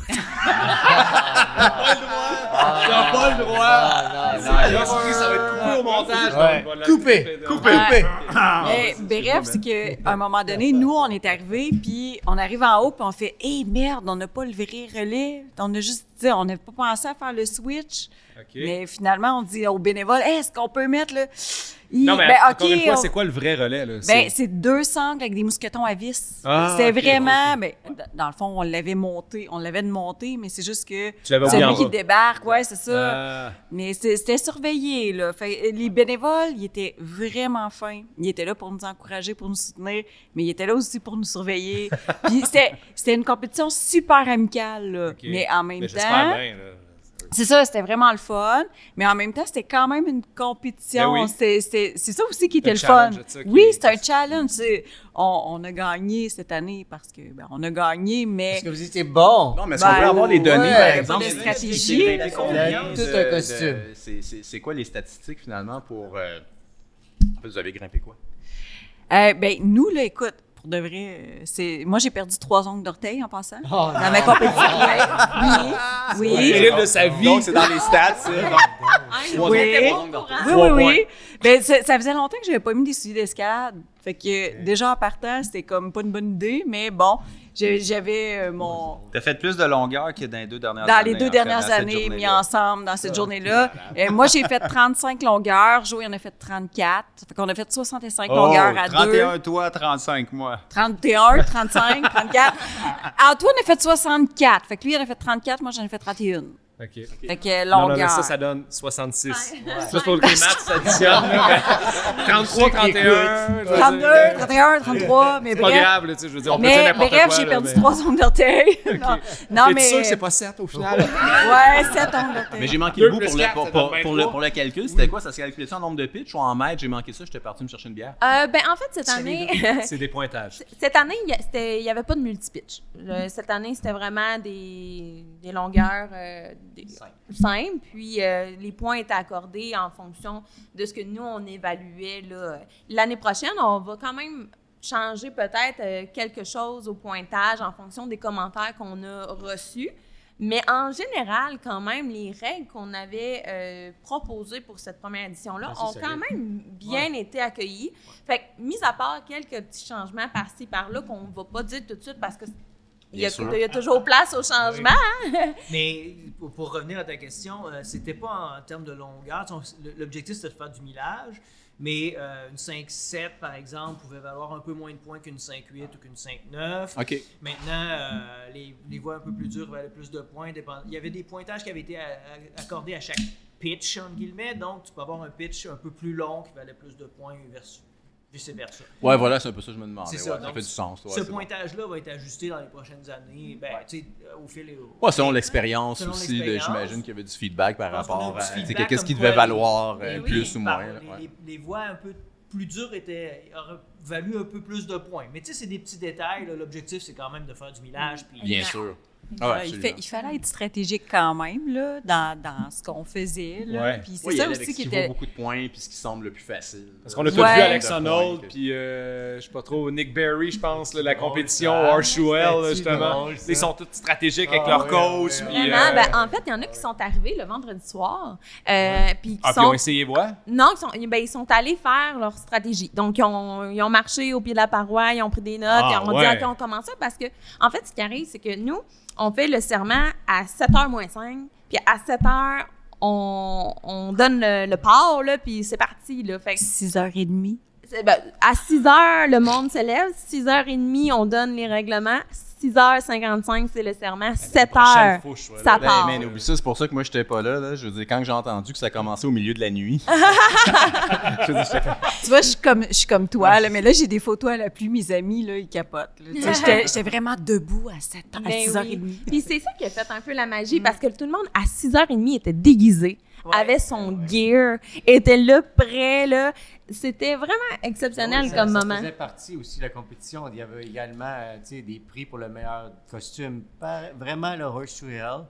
D: T'as pas le droit!
J: ça va être coupé au montage.
D: Ouais.
J: donc, voilà.
G: Coupé! Coupé!
E: Ouais.
B: Ah,
E: Mais bref, c'est qu'à un moment donné, nous, on est arrivés, puis on arrive en haut, puis on fait Hé, merde, on n'a pas le vrai relais. On a juste dit, on n'a pas pensé à faire le switch. Mais finalement, on dit aux bénévoles Hey, Est-ce qu'on peut mettre le. Il-
J: Non, mais
E: ben,
J: encore
E: ok,
J: une fois,
E: on-
J: c'est quoi le vrai relais? Là?
E: Ben,
J: C'est-
E: c'est deux sangles avec des mousquetons à vis.
J: Ah,
E: c'est
J: ok,
E: vraiment. ben, d- dans le fond, on l'avait monté. On l'avait de monté, mais c'est juste que.
J: Tu l'avais oublié en
E: Celui qui
J: bas.
E: débarque, ouais, c'est ça.
J: Ah.
E: Mais c'est- c'était surveillé, là. Fait, euh, les bénévoles, ils étaient vraiment fins. Ils étaient là pour nous encourager, pour nous soutenir, mais ils étaient là aussi pour nous surveiller. Puis c'était c'était une compétition super amicale, là.
J: Ok.
E: Mais en même
J: Mais
E: temps.
J: j'espère bien. là.
E: C'est ça, c'était vraiment le fun, mais en même temps, c'était quand même une compétition.
J: Ben oui.
E: C'était- c'était- C'est ça aussi qui
J: Le
E: était le fun.
J: challenge, c'est ça qui-
E: Oui, c'est un challenge. C'est- On, on a gagné cette année parce que ben, on a gagné, mais
G: Est-ce que vous étiez bon?
B: Non, mais est-ce
E: Ben,
B: qu'on peut avoir les données,
G: ouais,
B: par
G: pas de
B: exemple?
E: stratégie.
B: C'est- c'est- c'est- combien
G: Tout un
B: de- de-
G: costume.
B: c'est- C'est c'est quoi les statistiques, finalement, pour... euh, en fait, Vous avez grimpé quoi?
E: euh, ben, nous, là, écoute, pour de vrai, euh, c'est moi j'ai perdu trois ongles d'orteil en passant
G: Oh,
E: dans ma compétition. Oui, oui, oui.
J: Terrible de
C: Ah,
J: sa vie.
B: Donc, c'est dans les stats, ça.
E: Oui. Oui, oui, oui. Ben, ça, ça faisait longtemps que j'avais pas mis des souliers d'escalade. Fait que déjà en partant, c'était comme pas une bonne idée, mais bon, j'ai- j'avais euh, mon,
D: T'as fait plus de longueur que dans les deux dernières
E: dans
D: années.
E: les
D: en
E: deux
D: fait, dans
E: dernières
D: cette
E: années mis
D: journée-là.
E: ensemble dans cette journée-là. Euh, moi, j'ai fait 35 longueurs. Joey en a fait 34. Fait qu'on a fait 65
D: Oh,
E: longueurs à
D: 31
E: deux.
D: toi, 35 moi.
E: 31, 35, 34. Antoine a fait 64. Fait que lui, il en a fait 34. Moi, j'en ai fait 31.
J: OK.
E: Fait que
J: Non, non, mais
E: longueur.
J: ça, ça donne 66. Juste pour que les maths s'additionnent. là, mais 33, 31. je veux dire,
E: 32, 31, 33, mais
J: C'est pas
E: bref.
J: grave, là, tu sais, je veux dire, on peut dire
E: Mais
J: n'importe quoi.
E: bref, j'ai
J: là,
E: perdu
J: mais-
E: trois ongles d'orteil. Non, non,
J: T'es-tu
E: mais.
J: sûr que c'est pas 7 au final?
E: Ouais, sept ongles d'orteil.
B: Mais j'ai manqué
J: Deux
B: le bout
J: plus
B: pour le,
J: quatre,
B: pour,
J: ça donne
B: pour- pour le,
J: 23.
B: pour le calcul. C'était quoi? Ça se calculait en nombre de pitches ou en mètres? J'ai manqué ça, j'étais parti me chercher une bière.
E: Ah.
F: Euh, ben, en fait, cette année,
J: C'est des pointages.
F: cette année, il y a- c'était- il n'y avait pas de multi-pitch. Le- Cette année, c'était vraiment des, des longueurs euh, des- simples. Puis euh, les points étaient accordés en fonction de ce que nous, on évaluait. là. L'année prochaine, on va quand même changer peut-être euh, quelque chose au pointage en fonction des commentaires qu'on a reçus. Mais en général, quand même, les règles qu'on avait euh, proposées pour cette première édition-là
G: Assez
F: ont
G: solide.
F: quand même bien été accueillies. Fait que, mis à part quelques petits changements par-ci, par-là, qu'on ne va pas dire tout de suite parce que Il y, a,
B: Bien sûr.
F: il y a toujours place au changement. hein?
H: Mais pour, pour revenir à ta question, euh, c'était pas en termes de longueur. Tu sais, on- L'objectif, c'était de faire du millage, mais euh, une 5-7, par exemple, pouvait valoir un peu moins de points qu'une 5-8 ou qu'une 5-9.
B: OK.
H: Maintenant, euh, les, les voies un peu plus dures valaient plus de points. dépend- Il y avait des pointages qui avaient été a- a- accordés à chaque pitch, entre guillemets. Donc, tu peux avoir un pitch un peu plus long qui valait plus de points versus vice-versa.
B: Ouais, voilà, c'est un peu ça que je me demandais.
H: C'est
B: Ah, ouais.
H: ça,
B: ça
H: donc,
B: fait du sens. ouais,
H: ce
B: c'est bon.
H: pointage-là va être ajusté dans les prochaines années, ben, tu sais, euh, au fil et au...
B: Ouais, selon l'expérience
H: Selon
B: aussi, là,
H: l'expérience.
B: j'imagine qu'il y avait du feedback par
H: Je pense qu'on a
B: rapport
H: du
B: à tu sais,
H: feedback
B: qu'est-ce
H: comme
B: qui
H: quoi
B: devait valoir
H: les-
B: euh,
H: oui,
B: plus ou
H: par-
B: moins. là,
H: les,
B: ouais.
H: les- les voies un peu plus dures étaient, auraient valu un peu plus de points. Mais tu sais, c'est des petits détails. là. L'objectif, c'est quand même de faire du millage. Puis
B: Bien sûr. Ah,
E: Voilà,
B: ouais,
E: il, fait-
B: absolument.
E: il fallait être stratégique quand même là, dans, dans ce qu'on faisait. là.
J: Ouais.
E: Puis c'est
B: Ouais, il y
E: ça
B: allait
E: aussi
B: avec ce
E: qui
B: qui vaut
E: était.
B: beaucoup de points puis ce qui semble le plus facile.
J: Parce qu'on a
E: Ouais.
J: tout vu Alex
B: De
J: Arnold,
B: points, ok.
J: puis euh, je sais pas trop, Nick Berry, je pense, là, la compétition, Arshwell, là, justement. Ils sont tous stratégiques avec leur coach. puis,
F: Vraiment,
J: euh,
F: ben, en fait, il y en a qui sont arrivés le vendredi soir. euh, Puis qui
J: ah, puis ils
F: sont
J: ont essayé voir.
F: Non, ils sont, ben, ils sont allés faire leur stratégie. Donc, ils ont, ils ont marché au pied de la paroi, ils ont pris des notes,
J: Ah,
F: ils ont
J: ouais.
F: dit, OK, on commence ça. Parce que, en fait, ce qui arrive, c'est que nous, on fait le serment à 7h moins 5, puis à 7h, on, on donne le, le port, là, puis c'est parti. Là. Fait que
E: 6h30.
F: c'est- ben, à 6 h, le monde se lève. 6 h 30, on donne les règlements. 6 h 55, c'est le
J: Ben,
F: serment. 7 h, ça
B: Ben,
F: part.
B: man, oublie ça, c'est pour ça que moi, j'étais pas là, là. Je veux dire, quand j'ai entendu que ça commençait au milieu de la nuit. je veux dire, j'étais comme,
E: Tu vois, je suis comme, je suis comme toi, là, mais là, j'ai des photos à la pluie, mes amis, là, ils capotent. là. Tu sais, J'étais j'étais vraiment debout à, 7, à
F: Ben
E: 6h30.
F: oui. Puis c'est ça qui a fait un peu la magie parce que tout le monde à 6h30 était déguisé, avait son gear, était là prêt là, c'était vraiment exceptionnel
G: Oui, ça-
F: comme
G: ça
F: moment.
G: faisait partie aussi de la compétition. Il y avait également euh, tu sais, des prix pour le meilleur costume. Par- vraiment, le Rush to Hell,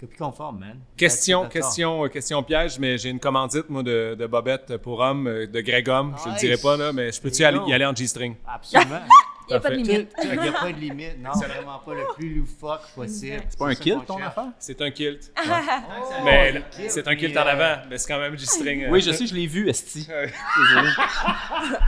G: copie conforme, man.
J: Question,
G: Là-dessus, d'accord.
J: question, euh, question piège, mais j'ai une commandite, moi, de, de Bobette pour homme, euh, de Greg homme. Je ne le
G: Nice.
J: dirai pas, là, mais je peux-tu
G: Bingo.
J: aller- y aller en G-string?
G: Absolument.
F: Il n'y a pas de
J: Parfait.
G: Tu-
F: limite.
G: tu- Il n'y a pas de limite. Non, vraiment pas le plus loufoque possible.
B: C'est pas un kill, ton affaire?
J: C'est un kilt.
F: Ah,
J: mais là, c'est un kilt en
G: Puis, euh,
J: avant, mais c'est quand même G-string. euh.
B: Oui, je sais, je l'ai vu, Esti.
J: Ah.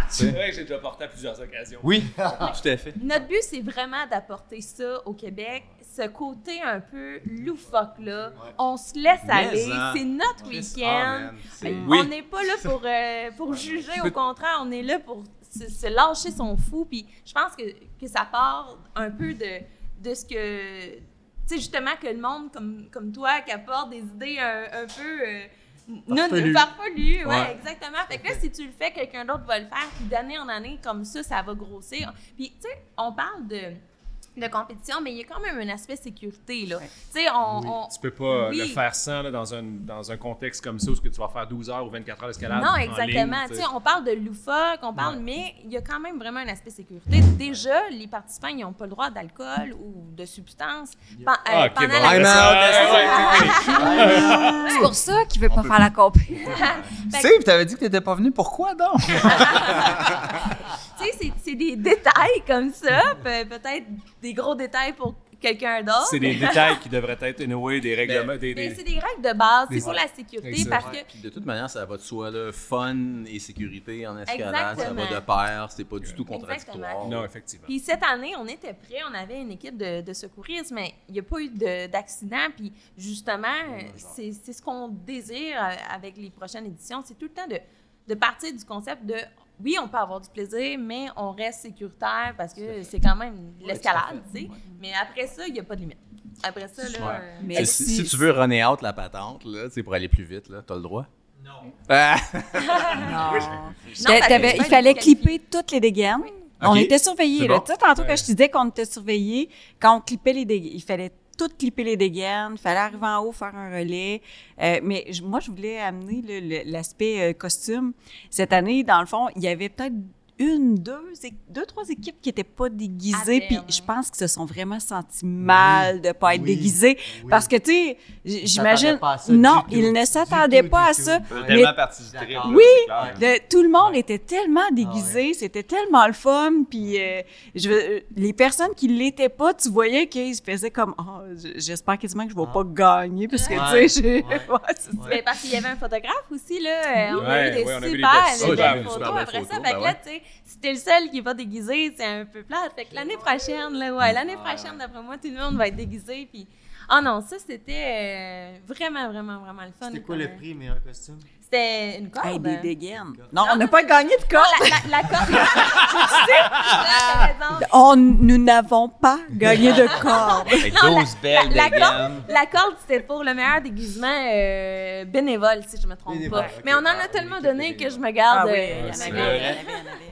J: C'est vrai que j'ai déjà porté à plusieurs occasions.
B: Oui, Ah, tout à fait.
F: Notre but c'est vraiment d'apporter ça au Québec, ce côté un peu loufoque là. On se laisse aller,
B: hein.
F: c'est notre
D: ah,
F: week-end.
J: Oui.
F: Ben, On n'est pas là pour, euh, pour juger, au contraire, on est là pour se, se lâcher son fou. Puis je pense que, que ça part un peu de, de ce que. Tu sais, justement, que le monde comme, comme toi qui apporte des idées un, un peu. Euh, non- farfelues, ouais,
B: Ouais.
F: exactement. Fait que là, si tu le fais, quelqu'un d'autre va le faire. Puis d'année en année, comme ça, ça va grossir. Puis, tu sais, on parle de, de compétition, mais il y a quand même un aspect sécurité, là. Tu sais, on- on,
J: Tu peux pas euh,
F: Oui.
J: le faire sans là, dans, un, dans un contexte comme ça où ce que tu vas faire 12 heures ou 24 heures d'escalade. en
F: Non,
J: ligne,
F: exactement.
J: tu
F: Tu
J: sais.
F: sais, on parle de loufoque, on parle,
J: Ouais.
F: mais il y a quand même vraiment un aspect sécurité. Déjà, les participants, ils n'ont pas le droit d'alcool ou de substances pen- euh,
J: Ah, ok, bon.
F: pendant la
J: I'm out.
E: C'est pour ça qu'il veut pas faire la compétition.
D: Steve, t'avais dit que t'étais pas venu. Pourquoi donc?
F: Tu sais, c'est- c'est des détails comme ça, pe- peut-être des gros détails pour quelqu'un d'autre.
J: C'est des détails qui devraient être, anyway,
B: Ben,
J: des règlements. des,
F: Mais
J: des-
F: c'est des règles de base, c'est
J: Des-
F: pour la sécurité
J: Exact.
F: parce que
B: Puis de toute manière, ça va de soi, là, fun et sécurité en escalade, ça va
F: Exactement.
B: de pair, c'est pas du tout contradictoire.
F: Exactement.
J: Non, effectivement.
F: Puis cette année, on était prêts, on avait une équipe de, de secourisme, mais il n'y a pas eu de- d'accident. Puis justement, euh, c'est c'est ce qu'on désire euh, avec les prochaines éditions. C'est tout le temps de, de partir du concept de oui, on peut avoir du plaisir, mais on reste sécuritaire parce que c'est quand même l'escalade, tu sais. Mais après ça, il n'y a pas de limite. Après ça, là.
B: Ouais.
F: euh,
E: Mais
B: Si, si tu veux runner out la patente, là, tu sais, pour aller plus vite, là, t'as le droit.
H: Non.
B: Ah!
E: Non.
F: Non, parce que
E: T'avais-
F: c'est
E: il
F: pas
E: fallait
F: une qualification.
E: clipper toutes les dégaines. On
B: Ok.
E: était surveillés.
B: C'est
E: là.
B: bon.
E: Tu sais, tantôt, quand je te disais qu'on était surveillés, quand on clippait les dégaines, il fallait tout clipper les dégaines, il fallait arriver en haut, faire un relais. Euh, mais je- moi, je voulais amener le- le- l'aspect euh, costume. Cette année, dans le fond, il y avait peut-être une, deux, é- deux, trois équipes qui n'étaient pas
F: À
E: déguisées.
F: peine,
E: Puis
F: hein.
E: je pense qu'ils se sont vraiment sentis mal de ne pas être
G: Oui.
E: déguisés.
G: Oui.
E: Parce que, tu sais, j- j'imagine.
G: pas à ça du
E: Non,
G: tout.
E: ils ne
G: Du
E: s'attendaient
G: tout,
E: pas
G: du
E: à
G: tout. Euh,
E: ça. Mais
D: Tellement partie du trip, là,
E: Oui!
D: c'est clair.
E: le- tout le monde était tellement déguisé, c'était tellement le fun, puis euh, je veux- euh, les personnes qui l'étaient pas, tu voyais qu'ils se faisaient comme oh, j- j'espère quasiment que je vais
G: Ah.
E: pas gagner parce que
G: Ouais,
E: tu sais j'ai-
G: ouais.
E: Ouais, c'est ça.
F: Mais parce qu'il y avait un photographe aussi, là. euh, on
J: Ouais,
F: a eu des
J: ouais, on a vu des
F: super,
J: belles-
F: des
B: Ouais,
F: belles
B: des
F: photos
B: super belles
F: après ça.
B: photos,
F: Fait que
B: ben
F: là, tu sais, si t'es le seul qui va déguisé, c'est un peu plat. Fait que l'année prochaine, là, ouais, l'année prochaine, d'après moi, tout le monde va être déguisé. Puis, ah non, ça, c'était euh, vraiment, vraiment, vraiment le fun.
G: C'était quoi le
F: Comme- euh,
G: prix, meilleur costume?
F: C'était une corde.
E: Hey,
F: hein.
E: des dégaines. Non, on n'a pas gagné de
F: Non,
E: corps.
F: la, la, la corde. T'as raison.
E: On, nous n'avons pas gagné de corps.
D: Avec 12 belles
F: la- la
D: dégaines.
F: La corde, c'était pour le meilleur déguisement euh, bénévole, si je me trompe
G: Bénévole,
F: pas.
G: ok.
F: Mais on en
G: Ah,
F: a
G: oui,
F: tellement
G: ok,
F: donné
G: bénévole.
F: que je me garde.
E: oui,
F: euh,
E: il y en
F: la
E: avait,
F: garde.
E: il y en avait, il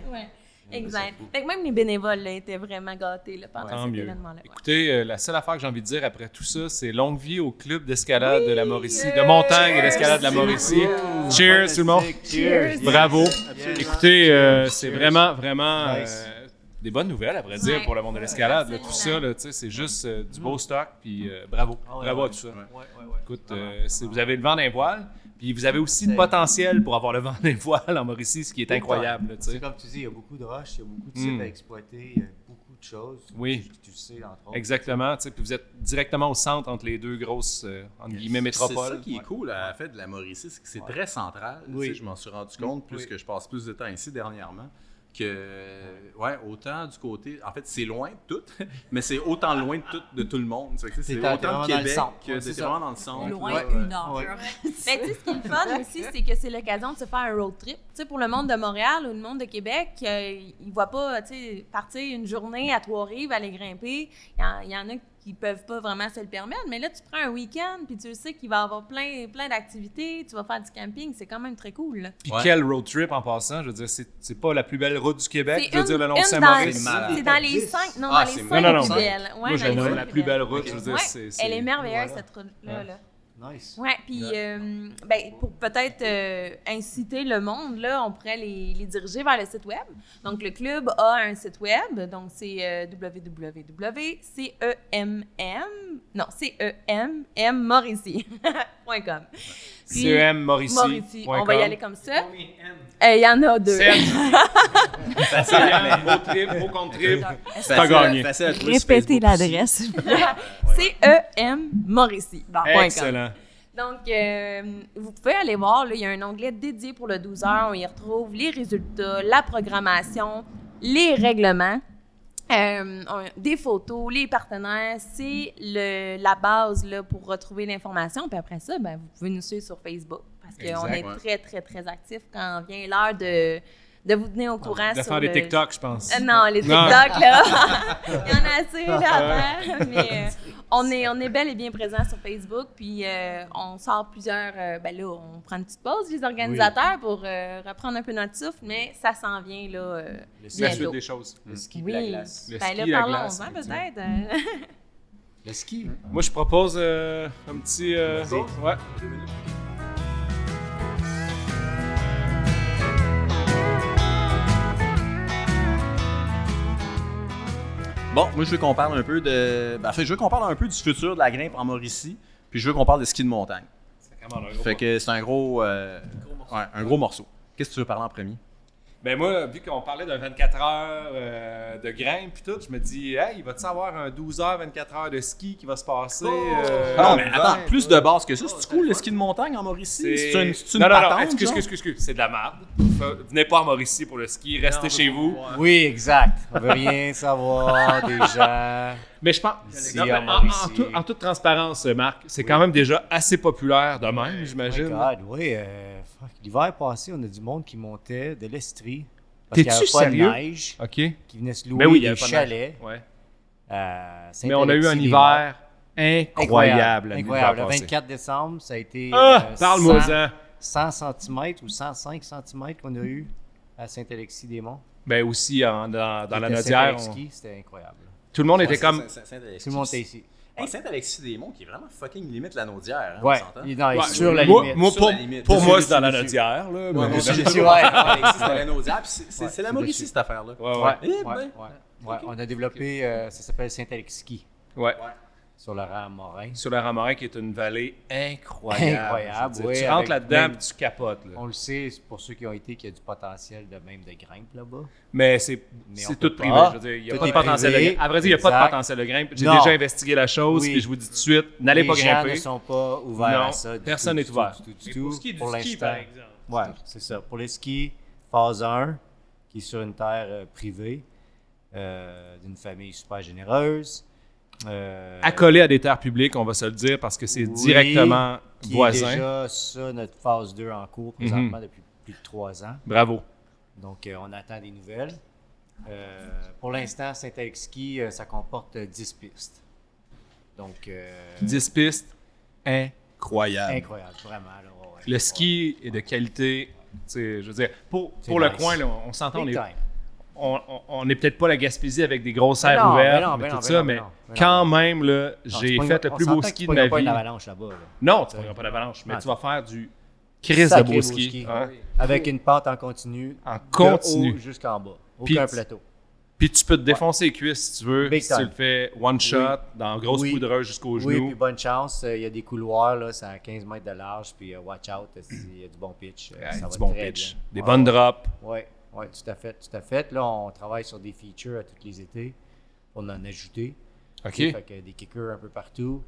E: y en avait.
F: Ouais, Exact. Fait que même les bénévoles là, étaient vraiment gâtés là, pendant
C: Tant
F: cet
C: mieux.
F: événement-là. ouais.
C: Écoutez, euh, la seule affaire que j'ai envie de dire après tout ça, c'est longue vie au club d'escalade de la Mauricie, de montagne et d'escalade de la Mauricie. Cheers tout le monde.
G: Cheers!
C: Bravo. Écoutez, euh, c'est
G: Cheers.
C: vraiment, vraiment
G: Nice.
C: euh, des bonnes nouvelles, à vrai dire,
F: Ouais.
C: pour le monde de l'escalade. là. Tout ça,
F: Absolument. Ah
C: là, tu sais, c'est juste euh, du beau stock, puis euh, bravo. bravo à tout ça. Écoute, euh, c'est- vous avez le vent d'un voile, puis vous avez aussi le potentiel pour avoir le vent d'un voile en Mauricie, ce qui est incroyable. là, tu
G: C'est
C: sais.
G: comme tu dis, il y a beaucoup de roches, il y a beaucoup de
C: Hmm.
G: sites à exploiter, il y a beaucoup de choses.
C: Oui.
G: Tu, tu sais, entre autres.
C: Exactement. tu sais, Puis vous êtes directement au centre entre les deux grosses euh, entre guillemets,
B: C'est ça
C: métropoles.
B: qui est cool, en fait, de la Mauricie, c'est que c'est très central. Tu sais,
G: Oui.
B: Je m'en suis rendu compte, plus que je passe plus de temps ici dernièrement, que, ouais, autant du côté... En fait, c'est loin de tout, mais c'est autant loin de tout, de tout le monde. Tu sais, C'est
G: T'es
B: autant
G: vraiment
B: de
G: dans le
B: Québec
G: centre.
B: que
G: Ouais,
B: c'est
G: c'est ça.
B: vraiment dans le centre.
E: Loin
B: Ouais.
E: une heure.
G: Ouais.
F: Mais tu sais, ce qui est le fun aussi, c'est que c'est l'occasion de se faire un road trip. Tu sais, pour le monde de Montréal ou le monde de Québec, euh, ils ne voient pas, tu sais, partir une journée à Trois-Rives, aller grimper. Il y en- il y, en a qui peuvent pas vraiment se le permettre, mais là, tu prends un week-end, puis tu sais qu'il va y avoir plein, plein d'activités, tu vas faire du camping, c'est quand même très cool. là.
C: Puis
B: Ouais.
C: quel road trip en passant, je veux dire, c'est c'est pas la plus belle route du Québec,
F: C'est
C: je veux
F: une-
C: dire, le long de
F: une
C: Saint-Maurice.
F: dans-
B: Malade.
F: C'est dans
G: Top
F: les
G: 10.
F: cinq, non,
B: Ah,
F: dans les
B: c'est-
F: cinq
C: Non, non, non.
F: plus belles. Ouais,
C: Moi,
F: dans les
C: j'aime
F: cinq
C: la plus
F: plus
C: belle
F: belles.
C: route, je veux dire,
F: Ouais,
C: c'est... c'est-
F: Elle est merveilleuse,
G: Voilà.
F: cette route-là. là.
G: Nice.
F: Ouais, puis euh, ben, pour peut-être euh, inciter le monde, là, on pourrait les, les diriger vers le site web. Donc, le club a un site web, donc c'est euh, www.cemm, non, cemmmauricie.com. Puis,
C: CEM E Mauricie.
F: Mauricie, on va y
C: .com.
F: aller comme ça. Euh, Il y en a deux.
C: CEM, beau trip, beau contre-trip.
B: Facile
C: T'as
B: à-
C: gagné.
B: facile à trouver sur
E: Répétez
B: Facebook
E: l'adresse. s'il vous plaît.
F: cemmmauricie.com.
C: Excellent.
F: Donc, euh, vous pouvez aller voir, là, il y a un onglet dédié pour le 12 heures. On y retrouve les résultats, la programmation, les règlements, euh, on- des photos, les partenaires. C'est le- la base là, pour retrouver l'information. Puis après ça, ben, vous pouvez nous suivre sur Facebook parce qu'on
C: Exact,
F: est
B: ouais.
F: très, très, très actifs quand vient l'heure de, de vous tenir au courant.
C: De
F: sur
C: faire des
F: le-
C: TikTok, je pense.
F: euh, non, les TikTok,
C: Non.
F: là, il y en a assez, là, à faire, mais euh, on, est, on est bel et bien présents sur Facebook, puis euh, on sort plusieurs, euh, ben là, on prend une petite pause, les organisateurs, pour euh, reprendre un peu notre souffle, mais ça s'en vient, là, euh,
G: Le ski,
C: La
F: Mais
C: suite
F: l'eau.
C: des choses.
G: le ski
F: oui.
G: de la glace.
C: Le
F: ben
C: ski, la
F: là,
C: glace,
F: parlons-en
C: effectivement.
F: peut-être. euh.
G: Le ski.
C: Moi, je propose euh, un petit... euh, ouais.
B: Bon, moi je veux qu'on parle un peu de. Ben, en fait, je veux qu'on parle un peu du futur de la grimpe en Mauricie, puis je veux qu'on parle de ski de montagne. Fait que c'est un gros, euh, ouais, un gros morceau. Qu'est-ce que tu veux parler en premier?
C: Ben moi, vu qu'on parlait d'un 24 heures euh, de grimpe puis tout, je me dis, hey, il va-tu avoir un 12 heures, 24 heures de ski qui va se passer?
F: Oh!
C: euh,
B: Ah non, mais
C: ben,
B: attends, plus de base que ça.
C: Oh,
B: C'est cool le ski de montagne en Mauricie?
C: c'est-
B: C'est une, c'est une
C: non, non,
B: patente,
C: non, excuse,
B: genre?
C: excuse, excuse, excuse, c'est de la merde. F- Venez pas à Mauricie pour le ski, restez chez vous.
G: Oui, exact. On veut rien savoir des gens.
C: Mais je pense,
G: Ici,
C: Non, mais
G: à
C: en- en,
G: Mauricie.
C: tout- en toute transparence, euh, Marc, c'est quand même déjà assez populaire de même, j'imagine.
G: Oh my God, oui. euh, fuck, L'hiver passé, on a du monde qui montait de l'Estrie. Parce
C: T'es-tu
G: qu'il n'y avait pas
C: sérieux?
G: de neige.
C: OK.
G: Qui venait se
C: Mais
G: louer
C: oui, il y
G: des
C: avait pas de neige.
G: chalets.
C: Ouais.
G: à
C: Mais on a eu un
G: Saint-Alexis-des-Monts.
C: hiver incroyable. l'année
G: Incroyable. Le
C: passée.
G: 24 décembre, ça a été
C: Ah,
G: euh,
C: parle-moi-en.
G: 100 cm ou 105 cm qu'on a eu à Saint-Alexis-des-Monts.
C: Ben aussi, en- dans, dans la
G: C'était
C: Nodière,
G: Saint-Alexis,
C: on-
G: C'était incroyable.
C: tout le monde était comme...
G: Tout le monde était ici.
B: Saint-Alexis-des-Monts qui est vraiment fucking limite la Naudière. hein,
G: Ouais,
B: on s'entend?
G: Ah, il est dans- il est
C: Ouais,
G: sur la
C: moi,
G: limite.
C: moi,
B: Sur
C: pour,
B: la limite.
C: pour
G: Dessus,
C: moi,
G: dessus,
C: c'est dans la
G: dessus.
C: notière. Là, mais-
B: Ouais, moi,
G: c'est
B: j'ai-
G: dessus, ouais.
B: Alexis, c'était la Naudière, puis c'est- c'est
G: Ouais,
B: c'est la
G: c'est
B: Mauricie
G: dessus.
B: cette affaire-là.
C: Ouais, ouais.
G: Ouais,
B: Eh
G: ouais,
B: ben.
G: ouais, ouais. On a développé, euh, ça s'appelle Saint-Alexis
C: Ouais.
G: sur le rang Morin.
C: Sur la Ramorin, qui est une vallée incroyable.
G: Incroyable,
C: je veux dire.
G: oui,
C: Tu
G: avec
C: rentres là-dedans
G: même-
C: et tu capotes. là.
G: On le sait, c'est pour ceux qui ont été, qu'il y a du potentiel de même de grimpe là-bas.
C: Mais c'est
G: Mais on
C: c'est
G: peut
C: tout
G: pas.
C: privé. Je veux dire, il n'y a
G: Tout
C: pas de
G: est
C: potentiel de
G: privé.
C: grimpe. À vrai dire, il n'y a pas de
G: Exact.
C: potentiel de grimpe. J'ai
G: Non.
C: déjà investigué la chose
G: Oui.
C: et je vous dis tout de suite, n'allez pas
G: Les gens
C: grimper.
G: ne sont pas ouverts
C: Non,
G: à ça. du
C: personne
G: tout,
C: n'est
G: du
C: ouvert.
G: tout, du tout, du
M: Pour
G: tout,
M: ce qui est du
G: pour
M: ski,
G: l'instant.
M: par exemple.
G: Ouais, c'est ça. Pour les skis, phase 1, qui est sur une terre euh, privée euh, d'une famille super généreuse. Euh,
C: Accolé à des terres publiques, on va se le dire, parce que c'est
G: oui,
C: directement
G: qui est
C: voisin. Mhm.
G: déjà ça, notre phase 2 en cours présentement depuis plus de trois ans.
C: Bravo.
G: Donc, euh, on attend des nouvelles. Euh, pour l'instant, Saint-Alexis, euh, ça comporte euh, 10 pistes. Donc, euh,
C: 10 pistes, incroyable.
G: incroyable, vraiment. là, ouais, ouais.
C: Le ski est de qualité. tu sais, Je veux dire, pour,
G: C'est
C: pour le
G: nice.
C: coin, là, on on s'entend, on
G: Big
C: est,
G: time.
C: on, on- on est peut-être pas la Gaspésie avec des grosses
G: Mais
C: aires
G: non, mais
C: ouvertes,
G: non,
C: mais
G: mais
C: tout
G: non, mais
C: ça,
G: non,
C: mais
G: mais non, mais
C: quand même, là,
G: Non,
C: j'ai
G: tu pognes-
C: fait le
G: on
C: plus beau
G: s'entend que
C: ski
G: tu
C: de
G: pognes
C: ma
G: pas
C: vie.
G: une avalanche là-bas. là.
C: Non, tu ne pas d'avalanche, mais
G: Ah.
C: tu vas faire du Chris de
G: Sacré
C: beau
G: beau
C: ski.
G: ski.
C: hein.
G: Avec une pente en continu.
C: En
G: de
C: continu.
G: haut jusqu'en bas.
C: Puis
G: Aucun
C: tu-
G: plateau.
C: Puis tu peux te défoncer les cuisses si tu veux,
G: Big
C: si tu
G: time.
C: le fais one shot, dans grosse
G: Oui.
C: poudreuse jusqu'aux
G: Oui,
C: genoux.
G: puis bonne chance. euh, Il y a des couloirs, là, c'est à 15 mètres de large. Puis euh, watch out, euh, s'il y a du bon pitch. euh,
C: Ouais,
G: ça va
C: du bon
G: très
C: pitch,
G: bien.
C: des
G: Ouais,
C: bonnes drops.
G: Oui, ouais, tout à fait, tout à fait. Là, on travaille sur des features à tous les étés. On en a ajouté.
C: OK.
G: Fait que des kickers un peu partout.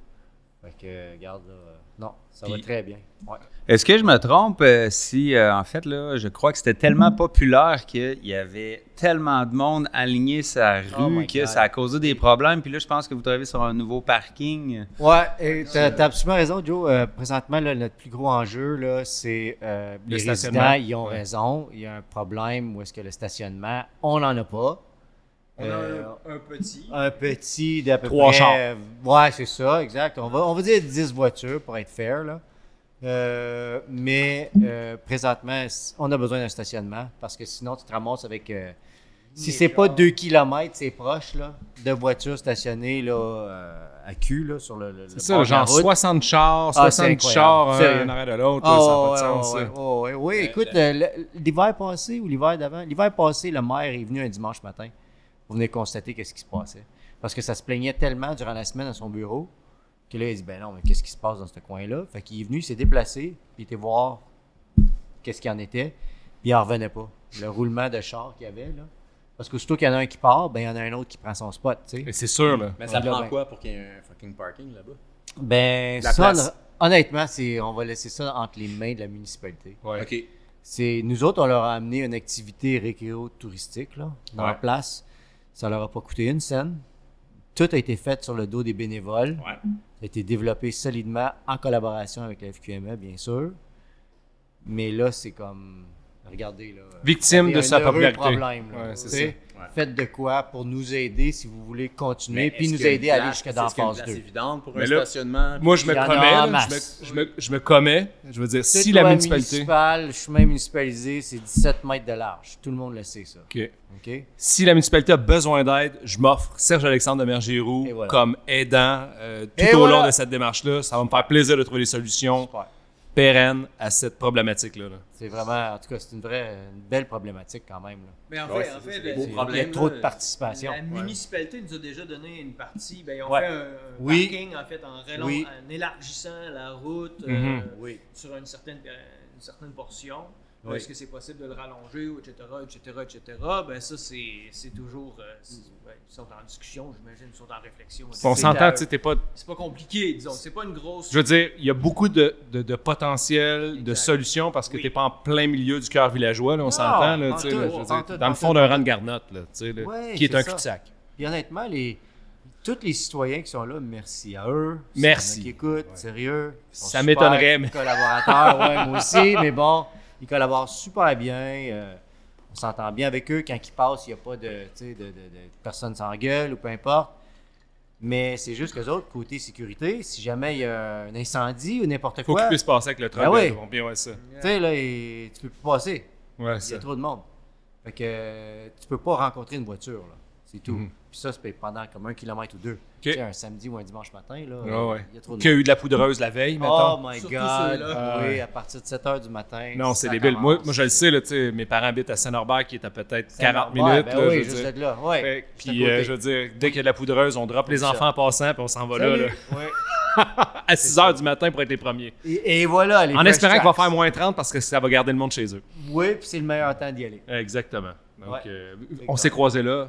G: Fait que, euh, regarde, là, euh, non, ça va
C: Puis-
G: très bien. Ouais.
D: Est-ce que je me trompe euh, si, euh, en fait, là, je crois que c'était tellement populaire qu'il y avait tellement de monde aligné sa
G: Oh
D: rue
G: my
D: que
G: God.
D: ça a causé des problèmes. Puis là, je pense que vous travaillez sur un nouveau parking.
G: Ouais, et t'as, t'as absolument raison, Joe. Euh, présentement, là, notre plus gros enjeu, là, c'est euh,
C: Le
G: les
C: stationnement.
G: résidents, ils ont raison. Il y a un problème où est-ce que le stationnement, on n'en a pas.
H: On
G: Euh,
H: a un, un petit.
G: un petit d'à peu
C: Trois
G: près...
C: chars.
G: euh, Ouais, c'est ça, exact. On va, on va dire 10 voitures pour être fair, là. Euh, mais euh, présentement, s- on a besoin d'un stationnement parce que sinon, tu te ramasses avec... euh, si c'est pas 2 km, c'est proche, là, de voitures stationnées, là, euh, à cul, là, sur le, le- le
C: C'est
G: bord
C: ça,
G: de la
C: genre
G: route.
C: 60 chars,
G: Ah,
C: 70
G: c'est incroyable.
C: chars, hein, un
G: Sérieux.
C: en arrière de l'autre,
G: Ah,
C: ça n'a pas de
G: ouais,
C: sens.
G: ouais,
C: ça.
G: ouais, ouais, ouais. Oui, écoute, euh, le- l'hiver passé ou l'hiver d'avant, l'hiver passé, le maire est venu un dimanche matin pour venir constater qu'est-ce qui se passait. Parce que ça se plaignait tellement durant la semaine à son bureau que là, il dit, ben non, mais qu'est-ce qui se passe dans ce coin-là? Fait qu'il est venu, il s'est déplacé, puis il était voir qu'est-ce qu'il en était, puis il en revenait pas. Le roulement de char qu'il y avait, là. Parce qu'aussitôt qu'il y en a un qui part, ben il y en a un autre qui prend son spot, tu sais.
C: Et c'est sûr, là.
B: Mais ça
G: Ouais, là,
B: prend
G: ben-
B: quoi pour qu'il y ait un fucking parking là-bas?
G: Ben,
B: La
G: ça,
B: place.
G: hon- honnêtement, c'est, on va laisser ça entre les mains de la municipalité.
C: Ouais.
B: OK.
G: C'est nous autres, on leur a amené une activité récréo touristique là, dans la
C: Ouais.
G: place. Ça leur a pas coûté une scène. Tout a été fait sur le dos des bénévoles.
B: Ouais.
G: Ça a été développé solidement en collaboration avec la FQME, E, bien sûr. Mais là, c'est comme regardez là.
C: Victime
G: c'est
C: de
G: un
C: sa
G: heureux
C: popularité.
G: problème. là.
C: Ouais, c'est
G: Tu sais, Faites de quoi pour nous aider si vous voulez continuer,
B: Mais
G: puis
B: est-ce
G: nous
B: qu'il y a
G: aider
B: une
G: à aller
B: place-
G: jusque dans
B: est-ce qu'il y a une
G: phase
B: place
G: 2.
B: évidente pour
C: Mais
B: un
C: là-
B: stationnement.
C: Moi, je me
G: Il y en a
C: commets,
G: en
C: là, je,
G: masse.
C: me, je, me, je me commets. Je veux dire, si la
G: Toute loi
C: municipalité,
G: municipale, chemin municalisé, c'est 17 mètres de large. Tout le monde le sait ça.
C: OK.
G: OK?
C: si la municipalité a besoin d'aide, je m'offre Serge-Alexandre de Mergiroux
G: Et voilà.
C: comme aidant euh, tout
G: Et
C: au long
G: voilà.
C: de cette démarche-là. Ça va me faire plaisir de trouver des solutions
G: Super.
C: pérennes à cette problématique-là. là.
G: C'est vraiment, en tout cas, c'est une vraie, une belle problématique quand même. là.
H: Mais en fait,
B: Ouais,
H: en
B: c'est-
H: fait,
B: c'est
H: la-
B: des beaux
H: la-
G: Il y a
B: problèmes.
G: trop de
C: euh,
B: là.
G: participation.
H: la municipalité nous a déjà donné une partie. Ben, ils ont
G: Ouais.
H: fait un, un
G: Oui.
H: parking en fait en, rallon-
G: Oui.
H: en élargissant la route euh,
C: Mhm.
G: Oui.
H: sur une certaine, euh, une certaine portion.
G: Oui.
H: Est-ce que c'est possible de le rallonger, ou etc., etc., etc. Ben ça, c'est c'est toujours... euh, c'est- ouais, ils sont en discussion, j'imagine, ils sont en réflexion.
C: On
H: C'est
C: s'entend,
H: à-
C: tu sais, t'es pas
H: C'est pas compliqué, disons. C'est pas une grosse...
C: Je veux dire, il y a beaucoup de, de- de potentiel, de
H: Exact.
C: solutions parce que
H: Oui.
C: tu n'es pas en plein milieu du cœur villageois, là, on s'entend, là,
G: en
C: tu sais,
G: tout,
C: là, je veux
G: en
C: dire,
G: tout,
C: dans
G: en
C: le fond
G: tout.
C: d'un rang de garnotte, là, tu sais, là,
G: Ouais,
C: qui est,
G: c'est
C: un
G: ça.
C: cul-de-sac.
G: Puis honnêtement, les, tous les citoyens qui sont là, merci à eux. S'il y en a
C: Merci.
G: qui écoutent, sérieux. ils sont
C: Ça
G: super
C: m'étonnerait, mais-
G: Collaborateurs, ouais, moi aussi, mais bon, ils collaborent super bien. euh, on s'entend bien avec eux. Quand ils passent, il n'y a pas de, tu sais, de, de, de personne sans gueule ou peu importe. Mais c'est juste que autres, côté sécurité, si jamais il y a un incendie ou n'importe
C: Faut
G: quoi,
C: qu'il
G: tu
C: puisse passer avec le truck
G: Ben
C: de-
G: oui.
C: de pompiers, ouais, ça.
G: sais, là, il- tu peux plus passer.
C: Ouais,
G: Il y
C: ça.
G: a trop de monde. Fait que euh, tu peux pas rencontrer une voiture, là. C'est tout.
C: Mhm.
G: Puis ça, c'est pendant comme un kilomètre ou deux. Tu sais, un samedi ou un dimanche matin, là.
C: Ouais, ouais.
G: Il y a trop de
C: Qui a
G: monde.
C: eu de la poudreuse la veille,
G: Oh
C: mettons. Ah
G: my
H: Surtout
G: God! Ah
H: ceux-là.
G: oui, à partir de 7 h du matin.
C: non,
G: ça
C: c'est débile.
G: commence.
C: Moi, moi, je le sais, là, tu sais, mes parents habitent à Saint-Norbert qui est à peut-être
G: Ça
C: 40
G: m'en va.
C: minutes.
G: Ben
C: là,
G: oui,
C: je
G: juste
C: veux dire.
G: de là. Ouais.
C: Fait-
G: Juste à
C: puis, euh,
G: côté.
C: je veux dire, dès qu'il y a de la poudreuse, on drop les
G: ça.
C: enfants en passant, puis on s'en va là,
G: Salut.
C: là,
G: Ouais.
C: à 6 h du matin pour être les premiers.
G: Et, et voilà, les
C: En
G: fresh
C: espérant qu'il va
G: tracks.
C: faire moins 30 parce que ça va garder le monde chez eux.
G: Oui, puis c'est le meilleur temps d'y aller.
C: Exactement. Donc,
G: Ouais.
C: euh, on
G: Exactement.
C: s'est croisés là,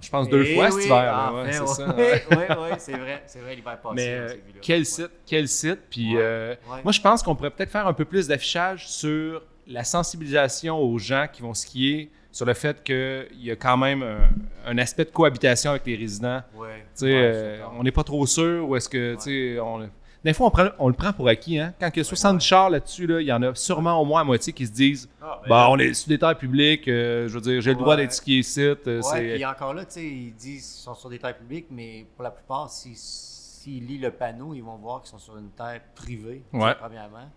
C: je pense, deux
G: Eh
C: fois
G: oui,
C: cet hiver. là,
G: enfin,
C: ouais, c'est ça.
G: Oui, oui, oui, c'est vrai. Ah, C'est vrai, l'hiver passé.
C: Mais
G: on
C: euh,
G: s'est vu là.
C: quel
G: Ouais.
C: site, quel site. Puis
G: Ouais.
C: euh,
G: Ouais.
C: moi, je pense qu'on pourrait peut-être faire un peu plus d'affichage sur la sensibilisation aux gens qui vont skier sur le fait qu'il y a quand même un, un aspect de cohabitation avec les résidents.
G: Ouais.
C: Tu sais, euh, on n'est pas trop sûr ou est-ce que, tu sais, on- Des fois, on, prend- on le prend pour acquis. Hein? Quand il y a 70 chars là-dessus, là, il y en a sûrement au moins à moitié qui se disent
G: Ah, ben,
C: bah, On est sur des terres publiques, euh, je veux dire, j'ai le droit
G: Ouais.
C: d'être skié ici. euh,
G: Ouais,
C: c'est-
G: puis encore là, tu sais, ils disent qu'ils sont sur des terres publiques, mais pour la plupart, si- s'ils lisent le panneau, ils vont voir qu'ils sont sur une terre privée, tu sais,
C: Ouais.
G: premièrement.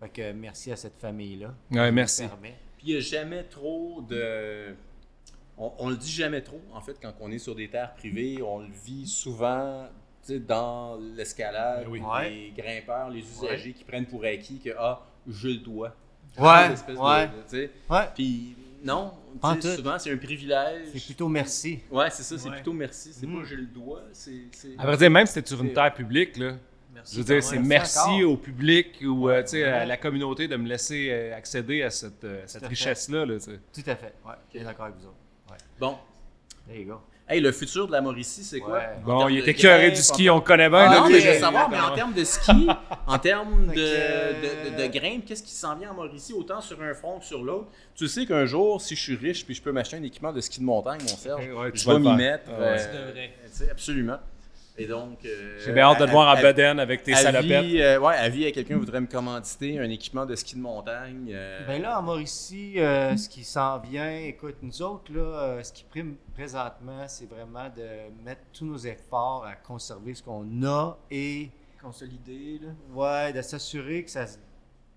G: Fait que merci à cette famille-là.
C: Ouais,
G: qui
C: merci.
G: nous permet.
B: Puis il n'y a jamais trop de. On, on le dit jamais trop, en fait, quand on est sur des terres privées, on le vit souvent tu sais, dans l'escalade,
C: Ben oui.
B: les grimpeurs, les usagers qui prennent pour acquis que ah, je le dois.
G: Ouais,
B: Une espèce de-
G: ouais.
B: de- tu sais.
G: Ouais.
B: Puis non, tu
G: Pas en
B: sais,
G: tout.
B: souvent c'est un privilège.
G: C'est plutôt merci.
B: Ouais, c'est ça, c'est
H: Ouais.
B: plutôt merci. C'est
G: Mm.
B: pas je le dois, c'est. c'est-
C: À vrai dire, même si c'était sur une
B: C'est-
C: terre publique, là,
H: Merci.
C: je veux dire, c'est merci
G: encore.
C: au public ou euh, tu sais, à la communauté de me laisser euh, accéder à cette, euh, cette
G: à fait.
C: richesse-là. là, tu sais.
G: Tout à fait. Ouais, je suis d'accord avec vous autres.
B: Bon.
G: There you go.
B: Hey, le futur de la Mauricie, c'est quoi?
G: Ouais.
B: En
C: Bon,
B: termes
C: il
B: de
C: était curé
B: grimpe,
C: du
B: en
C: ski, on le connaît bien.
G: Ah,
C: là,
B: non,
G: ok.
C: tu
B: mais je
C: sais.
B: veux savoir, mais en termes de ski, en termes de,
G: Fait
B: de,
G: que-
B: de, de grimpe, qu'est-ce qui s'en vient en Mauricie, autant sur un front que sur l'autre? Tu sais qu'un jour, si je suis riche puis je peux m'acheter un équipement de ski de montagne, mon Serge,
C: Ouais, tu
B: je
C: vas
B: vais
C: le faire.
B: m'y mettre.
C: Ah,
B: euh,
C: ouais.
H: Tu devrais.
B: tu sais, absolument. Et donc. euh,
C: J'ai bien hâte de
B: à-
C: te voir
B: à-
C: en Baden avec tes
B: à
C: salopettes.
B: vie, euh, ouais, à vie, à quelqu'un voudrait me commanditer un équipement de ski de montagne. euh,
G: Ben là, en Mauricie, euh, ce qui s'en vient, écoute, nous autres, là, euh, ce qui prime présentement, c'est vraiment de mettre tous nos efforts à conserver ce qu'on a et
H: Consolider, là.
G: ouais, de s'assurer que ça se-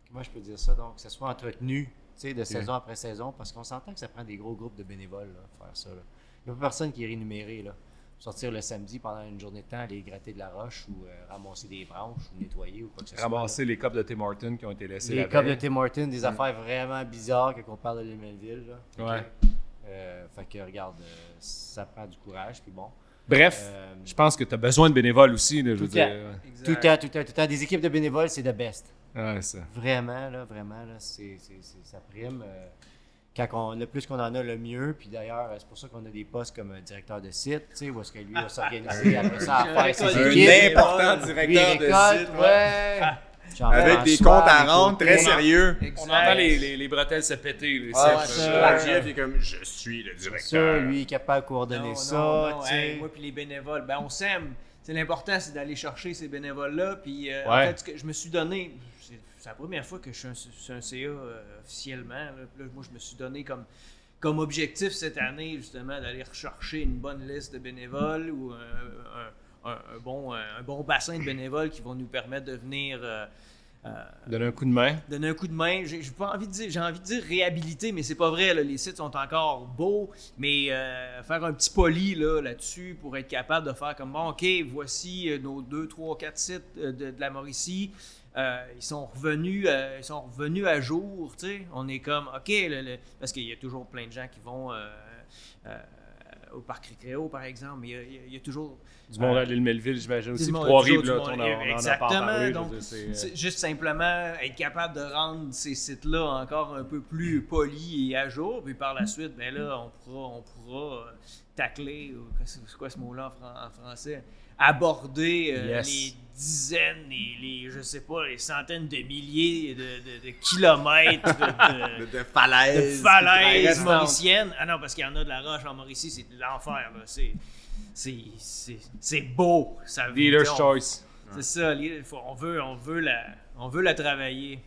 G: comment je peux dire ça, donc que ça soit entretenu, tu sais, de saison après saison, parce qu'on s'entend que ça prend des gros groupes de bénévoles là, pour faire ça. là. Il n'y a pas personne qui est rémunéré. Là. Sortir le samedi pendant une journée de temps, aller gratter de la roche ou euh, ramasser des branches ou nettoyer ou quoi que ce soit. là.
C: Ramasser les copes de Tim Hortons qui ont été laissées
G: Les
C: la
G: copes de
C: veille.
G: Tim Hortons, des affaires vraiment bizarres que qu'on parle de l'Emelville. là.
C: Ouais.
G: Euh, fait que regarde, euh, ça prend du courage, puis bon.
C: Bref,
G: Euh,
C: je pense que tu as besoin de bénévoles aussi. là, je veux
G: Tout à-
C: dire. euh,
G: tout le temps, tout le temps, tout le temps. Des équipes de bénévoles, c'est de best.
C: Ouais, ça.
G: Vraiment, là, vraiment, là, c'est, c'est- c'est- ça prime. euh, quand on, le plus qu'on en a, le mieux. Puis d'ailleurs, euh, c'est pour ça qu'on a des postes comme euh, directeur de site, tu sais, où est-ce que lui va
H: Ah,
G: s'organiser après ça à faire ses
B: Un
G: équipes.
B: important
G: Lui, il
B: directeur de
G: récolte,
B: site.
G: ouais. J'en
B: Avec
G: prends
B: des
G: soin,
B: comptes à
G: des
B: rendre
G: côtés.
B: très sérieux.
C: On entend les, les, les bretelles se péter. les
B: Ah,
C: cercles.
B: c'est
G: ouais.
B: ça. Jeff est comme je suis le
G: Ça,
B: directeur.
G: lui, il est capable de coordonner
H: Non,
G: ça,
H: non, non,
G: tu sais.
H: hey, moi puis les bénévoles, ben on s'aime. C'est l'important, c'est d'aller chercher ces bénévoles-là. Puis euh, en
C: Ouais.
H: fait, ce que je me suis donné, c'est c'est la première fois que je suis un, sur un CA euh, officiellement. là. Puis là, moi, je me suis donné comme comme objectif cette année justement d'aller rechercher une bonne liste de bénévoles ou euh, un, un- un- un bon euh, un bon bassin de bénévoles qui vont nous permettre de venir. euh, euh,
C: Donner un coup de main.
H: donner un coup de main. J'ai j'ai pas envie de dire, j'ai envie de dire réhabiliter, mais c'est pas vrai. là. Les sites sont encore beaux, mais euh, faire un petit poli là, là-dessus pour être capable de faire comme bon, ok, voici euh, nos 2, 3, 4 sites euh, de, de la Mauricie. Euh, ils sont revenus, euh, ils sont revenus à jour. tu sais. On est comme ok, le- le- parce qu'il y a toujours plein de gens qui vont euh, euh, au parc Récréo, par exemple. mais Il y a- il y a- il y a toujours
C: Du monde à l'île Melville, j'imagine aussi.
H: du
C: puis
H: monde-
C: Trois-Rives,
H: toujours
C: là,
H: du
C: on en-
H: monde-
C: on en a pas
H: Exactement,
C: parlé. je veux
H: donc,
C: dire, c'est, euh,
H: c'est juste simplement être capable de rendre ces sites-là encore un peu plus polis et à jour. Puis par la suite, ben là, on pourra, on pourra euh, tacler, ou qu'est-ce- c'est quoi ce mot-là en, fran- en français, aborder euh,
C: Yes.
H: les dizaines et les, je sais pas, les centaines de milliers de, de- de kilomètres de,
B: De, de
H: de
B: falaise.
H: falaise
B: Restante.
H: mauricienne. Ah non, parce qu'il y en a de la roche en Mauricie, c'est de l'enfer. là. C'est- C'est c'est- c'est beau. Ça,
C: Dealer's
H: on-
C: euh, Choice.
H: C'est ça, les- faut- on veut, on, veut la, on veut la travailler.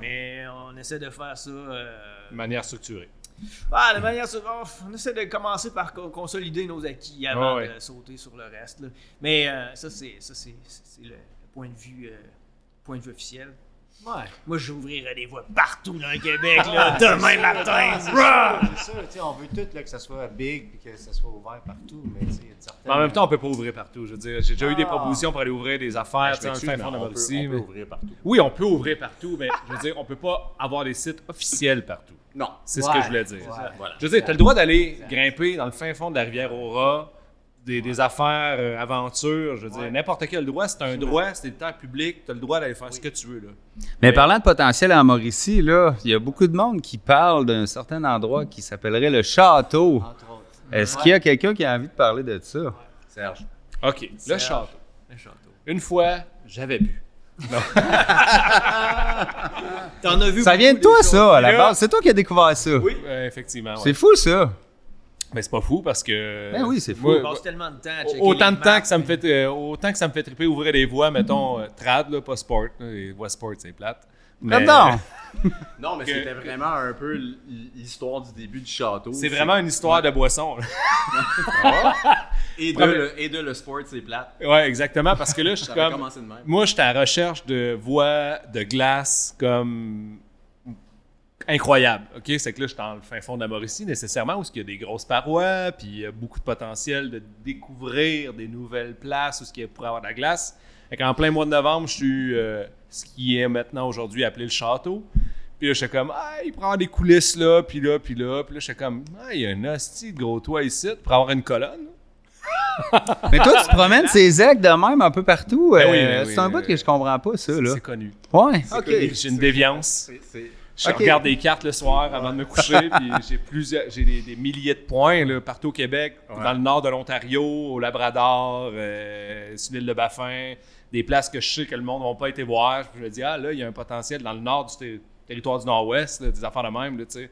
H: Mais on essaie de faire ça. euh,
C: De manière structurée.
H: ah, de manière souvent, on essaie de commencer par co- consolider nos acquis avant
C: Ouais, ouais.
H: de sauter sur le reste. là. Mais euh, ça, c'est ça, c'est- c'est- c'est le point de vue, euh, point de vue officiel.
G: Ouais.
H: Moi, j'ouvrirai des voies partout dans le Québec là, demain matin. Bruh!
G: Ah, C'est sûr, tu sais, on veut tout là, que ça soit big puis que ça soit ouvert partout, mais tu sais, il y a une certaine...
C: Mais en même temps, on peut pas ouvrir partout. Je veux dire, j'ai déjà eu des
G: Ah.
C: propositions pour aller ouvrir des affaires tu sais, dans le
B: Là-dessus,
C: fin
B: mais
C: fond de la
B: on peut-
C: Mauricie.
B: on peut
C: mais-
B: ouvrir partout.
C: Oui, on peut ouvrir partout, mais je veux dire, on peut pas avoir des sites officiels partout.
B: Non.
C: C'est ce
G: Ouais,
C: que je voulais dire.
G: c'est ça.
B: Voilà.
C: Je veux dire, tu as le droit d'aller grimper dans le fin fond de la rivière au rat, des, des affaires, euh, aventures, je veux dire, n'importe quel droit, c'est un droit, c'est des terres publiques, tu as le droit d'aller faire ce que tu veux. Là.
D: Mais parlant de potentiel en Mauricie, là, il y a beaucoup de monde qui parle d'un certain endroit qui s'appellerait le château.
G: Entre autres.
D: Est-ce qu'il y a quelqu'un qui a envie de parler de ça?
B: Serge.
C: OK, le château.
H: Le château.
C: Une fois, j'avais bu.
H: T'en as vu
D: Ça
H: beaucoup
D: vient de toi,
H: des
D: ça,
H: choses.
D: à la
H: Là-
D: base. C'est toi qui as découvert ça.
C: Oui, euh, effectivement. ouais.
D: C'est fou, ça.
C: Mais c'est pas fou parce que.
D: Ben oui, c'est fou.
C: Moi,
H: On passe tellement de temps à
C: au-
H: checker
C: Autant
H: les
C: de temps
H: maps.
C: que ça me fait euh, autant que ça me fait triper ouvrir les voies, mettons euh, trad là, pas sport, là, les voies sport c'est plate. Mais- euh,
D: Attends.
B: Non, mais
C: Que-
B: c'était vraiment un peu l- l'histoire du début du château.
C: C'est vraiment une histoire de boisson. là.
B: Et de,
C: Probable-
B: le, et de le sport, c'est plate.
C: ouais, exactement parce que là je suis
B: Ça avait
C: comme
B: commencé de même.
C: moi j'étais à la recherche de voies de glace comme incroyable. OK, c'est que là je suis dans le fin fond de la Mauricie nécessairement où il y a des grosses parois, puis il y a beaucoup de potentiel de découvrir des nouvelles places où ce qu'il y a pour avoir de la glace. Fait en plein mois de novembre, je suis euh, ce qui est maintenant aujourd'hui appelé le château. Puis là, j'étais comme, ah, il prend des coulisses là, puis là, puis là. Puis là, j'étais comme, ah, il y a un hostie de gros toit ici pour avoir une colonne.
D: Mais toi, tu te promènes ces aigles de même un peu partout.
C: Ben oui,
D: euh,
C: ben oui,
D: c'est un
C: ben
D: bout
C: oui.
D: que je comprends pas, ça, là.
C: C'est connu.
D: Ouais.
C: Et J'ai une déviance.
B: C'est- c'est-
C: Je
D: Ok.
C: regarde des cartes le soir avant de me coucher, puis j'ai plusieurs, j'ai des, des milliers de points là, partout au Québec, dans le nord de l'Ontario, au Labrador, euh, sur l'île de Baffin, des places que je sais que le monde n'a pas été voir. Puis Je me dis ah là il y a un potentiel dans le nord du ter- territoire du Nord-Ouest, là, des affaires de même là, tu sais.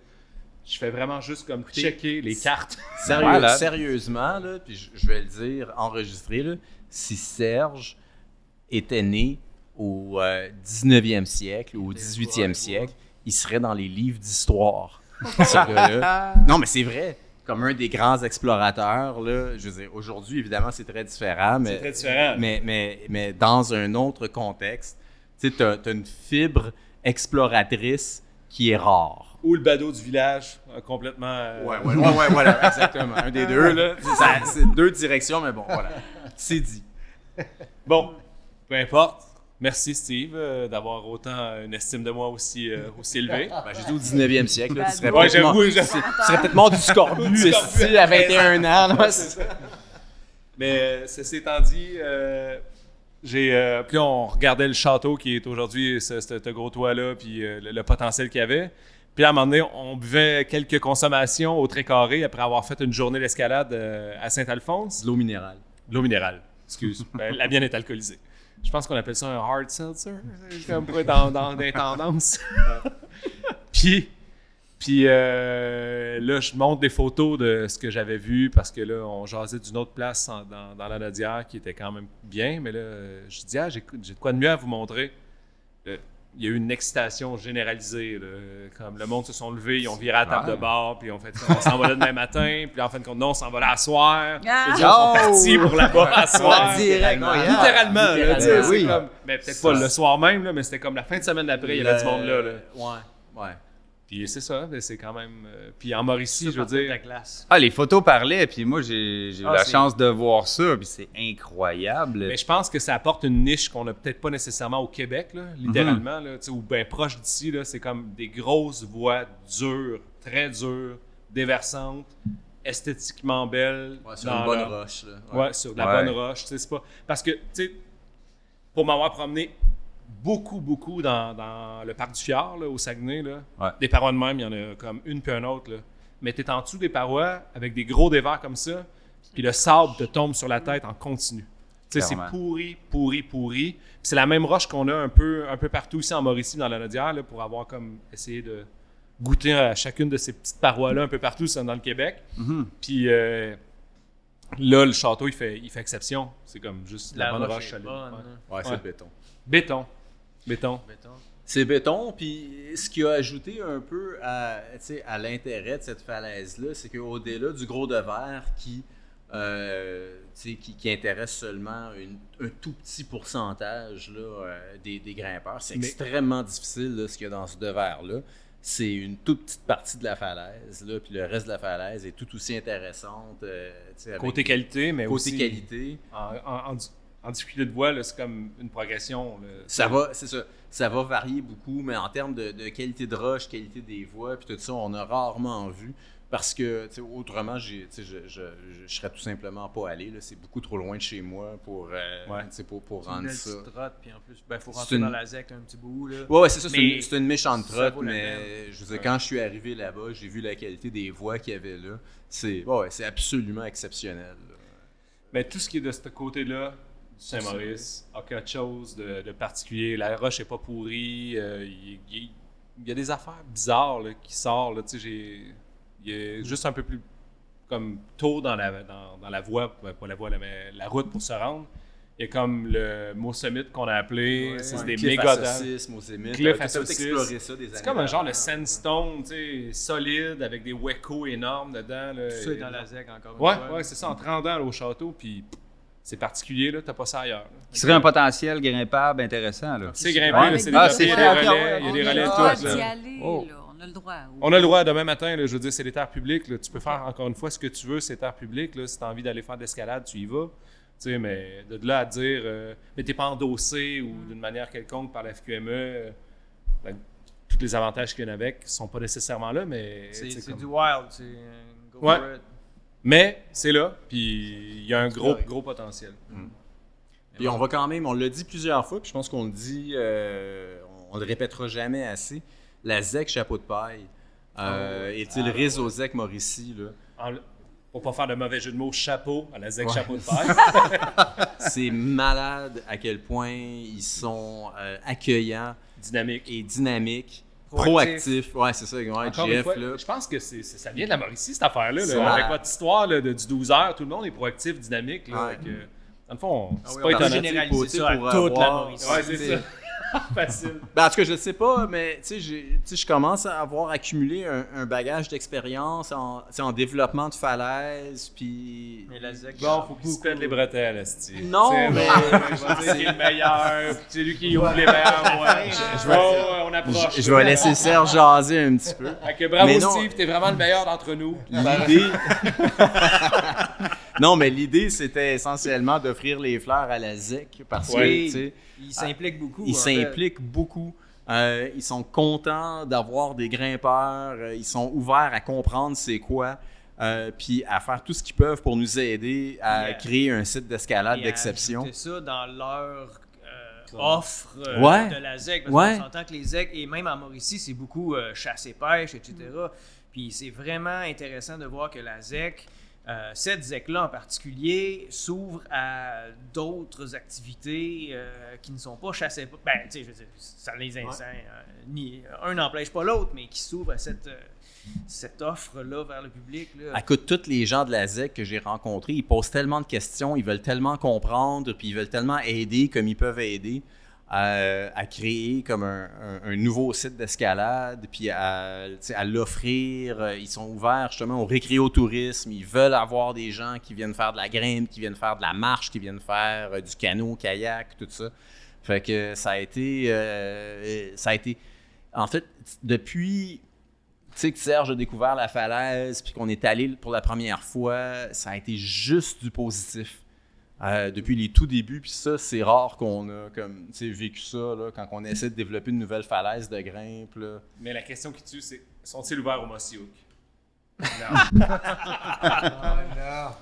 C: Je fais vraiment juste comme checker les cartes.
B: Sérieux-
D: Voilà.
B: Sérieusement, là, puis je, je vais le dire, enregistré, là, si Serge était né au euh, 19e siècle ou au 18e siècle, il serait dans les livres d'histoire. ce gars-là. Non, mais c'est vrai. Comme un des grands explorateurs, là, je veux dire, aujourd'hui, évidemment, c'est très différent, mais,
C: très différent.
B: mais, mais, mais dans un autre contexte, tu sais, t'as t'as une fibre exploratrice qui est rare.
C: Ou le badaud du village, euh, complètement. euh,
B: Ouais, ouais, ouais, ouais, voilà, exactement. Un des deux, là. Ça- C'est deux directions, mais bon, voilà. C'est dit.
C: Bon, peu importe. Merci Steve euh, d'avoir autant une estime de moi aussi, euh, aussi élevée.
B: Ben, j'ai dit au 19e siècle, là, tu serais
C: Ouais,
B: peut-être mort,
C: j'avoue, j'avoue.
B: tu serais peut-être mort du scorbut,
C: Du scorbut.
B: ici, à 21 ans. là.
C: Mais euh, ceci étant dit, euh, j'ai, euh, puis là, on regardait le château qui est aujourd'hui ce, ce- ce gros toit-là, puis euh, le, le potentiel qu'il y avait. Puis là, à un moment donné, on buvait quelques consommations au Très Carré après avoir fait une journée d'escalade euh, à Saint-Alphonse.
B: De l'eau minérale.
C: De L'eau minérale, excuse. Ben, la mienne est alcoolisée. Je pense qu'on appelle ça un hard seltzer, c'est comme pour être dans, dans des tendances. puis, puis euh, là, je montre des photos de ce que j'avais vu parce que là, on jasait d'une autre place en- dans, dans la Nadière qui était quand même bien. Mais là, euh, je dis, ah, j'ai j'ai de quoi de mieux à vous montrer. Là, Il y a eu une excitation généralisée. là. Comme le monde se sont levés, ils ont viré à la table de bar, puis on fait on s'en va là demain matin, puis en fin de compte, non, on s'en va là à soir.
F: Ah!
C: Les gens sont
D: Oh!
C: partis pour là-bas à soir.
D: Directement.
G: Ah,
C: Littéralement, là, tu sais, c'est
D: oui.
C: comme- mais peut-être pas le soir même, là, mais c'était comme la fin de semaine d'après, il y avait du monde là. là.
B: Ouais. Ouais.
C: Puis c'est ça, mais c'est quand même. euh, Puis en Mauricie, je veux
H: Partout de la
C: dire.
H: glace.
D: Ah, les photos parlaient, puis moi, j'ai j'ai eu
H: Ah,
D: la
H: c'est-
D: chance de voir ça, puis c'est incroyable.
C: Mais je pense que ça apporte une niche qu'on n'a peut-être pas nécessairement au Québec, là, littéralement, là, tu sais, ou bien proche d'ici. là, C'est comme des grosses voies dures, très dures, déversantes, esthétiquement belles.
B: Ouais, sur
C: dans
B: une bonne
C: leur-
B: roche, là. Ouais.
C: Ouais, sur de la
D: Ouais.
C: bonne roche. tu sais, c'est pas... Parce que, tu sais, pour m'avoir promené beaucoup, beaucoup dans, dans le parc du Fjord, là, au Saguenay, là,
D: Ouais.
C: des parois de même, il y en a comme une puis un autre. Là. Mais t'es en dessous des parois avec des gros dévers comme ça, puis le sable te tombe sur la tête en continu. Tu sais, c'est
D: Clairement.
C: pourri, pourri, pourri. Puis c'est la même roche qu'on a un peu, un peu partout ici en Mauricie, dans la Nodière, là, pour avoir comme essayé de goûter à chacune de ces petites parois-là un peu partout ça, dans le Québec.
B: Mm-hmm.
C: Puis euh, là, le château, il fait, il fait exception. C'est comme juste la,
H: La
C: bonne
H: roche
C: roche.
H: est
C: solide.
H: bonne,
C: Ouais.
H: hein.
B: Ouais, c'est
C: Ouais.
B: béton.
C: Béton. Béton.
B: C'est béton, puis ce qui a ajouté un peu à, tu sais, à l'intérêt de cette falaise-là, c'est qu'au-delà du gros de verre qui, euh, tu sais, qui, qui intéresse seulement une- un tout petit pourcentage là, euh, des, des grimpeurs, c'est
C: Mais-
B: extrêmement difficile là, ce qu'il y a dans ce devers-là. C'est une toute petite partie de la falaise, là, puis le reste de la falaise est tout aussi intéressante. euh, tu sais, avec
C: Côté
B: des-
C: qualité, mais
B: côté
C: aussi
B: qualité.
C: en, en, en- en difficulté de voie, là, c'est comme une progression. là.
B: Ça va, c'est ça. Ça va varier beaucoup, mais en termes de, de qualité de roche, qualité des voix, puis tout ça, on a rarement vu. Parce que, tu sais, autrement, j'ai- tu sais, je, je, je- je serais tout simplement pas allé. là. C'est beaucoup trop loin de chez moi pour, euh,
C: Ouais.
B: tu sais, pour, pour
H: C'est une
B: rendre
H: belle
B: ça.
H: petite trotte, puis en plus, ben, faut
B: C'est
H: rentrer dans
B: une-
H: la ZEC un petit bout, là.
B: Ouais, ouais, c'est ça, c'est
H: Mais
B: une, c'est une méchante
H: ça
B: trotte,
H: vaut la
B: mais je veux dire, quand je suis arrivé là-bas, j'ai vu la qualité des voix qu'il y avait là. C'est ouais, ouais, c'est absolument exceptionnel. là.
C: Mais tout ce qui est de ce côté-là, Saint-Maurice a quelque chose de, de particulier. La roche n'est pas pourrie. euh, Il il- il y a des affaires bizarres là, qui sortent. là. Tu sais, j'ai- Il est juste un peu plus comme tôt dans la, dans, dans la voie, ben, pas la voie, là, mais la route pour se rendre. Il y a comme le Mot Summit qu'on a appelé.
B: Ouais,
C: ça, c'est
B: ouais.
C: des
B: Cliff à
C: méga dents.
B: saucisse, Mos Summit.
C: Cliff
B: Ah, T'as
C: à
B: tout
C: saucisse.
B: exploré ça des
C: C'est
B: années
C: comme un genre de
B: avant.
C: sandstone tu sais, solide avec des wecos énormes dedans. là.
H: Tout ça est
C: Et-
H: dans la ZEC encore une
C: Ouais,
H: fois.
C: ouais, c'est ça, en te rendant là, au château, puis c'est particulier, là, t'as pas ça ailleurs. là.
D: Qui serait un potentiel grimpable intéressant. Là.
C: C'est grimpé,
D: Ouais.
C: là, c'est des
D: ah,
C: tapis,
D: c'est
C: il y a
D: fait.
C: des relais, il y a des relais
E: on a le
C: et tout.
E: droit d'y
C: là.
E: aller,
C: Oh.
E: là. On a le droit. oui.
C: On a le droit demain matin, là, je veux dire, c'est des terres publiques. là, Tu peux faire encore une fois ce que tu veux, c'est terres publiques. Là, si tu as envie d'aller faire de l'escalade, tu y vas. Tu sais, mais de là à dire, euh, mais t'es pas endossé ou d'une manière quelconque par la FQME, euh, ben, tous les avantages qu'il y en a avec sont pas nécessairement là, mais.
H: C'est
C: tu sais,
H: c'est
C: comme-
H: du wild, c'est euh, go
C: Ouais.
H: for it.
C: Mais c'est là, puis il y a un gros, gros potentiel.
B: Puis on va quand même, on l'a dit plusieurs fois, puis je pense qu'on le dit, euh, on le répétera jamais assez, la ZEC Chapeau de Paille
C: Ah
B: euh, est-il réseau ZEC Mauricie, là?
C: En- pour pas faire de mauvais jeu de mots, chapeau à la ZEC
B: Ouais.
C: chapeau de paille.
B: C'est malade à quel point ils sont euh, accueillants
C: Dynamique.
B: et dynamiques,
H: Proactifs.
B: proactifs. Ouais, c'est ça, ouais,
C: Encore
B: GF,
C: une fois,
B: là.
C: je pense que c'est- c'est- ça vient de la Mauricie, cette affaire-là. là.
B: C'est
C: avec
B: malade.
C: votre histoire là, de, du 12 heures, tout le monde est proactif, dynamique. Là,
B: Ouais.
C: fait que, dans le fond, on-
H: Ah
C: c'est pas
H: oui, on peut
C: étonnant.
H: généraliser
B: Poté
H: ça à
B: pour
H: toute la
B: avoir-
H: Mauricie.
C: Ouais, c'est ça. Facile.
B: Ben, en tout cas, je ne sais pas, mais tu sais, j'ai- tu sais, je commence à avoir accumulé un, un bagage d'expérience en, tu sais, en développement de falaise, puis...
H: Mais la ZEC,
C: Bon, faut qu'il se pète les bretelles, Asti.
B: Non,
C: C'est
B: mais-
C: bon, il va dire qu'il est le meilleur, puis c'est lui qui ouvre les verres, ouais.
B: je
C: Bon,
B: vais-
C: ouais, on approche.
B: Je, je vais laisser Serge jaser un petit peu.
C: Fait que bravo,
B: Mais non.
C: Steve, t'es vraiment le meilleur d'entre nous.
B: L'idée... non, mais l'idée, c'était essentiellement d'offrir les fleurs à la ZEC, parce
C: Ouais.
B: que, tu sais,
H: Ils s'impliquent beaucoup.
B: Ils
H: en fait.
B: s'impliquent beaucoup. Euh, ils sont contents d'avoir des grimpeurs. Euh, ils sont ouverts à comprendre c'est quoi. euh, puis à faire tout ce qu'ils peuvent pour nous aider à
H: Yeah.
B: créer un site d'escalade d'exception.
H: C'est ça dans leur euh, offre euh,
B: Ouais.
H: de la ZEC. Parce
B: Ouais.
H: qu'on s'entend que les ZEC, et même en Mauricie, c'est beaucoup euh, chasse et pêche, etc. Puis c'est vraiment intéressant de voir que la ZEC, euh, cette ZEC-là en particulier, s'ouvre à d'autres activités euh, qui ne sont pas chasse et pêche. Ben, tu sais, je veux dire, ça les incend, euh, ni, un n'empêche pas l'autre, mais qui s'ouvre à cette, euh, cette offre-là vers le public. Là.
B: À coup de tous les gens de la ZEC que j'ai rencontrés, ils posent tellement de questions, ils veulent tellement comprendre, puis ils veulent tellement aider comme ils peuvent aider euh, à créer comme un, un- un nouveau site d'escalade, puis à, tu sais, à l'offrir. Euh, Ils sont ouverts justement au récréotourisme, ils veulent avoir des gens qui viennent faire de la grimpe, qui viennent faire de la marche, qui viennent faire euh, du canot, kayak, tout ça. Fait que ça a été, euh, ça a été. En fait, depuis tu sais que Serge a découvert la falaise, puis qu'on est allé pour la première fois, ça a été juste du positif. Euh, depuis les tout débuts, puis ça, c'est rare qu'on a comme, tu sais, vécu ça, là, quand on essaie de développer une nouvelle falaise de grimpe. là.
C: Mais la question qui tue, c'est sont-ils ouverts au Mossy Hook?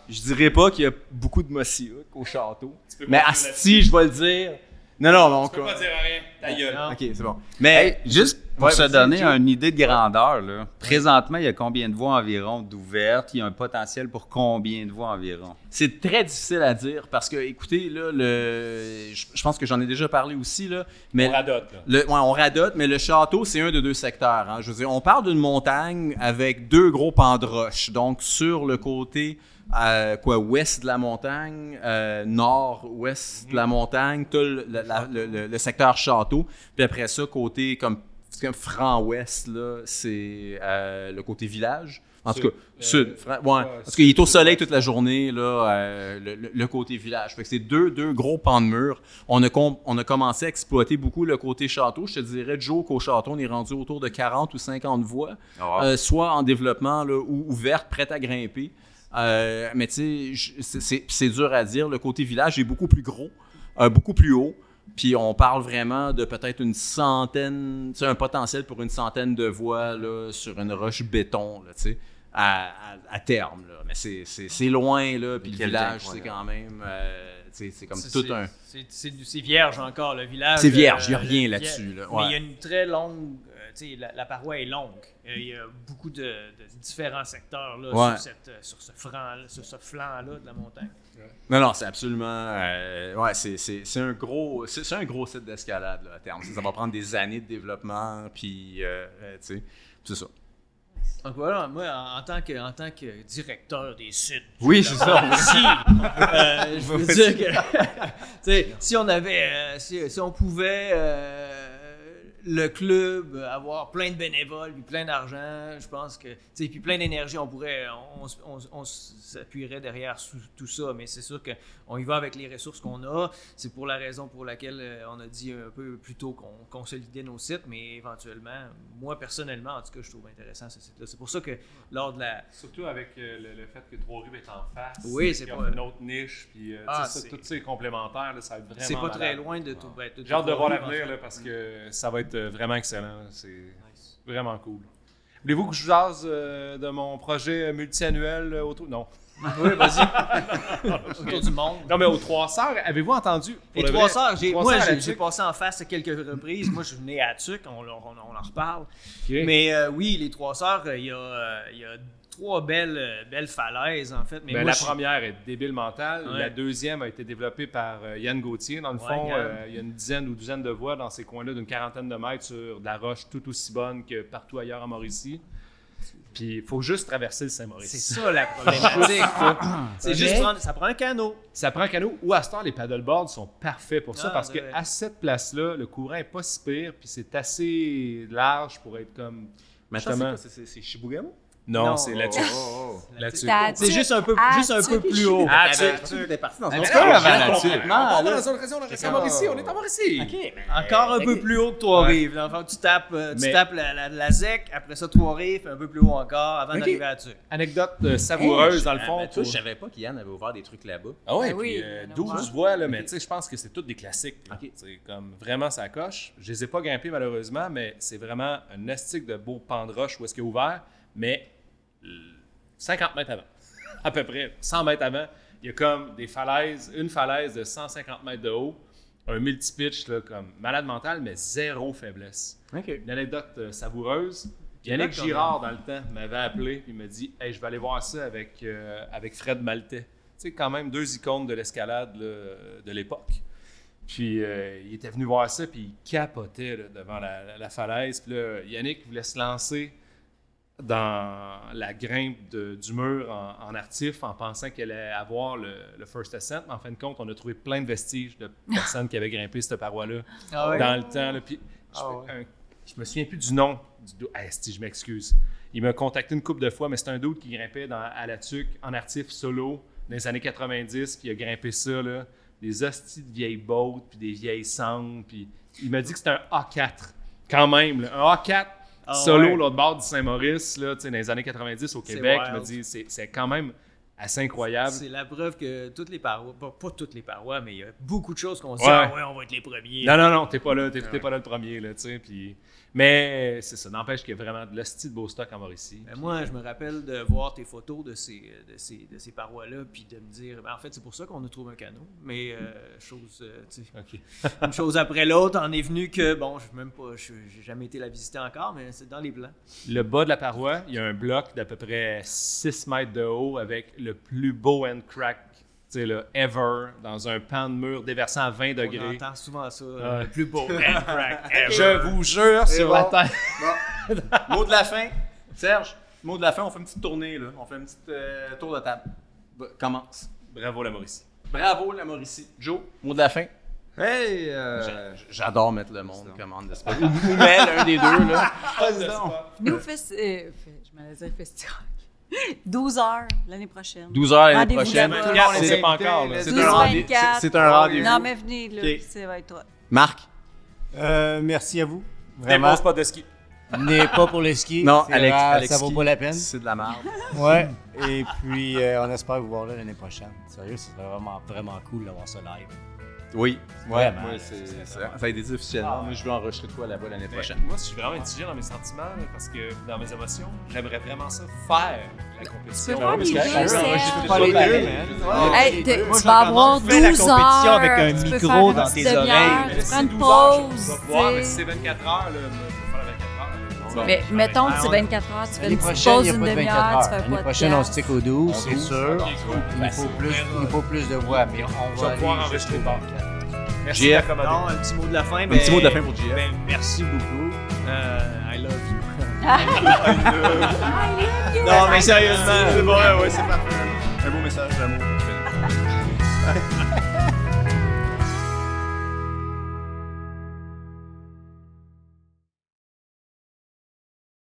B: Je dirais pas qu'il y a beaucoup de Mossy Hook au château,
C: Tu peux
B: mais
C: pas dire
B: Asti, je vais le dire. Non, non, mais on...
C: Tu peux pas dire rien, ta gueule.
B: Ok, c'est bon. Mais
D: Hey, juste pour
B: Ouais,
D: se
B: vas-y,
D: donner
B: Joe.
D: une idée de grandeur, là, présentement, il y a combien de voies environ d'ouvertes? Il y a un potentiel pour combien de voies environ?
B: C'est très difficile à dire parce que, écoutez, là, le... je je pense que j'en ai déjà parlé aussi, là, mais
C: On radote, là.
B: Le- ouais, on radote, mais le château, c'est un de deux secteurs. hein. Je veux dire, on parle d'une montagne avec deux gros pans de roche. Donc, sur le côté euh, quoi, ouest de la montagne, euh, nord-ouest de la montagne, tu le, la- la- le- le- le secteur château. Puis après ça, côté comme, c'est comme franc-ouest, là, c'est euh, le côté village. En tout
C: Sud. Euh,
B: cas, sud. Fran- ouais.
C: ouais,
B: parce qu'il est au soleil toute la journée, là, euh, le, le- le côté village. Fait que c'est deux, deux gros pans de mur. On a, com- on a commencé à exploiter beaucoup le côté château. Je te dirais, Joe, qu'au château, on est rendu autour de 40 ou 50 voies, euh, soit en développement là, ou ouvertes, prêtes à grimper. Euh, mais tu sais, je- c'est- c'est- c'est dur à dire. Le côté village est beaucoup plus gros, euh, beaucoup plus haut. Puis on parle vraiment de peut-être une centaine, tu sais, un potentiel pour une centaine de voies là, sur une roche béton, là, tu sais, à, à- à terme. Là. Mais c'est- c'est c'est loin, là. Puis le
D: Quel
B: village,
D: temps,
B: c'est
D: ouais.
B: quand même, euh, tu sais, c'est comme
H: C'est-
B: tout
H: c'est-
B: un.
H: c'est- C'est c'est vierge encore, le village.
B: C'est vierge, il n'y
H: n'y
B: a rien là-dessus. Là.
H: Mais il y a
B: Ouais.
H: une très longue euh, tu sais, la, la paroi est longue. Euh, Il y a beaucoup de, de différents secteurs là,
B: Ouais.
H: sur, cette, euh, sur ce franc- sur ce flanc-là de la montagne.
B: Non, non, c'est absolument. euh, ouais, c'est- c'est c'est un gros, c'est c'est un gros site d'escalade là, à terme. Ça va prendre des années de développement, puis euh, euh, tu sais, c'est ça.
H: Donc voilà, moi, en, en tant, que, en tant que directeur des sites.
B: Oui, c'est ça.
H: Si, euh, je
B: Vous
H: veux
B: faites-
H: dire que tu sais, si on avait, euh, si, si on pouvait, euh, le club euh, avoir plein de bénévoles puis plein d'argent, je pense que, tu sais, puis plein d'énergie, on pourrait, on, s- on s- on s'appuierait derrière sous- tout ça. Mais c'est sûr qu'on y va avec les ressources qu'on a. C'est pour la raison pour laquelle euh, on a dit un peu plus tôt qu'on consolidait nos sites, mais éventuellement, moi personnellement, en tout cas, je trouve intéressant ce site-là. C'est pour ça que lors de la
C: Surtout avec euh, le, le fait que Trois-Rives est en face.
H: Oui, c'est
C: qu'il
H: pas-
C: offre une autre niche. Puis, euh,
H: Ah,
C: tu sais, ça,
H: c'est-
C: tout ça est complémentaire. là, ça va être vraiment.
H: C'est pas
C: malade.
H: très loin de tout. ben, de
C: J'ai hâte de
H: tout
C: voir
H: Trois-Rives,
C: l'avenir
H: en
C: là, parce que ça va être euh, vraiment excellent. C'est vraiment cool. Voulez-vous que je vous jase euh, de mon projet multiannuel euh, autour. Non.
H: Oui, vas-y.
C: Non, je-
H: Autour du monde.
C: Non, mais aux trois sœurs, avez-vous entendu?
H: fait.
C: Pour
H: Les
C: le
H: trois
C: vrai,
H: sœurs, j'ai-
C: Trois
H: moi,
C: Sœurs à la
H: j'ai j'ai
C: Tuque,
H: passé en face à quelques reprises. Moi, je venais à Tuc, on, on- on en reparle. Mais euh, oui, les trois sœurs, euh, il y, a, euh, il y a trois belles, euh, belles falaises, en fait. Mais
C: Ben,
H: moi,
C: la
H: je-
C: première est débile mentale.
H: Ouais.
C: La deuxième a été développée par euh, Yann Gauthier. Dans le
H: Ouais,
C: fond,
H: Yann.
C: euh, il y a une dizaine ou douzaine de voies dans ces coins-là, d'une quarantaine de mètres sur de la roche tout aussi bonne que partout ailleurs en Mauricie. Puis il faut juste traverser le Saint-Maurice.
H: C'est ça la problématique. faut- C'est juste
C: Mais-
H: prendre- ça prend un canot.
C: Ça prend un canot ou à ce temps, les paddleboards sont parfaits pour ça
H: Ah,
C: parce
H: c'est
C: que
H: vrai.
C: à cette place-là, le courant est pas si pire puis c'est assez large pour être comme. justement-
B: c'est Shibugamo?
C: Non,
B: Non.
C: c'est là-dessus.
B: Oh, oh, oh.
C: Là-dessus.
B: La
H: C'est juste un peu, juste un peu plus haut.
B: Ah, tu
H: Tuc.
B: es parti dans
H: Ah,
B: un
H: tu
B: autre
H: peux,
B: sujet
H: avant, là-dessus.
B: complètement.
H: Non,
B: On parle
H: là,
B: dans une autre raison, on reste à
H: c'est euh,
B: Mauricie,
H: ça.
B: on est à Mauricie.
H: Encore un peu plus haut que Trois-Rives. là. Enfin, tu tapes, euh, tu
C: Mais-
H: tapes la, la, la ZEC, après ça Trois-Rives, un peu plus haut encore, avant
C: Ok.
H: d'arriver à Tuc.
C: Anecdote euh, savoureuse
B: Hey,
C: dans le
H: Ah,
C: fond.
B: ben, tu sais,
C: pour-
B: Je savais pas qu'Yann avait ouvert des trucs là-bas.
C: Ah ouais,
B: Ben
C: puis
B: oui,
C: euh,
B: alors,
C: 12
B: ouais.
C: voix, là, mais
B: Ok.
C: tu sais, je pense que c'est toutes des classiques. là. Tu sais, Comme vraiment, ça coche. Je les ai pas grimpés malheureusement, mais c'est vraiment un astique de beau pan de roche où est-ce qu'il est ouvert, mais euh, 50 mètres avant. à peu près 100 mètres avant, il y a comme des falaises, une falaise de 150 mètres de haut, un multi-pitch, là, comme malade mental, mais zéro faiblesse. Une anecdote euh, savoureuse. Yannick
H: Québec, on
C: Girard, dans le temps, m'avait appelé puis il me dit Hey, je vais aller voir ça avec, euh, avec Fred Maltais. Tu sais, quand même, deux icônes de l'escalade là, de l'époque. Puis euh, il était venu voir ça, puis il capotait là, devant la, la- la falaise. Puis là, Yannick voulait se lancer dans la grimpe de- du mur en, en artif en pensant qu'elle allait avoir le, le first ascent. Mais en fin de compte, on a trouvé plein de vestiges de personnes qui avaient grimpé cette paroi-là
H: Ah ouais?
C: dans le temps. là. Puis, je,
H: Ah
C: me- un- je me souviens plus du nom du dude. Ah, esti, je m'excuse. Il m'a contacté une couple de fois, mais c'est un dude qui grimpait dans- à la tuque en artif solo dans les années 90, puis il a grimpé ça, là, des hosties de vieilles bottes, puis des vieilles cendres. Puis il m'a dit que c'était un A4, quand même. là. Un A4
H: Ah
C: solo,
H: ouais.
C: l'autre bord du Saint-Maurice, là, tu sais, dans les années 90 au
H: C'est
C: Québec. Il
H: wild.
C: m'a dit c'est c'est quand même assez incroyable.
H: C'est la preuve que toutes les parois, pas, pas toutes les parois, mais il y a beaucoup de choses qu'on se dit,
C: Ouais.
H: ah ouais, on va être les premiers.
C: Non, non, non, t'es pas là,
B: Ah
C: t'es t'es pas là le premier, là, tu sais, puis... Mais c'est ça, n'empêche qu'il y a vraiment de l'hostie de beau stock en Mauricie.
H: Ben, moi, je me rappelle de voir tes photos de ces, de ces, de ces parois-là, puis de me dire, ben, en fait, c'est pour ça qu'on nous trouve un canot. Mais euh, chose, euh, tu sais, une chose après l'autre, en est venu que, bon, je même pas, je j'ai jamais été la visiter encore, mais c'est dans les plans.
C: Le bas de la paroi, il y a un bloc d'à peu près 6 mètres de haut avec le plus beau end crack, tu sais, là, ever, dans un pan de mur déversant à 20 degrés.
H: On entend souvent ça, euh,
C: Ah.
H: le plus beau hand crack ever.
C: Je vous jure
B: C'est
C: sur
B: bon.
C: la terre.
B: Bon. Mot de la fin. Serge, mot de la fin, on fait une petite tournée, là. On fait une petite euh, tour de table. B- commence.
C: Bravo la Mauricie.
B: Bravo, la Mauricie. Joe, mot de la fin.
D: Hey! euh,
B: J'adore mettre le monde commande de sport. Ou ou Mel, un des deux, là.
E: Nous, fest- euh, fait- je m'allais dire festival. 12 heures l'année prochaine.
B: 12 heures l'année
E: Rendez-vous
B: prochaine.
E: là-bas.
B: Regarde, on
C: C'est
B: les a
C: pas
B: invités,
C: encore, là.
B: là.
E: C'est un rendez-
B: c'est- C'est un rendez-vous.
E: Non, mais venez, là,
B: Ok.
E: ça va être toi.
B: Marc,
G: Euh, merci à vous. Vraiment.
B: dépense pas de ski.
G: N'est pas pour les skis.
B: Non,
G: C'est
B: Alex,
G: rare,
B: Alex
G: ça vaut
B: Ski,
G: pas la peine.
B: C'est de la merde.
G: Ouais. Et puis, euh, on espère vous voir là l'année prochaine. Sérieux, c'est vraiment, vraiment cool d'avoir ça live.
B: Oui. Ouais,
G: Vraiment,
B: moi,
G: là,
B: c'est-
G: c'est
B: ça ça a été dit officiellement. Moi, je veux enregistrer toi là-bas l'année prochaine.
C: Moi, je suis vraiment indigé dans mes sentiments, là, parce que dans mes émotions, j'aimerais vraiment ça faire la compétition.
E: faire
C: Parce
E: les
C: que-
E: deux,
C: Ah,
E: Serge.
C: je fais
G: Pas
C: ça
G: les
C: pareil.
G: deux, man. Ouais.
E: Hey,
G: t'es-
E: t'es-
G: moi,
E: tu
G: je
E: vas
G: recommande,
E: avoir 12
G: fais la
E: heures.
G: compétition avec un
E: tu peux
G: micro
E: faire une
G: dans
E: petite
G: tes
E: demi-heure,
G: oreilles.
E: Tu prends
C: C'est
E: une
C: 12 heures, je-
E: pause.
C: je vais pouvoir, mais
E: tu sais.
C: c'est 24 heures, là, je vais faire la 24 heures. là.
B: Bon.
E: Mais mettons
G: Ah,
E: que c'est
G: on-
E: 24 heures, tu fais
G: L'année
E: une petite
G: prochaine,
E: pause
G: il n'y a
E: une
G: pas de
E: demi-heure,
G: 24
E: tu
G: heures.
E: fais
G: L'année
E: pas
G: prochaine, on se tique au 12, c'est sûr.
C: Ok, cool.
G: Il nous faut plus, il nous faut plus de voix, mais on
C: Je vais
G: va
C: pouvoir
G: aller
C: enregistrer
G: jusqu'au
C: tard. Merci Ben,
B: JF.
C: d'accommodé.
H: Non, un petit mot de la fin. Un
B: petit mot de la fin pour JF.
H: merci beaucoup. Euh, I love you.
B: Non, mais sérieusement. C'est bon, ouais, ouais, c'est parfait. Un beau message d'amour.